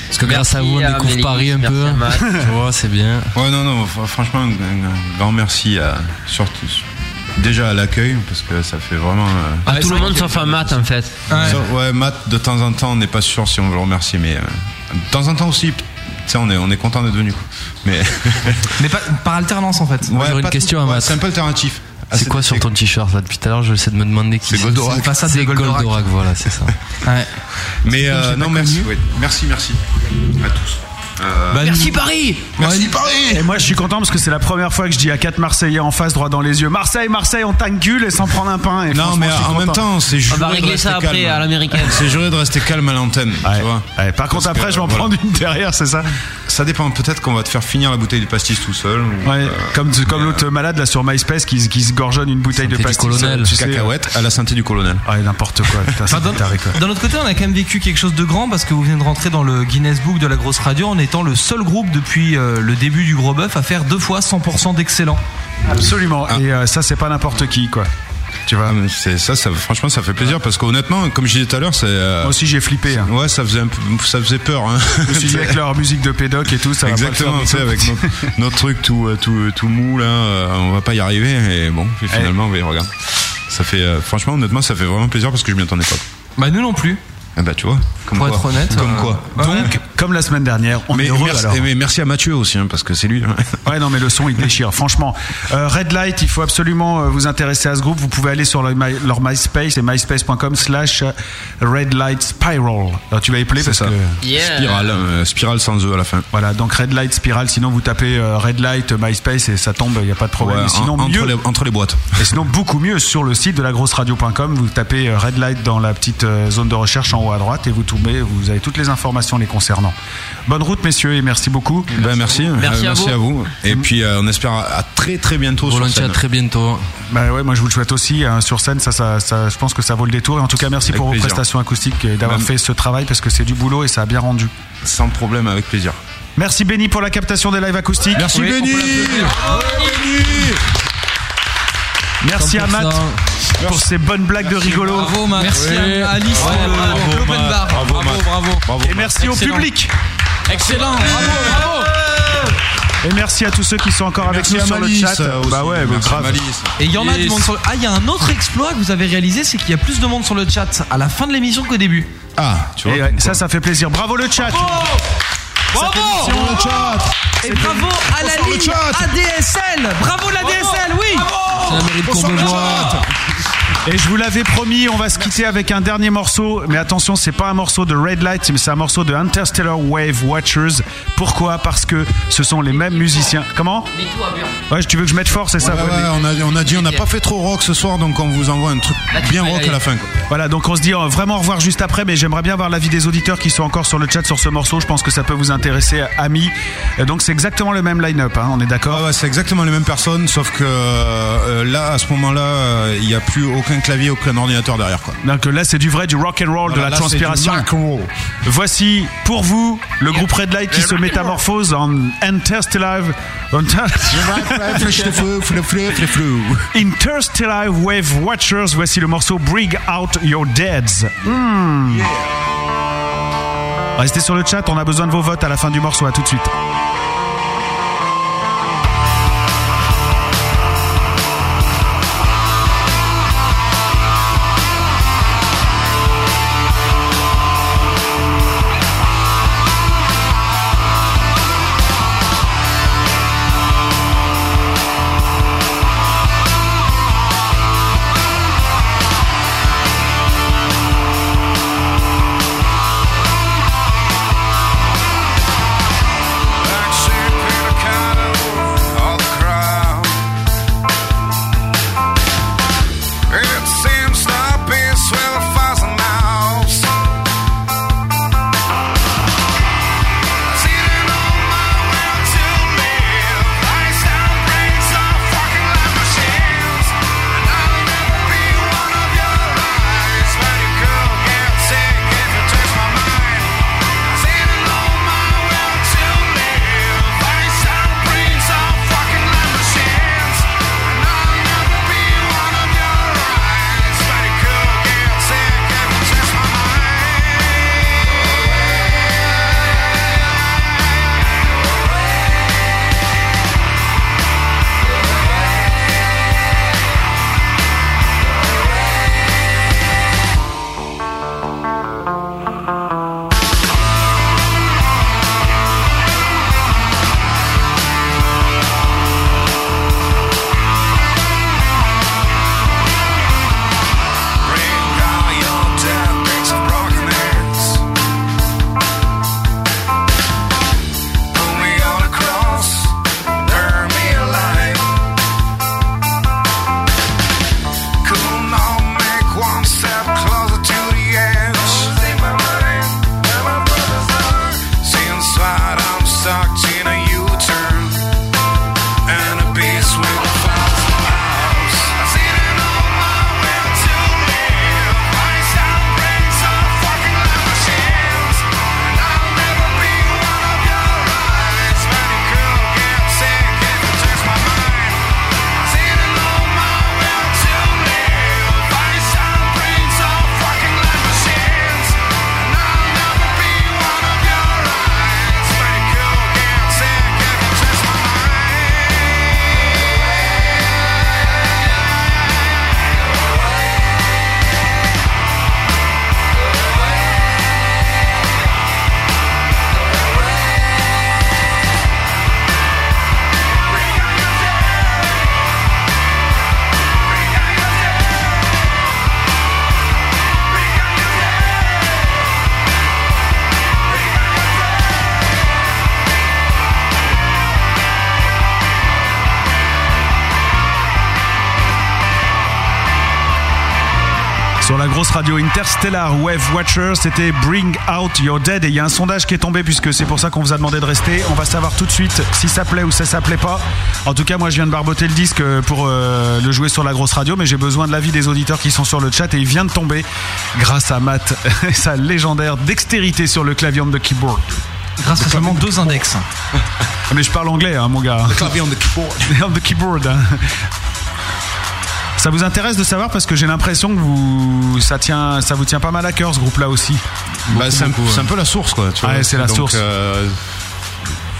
Speaker 24: Parce que grâce
Speaker 9: Merci
Speaker 24: à vous, on
Speaker 3: euh,
Speaker 9: à
Speaker 24: découvre
Speaker 9: Amélie,
Speaker 24: Paris un
Speaker 9: merci
Speaker 24: peu.
Speaker 9: à Matt.
Speaker 24: Tu vois, c'est bien.
Speaker 4: Ouais, non, non, fr- franchement, un un grand merci à. Surtout, déjà à l'accueil, parce que ça fait vraiment. euh,
Speaker 3: Ah,
Speaker 9: À tout le monde sauf à Matt en fait.
Speaker 4: ça- Ouais. Matt, de temps en temps, on n'est pas sûr si on veut le remercier, mais. euh, de temps en temps aussi, p- tu sais, on est, on est content d'être venu. quoi. Mais.
Speaker 3: Mais pas- par alternance, en fait.
Speaker 4: Ouais,
Speaker 24: J'aurais une
Speaker 4: pas-
Speaker 24: question à
Speaker 4: ouais,
Speaker 24: Matt.
Speaker 4: C'est un peu alternatif. Ah,
Speaker 24: C'est quoi sur ton t-shirt là Depuis tout à l'heure, j'essaie de me demander qui
Speaker 4: C'est Goldorak.
Speaker 24: Pas ça, c'est
Speaker 3: Goldorak.
Speaker 24: Goldorak, voilà, c'est ça.
Speaker 3: Ouais.
Speaker 4: Mais euh,
Speaker 3: je l'ai
Speaker 4: non,
Speaker 3: pas
Speaker 4: merci, ouais. merci, merci à tous. Euh,
Speaker 3: Merci
Speaker 9: Paris
Speaker 4: merci Paris
Speaker 2: Et moi, je suis content parce que c'est la première fois que je dis à quatre Marseillais en face, droit dans les yeux Marseille, Marseille, on t'encule et sans prendre un pain. Et
Speaker 4: Non,
Speaker 2: franchement,
Speaker 4: mais
Speaker 2: je suis
Speaker 4: en
Speaker 2: content.
Speaker 4: même temps, c'est
Speaker 9: On
Speaker 4: juré.
Speaker 9: va
Speaker 4: de
Speaker 9: régler
Speaker 4: rester
Speaker 9: ça après
Speaker 4: calme.
Speaker 9: à l'américaine.
Speaker 4: C'est juré de rester calme à l'antenne,
Speaker 2: Ouais.
Speaker 4: tu vois.
Speaker 2: Ouais, par contre,
Speaker 4: Parce
Speaker 2: après,
Speaker 4: que,
Speaker 2: je vais en
Speaker 4: voilà.
Speaker 2: prendre une derrière, c'est ça
Speaker 4: Ça dépend, peut-être qu'on va te faire finir la bouteille de pastis tout seul. ou,
Speaker 2: Ouais,
Speaker 4: euh,
Speaker 2: comme, comme l'autre malade là sur MySpace qui, se- qui se gorgeonne une bouteille de
Speaker 24: Santé du
Speaker 2: plastique.
Speaker 24: colonel.
Speaker 2: tu sais,
Speaker 4: Cacahuète à la santé du colonel.
Speaker 2: Ouais, n'importe quoi. Putain, c'est
Speaker 3: Enfin,
Speaker 2: des tarés, quoi.
Speaker 3: d'un, d'un autre côté, on a quand même vécu quelque chose de grand parce que vous venez de rentrer dans le Guinness Book de la grosse radio en étant le seul groupe depuis euh, le début du gros bœuf à faire deux fois 100% d'excellent.
Speaker 2: Absolument. Et euh, ça, c'est pas n'importe qui, quoi. Tu vois
Speaker 4: Ah, mais c'est ça, ça, franchement, ça fait plaisir parce qu'honnêtement, comme je disais tout à l'heure, c'est. euh,
Speaker 2: Moi aussi, j'ai flippé. hein.
Speaker 4: Ouais, ça faisait, un peu- ça faisait peur. hein.
Speaker 2: Je me suis dit, avec leur musique de pédoc et tout, ça
Speaker 4: Exactement,
Speaker 2: va pas
Speaker 4: tu sais,
Speaker 2: le faire.
Speaker 4: avec notre, notre truc tout, euh, tout, tout mou là, euh, on va pas y arriver. Et bon, puis finalement, oui, regarde.
Speaker 25: Ça fait, euh, franchement, honnêtement, ça fait vraiment plaisir parce que je m'y attendais pas.
Speaker 3: Bah, nous non plus.
Speaker 4: Eh ben,
Speaker 25: bah, tu vois. Comme
Speaker 3: Pour
Speaker 25: quoi.
Speaker 3: être honnête,
Speaker 25: Comme
Speaker 3: euh,
Speaker 25: quoi.
Speaker 3: ouais.
Speaker 2: Donc, comme la semaine dernière, on
Speaker 25: Mais
Speaker 2: est heureux
Speaker 25: merci,
Speaker 2: alors.
Speaker 25: eh, mais merci à Mathieu aussi, hein, parce que c'est lui.
Speaker 2: Ouais, non, mais le son, il déchire, franchement. Euh, Red Light, il faut absolument euh, vous intéresser à ce groupe. Vous pouvez aller sur leur, My- leur MySpace, c'est myspace.com slash euh, Red Light Spiral. Alors, tu vas épeler parce
Speaker 25: ça.
Speaker 2: que...
Speaker 25: Yeah. Spirale,
Speaker 4: euh,
Speaker 25: spirale sans E à la fin.
Speaker 2: Voilà, donc Red Light Spiral, sinon vous tapez euh, Red Light MySpace et ça tombe, il n'y a pas de problème.
Speaker 25: Ouais,
Speaker 2: Et sinon,
Speaker 25: en- entre
Speaker 2: mieux-
Speaker 25: les- entre les boîtes.
Speaker 2: Et sinon, beaucoup mieux sur le site de lagrosseradio.com. Vous tapez euh, Red Light dans la petite euh, zone de recherche en haut à droite et vous tombez, vous avez toutes les informations les concernant. Bonne route, messieurs, et merci beaucoup.
Speaker 25: Ben, merci. Euh, Et puis, euh, on espère à, à très très bientôt sur scène.
Speaker 2: bientôt. Bah ouais, moi je vous le souhaite aussi hein, sur scène. Ça, ça, ça- je pense que ça vaut le détour. Et en tout cas, merci
Speaker 25: Avec
Speaker 2: pour
Speaker 25: plaisir.
Speaker 2: vos prestations acoustiques et d'avoir
Speaker 25: Même.
Speaker 2: fait ce travail parce que c'est du boulot et ça a bien rendu.
Speaker 25: Sans problème, avec plaisir.
Speaker 2: Merci Benny pour la captation des lives acoustiques.
Speaker 25: Merci Oui, Benny. on peut l'applaudir.
Speaker 2: Merci à Matt
Speaker 3: 100%.
Speaker 2: pour ses bonnes blagues de rigolo.
Speaker 3: Bravo, Matt. Merci à Alice
Speaker 2: Bravo,
Speaker 3: euh,
Speaker 2: bravo,
Speaker 3: avec l'open
Speaker 2: Matt.
Speaker 3: bar.
Speaker 2: Bravo,
Speaker 3: bravo,
Speaker 2: Matt.
Speaker 3: bravo.
Speaker 2: Et merci au
Speaker 3: Excellent.
Speaker 2: public.
Speaker 3: Excellent. Bravo, bravo.
Speaker 2: Et merci à tous ceux qui sont encore avec
Speaker 3: Merci
Speaker 2: nous
Speaker 3: à
Speaker 2: sur
Speaker 3: Malice,
Speaker 2: le chat.
Speaker 3: euh, aussi.
Speaker 2: Bah ouais,
Speaker 3: Merci
Speaker 2: grave.
Speaker 3: à Malice. Et il y en a du monde sur le... Ah, il y a un autre exploit que vous avez réalisé, c'est qu'il y a plus de monde sur le chat à la fin de l'émission qu'au début.
Speaker 25: Ah,
Speaker 3: tu vois,
Speaker 2: Et, ouais, ça, ça fait plaisir. Bravo le chat.
Speaker 3: Bravo
Speaker 2: Bravo
Speaker 3: Et bravo à la
Speaker 5: Bonsoir, le
Speaker 3: ligne
Speaker 5: chat.
Speaker 3: ADSL Bravo la DSL, oui
Speaker 2: C'est la mairie de Bonsoir, Courbevoie. le chat. Et je vous l'avais promis, on va se quitter avec un dernier morceau. Mais attention, c'est pas un morceau de Red Light, mais c'est un morceau de Interstellar Wave Watchers. Pourquoi Parce que ce sont les mêmes musiciens. Comment Ouais, tu veux que je mette fort, c'est ça
Speaker 25: Ouais,
Speaker 2: ouais,
Speaker 25: ouais,
Speaker 2: mais-
Speaker 25: on, a, on a dit, on n'a pas fait trop rock ce soir, donc on vous envoie un truc bien rock à la fin. quoi.
Speaker 2: Voilà, donc on se dit euh, vraiment au revoir juste après, mais j'aimerais bien voir l'avis des auditeurs qui sont encore sur le chat sur ce morceau. Je pense que ça peut vous intéresser, amis. Et donc c'est exactement le même line-up, hein, on est d'accord
Speaker 25: Ouais, c'est exactement les mêmes personnes, sauf que euh, là, à ce moment-là, euh, il n'y a plus aucun clavier, aucun ordinateur derrière. Quoi.
Speaker 2: Donc là, c'est du vrai, du rock and roll,
Speaker 25: Voilà,
Speaker 2: de
Speaker 25: là,
Speaker 2: la
Speaker 25: c'est du
Speaker 2: transpiration.
Speaker 25: rock and roll.
Speaker 2: Voici pour vous le groupe Red Light qui se métamorphose en Interstellar. Interstellar Wave Watchers. Voici le morceau Bring Out Your Deads. Hmm. Restez sur le chat, on a besoin de vos votes à la fin du morceau. À tout de suite.
Speaker 5: Back
Speaker 2: Sur la grosse radio Interstellar Wave Watcher, c'était Bring Out Your Dead. Et il y a un sondage qui est tombé puisque c'est pour ça qu'on vous a demandé de rester. On va savoir tout de suite si ça plaît ou ça ça plaît pas. En tout cas, moi je viens de barboter le disque euh, pour euh, le jouer sur la grosse radio, mais j'ai besoin de l'avis des auditeurs qui sont sur le chat et il vient de tomber grâce à Matt et sa légendaire dextérité sur le clavium de keyboard.
Speaker 3: Grâce à seulement deux index.
Speaker 2: Mais je parle anglais, hein, mon gars.
Speaker 3: Le clavier on the
Speaker 2: keyboard. on the keyboard. hein.
Speaker 4: Bah,
Speaker 2: Ça vous intéresse de savoir parce que j'ai l'impression que vous, ça, tient, ça vous tient pas mal à cœur ce groupe-là aussi.
Speaker 4: Bah, c'est un, c'est un peu la source, quoi. tu vois.
Speaker 2: Ouais, Ah, c'est la
Speaker 4: Donc,
Speaker 2: source.
Speaker 4: euh,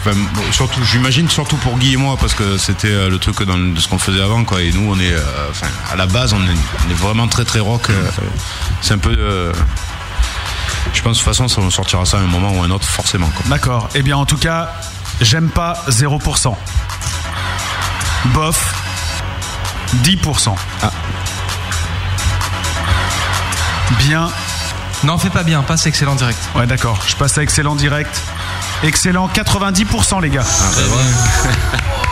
Speaker 4: enfin, bon, surtout, j'imagine surtout pour Guy et moi parce que c'était euh, le truc dans- de ce qu'on faisait avant, quoi. Et nous, on est, euh, enfin, à la base, on est, on est vraiment très très rock. euh, c'est un peu. euh, je pense de toute façon, ça, on sortira ça à un moment ou à un autre, forcément. Quoi.
Speaker 2: D'accord. Eh bien, en tout cas, j'aime pas 0%. Bof, 10%.
Speaker 4: Ah.
Speaker 2: Bien.
Speaker 3: Non, fais pas bien, passe excellent direct.
Speaker 2: Ouais, d'accord. Je passe à excellent direct. Excellent, 90%, les gars.
Speaker 4: bah,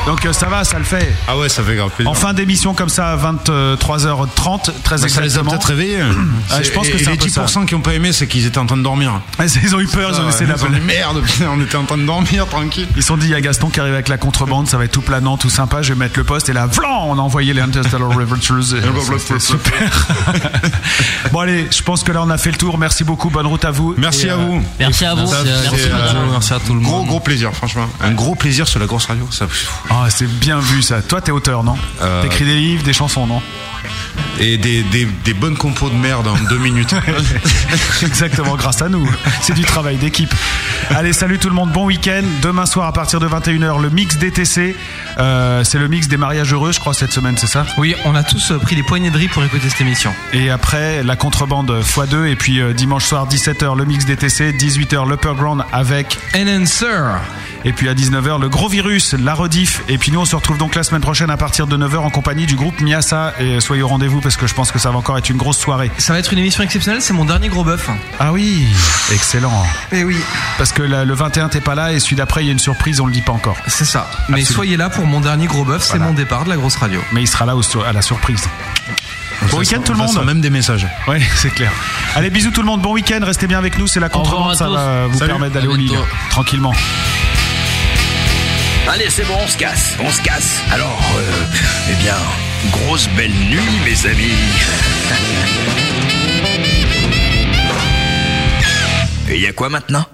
Speaker 2: Donc euh, ça va, ça le fait.
Speaker 4: Ah ouais, ça fait grave plaisir.
Speaker 2: En fin d'émission comme ça à 23h30,
Speaker 4: Bah, ça
Speaker 2: très
Speaker 4: les a
Speaker 2: exactement.
Speaker 4: peut-être réveillés.
Speaker 2: Ouais, je
Speaker 4: C'est-
Speaker 2: pense
Speaker 4: et-
Speaker 2: que
Speaker 4: et
Speaker 2: c'est un
Speaker 4: les
Speaker 2: peu ça.
Speaker 4: 10% qui ont pas aimé, c'est qu'ils étaient en train de dormir.
Speaker 2: Ouais, c'est- Ils ont eu peur, ils ont
Speaker 4: Ah,
Speaker 2: essayé
Speaker 4: ils
Speaker 2: d'appeler.
Speaker 4: ont dit, Merde, putain, on était en train de dormir, tranquille.
Speaker 2: Ils se sont dit, il y a Gaston qui arrive avec la contrebande, ça va être tout planant, tout sympa, je vais mettre le poste. Et là, vlan, on a envoyé les Interstellar Reverters. C'était super. bon, allez, je pense que là, on a fait le tour. Merci beaucoup, bonne route à vous.
Speaker 4: Merci
Speaker 2: Et,
Speaker 4: à
Speaker 2: euh,
Speaker 4: vous. Ça, c'est, euh, gros, Gros, plaisir, franchement. Un gros plaisir sur la grosse radio. Ça...
Speaker 2: Ah, c'est bien vu ça. Toi, t'es auteur, non
Speaker 4: Euh,
Speaker 2: T'écris des livres, des chansons, non
Speaker 4: Et des, des, des bonnes compos de merde en deux minutes.
Speaker 2: Exactement, grâce à nous. C'est du travail d'équipe. Allez, salut tout le monde, bon week-end. Demain soir à partir de 21h, le mix DTC. Euh, c'est le mix des mariages heureux, je crois, Oh, cette semaine, c'est ça
Speaker 3: Oui, on a tous euh, pris des poignées de riz pour écouter cette émission.
Speaker 2: Et après, la contrebande x2. Et puis euh, dimanche soir, 17h, le mix DTC. 18h, l'Upper Ground avec.
Speaker 3: Enhancer.
Speaker 2: Et puis à 19h, le gros virus, la rediff. Et puis nous, on se retrouve donc la semaine prochaine à partir de 9h en compagnie du groupe Miasa. Et euh, soyez au rendez-vous parce que je pense que ça va encore être une grosse soirée.
Speaker 3: Ça va être une émission exceptionnelle, c'est mon dernier gros bœuf.
Speaker 2: Ah oui, excellent.
Speaker 3: Et oui.
Speaker 2: Parce que la- le 21, t'es pas là. Et celui d'après, il y a une surprise, on le dit pas encore.
Speaker 3: C'est ça. Mais
Speaker 2: Absolument.
Speaker 3: soyez là pour mon dernier gros bœuf, c'est mon départ de la grosse radio.
Speaker 2: Mais il sera là au sur- à la surprise. Bon week-end tout le monde.
Speaker 4: même des messages.
Speaker 2: Ouais, c'est clair. Allez, bisous tout le monde. Bon week-end. Restez bien avec nous. C'est la contrebande. Ça va vous permettre d'aller au lit là, tranquillement.
Speaker 6: Allez, c'est bon, on se casse, on se casse. Alors, euh, eh bien, grosse belle nuit, mes amis. Et il y a quoi maintenant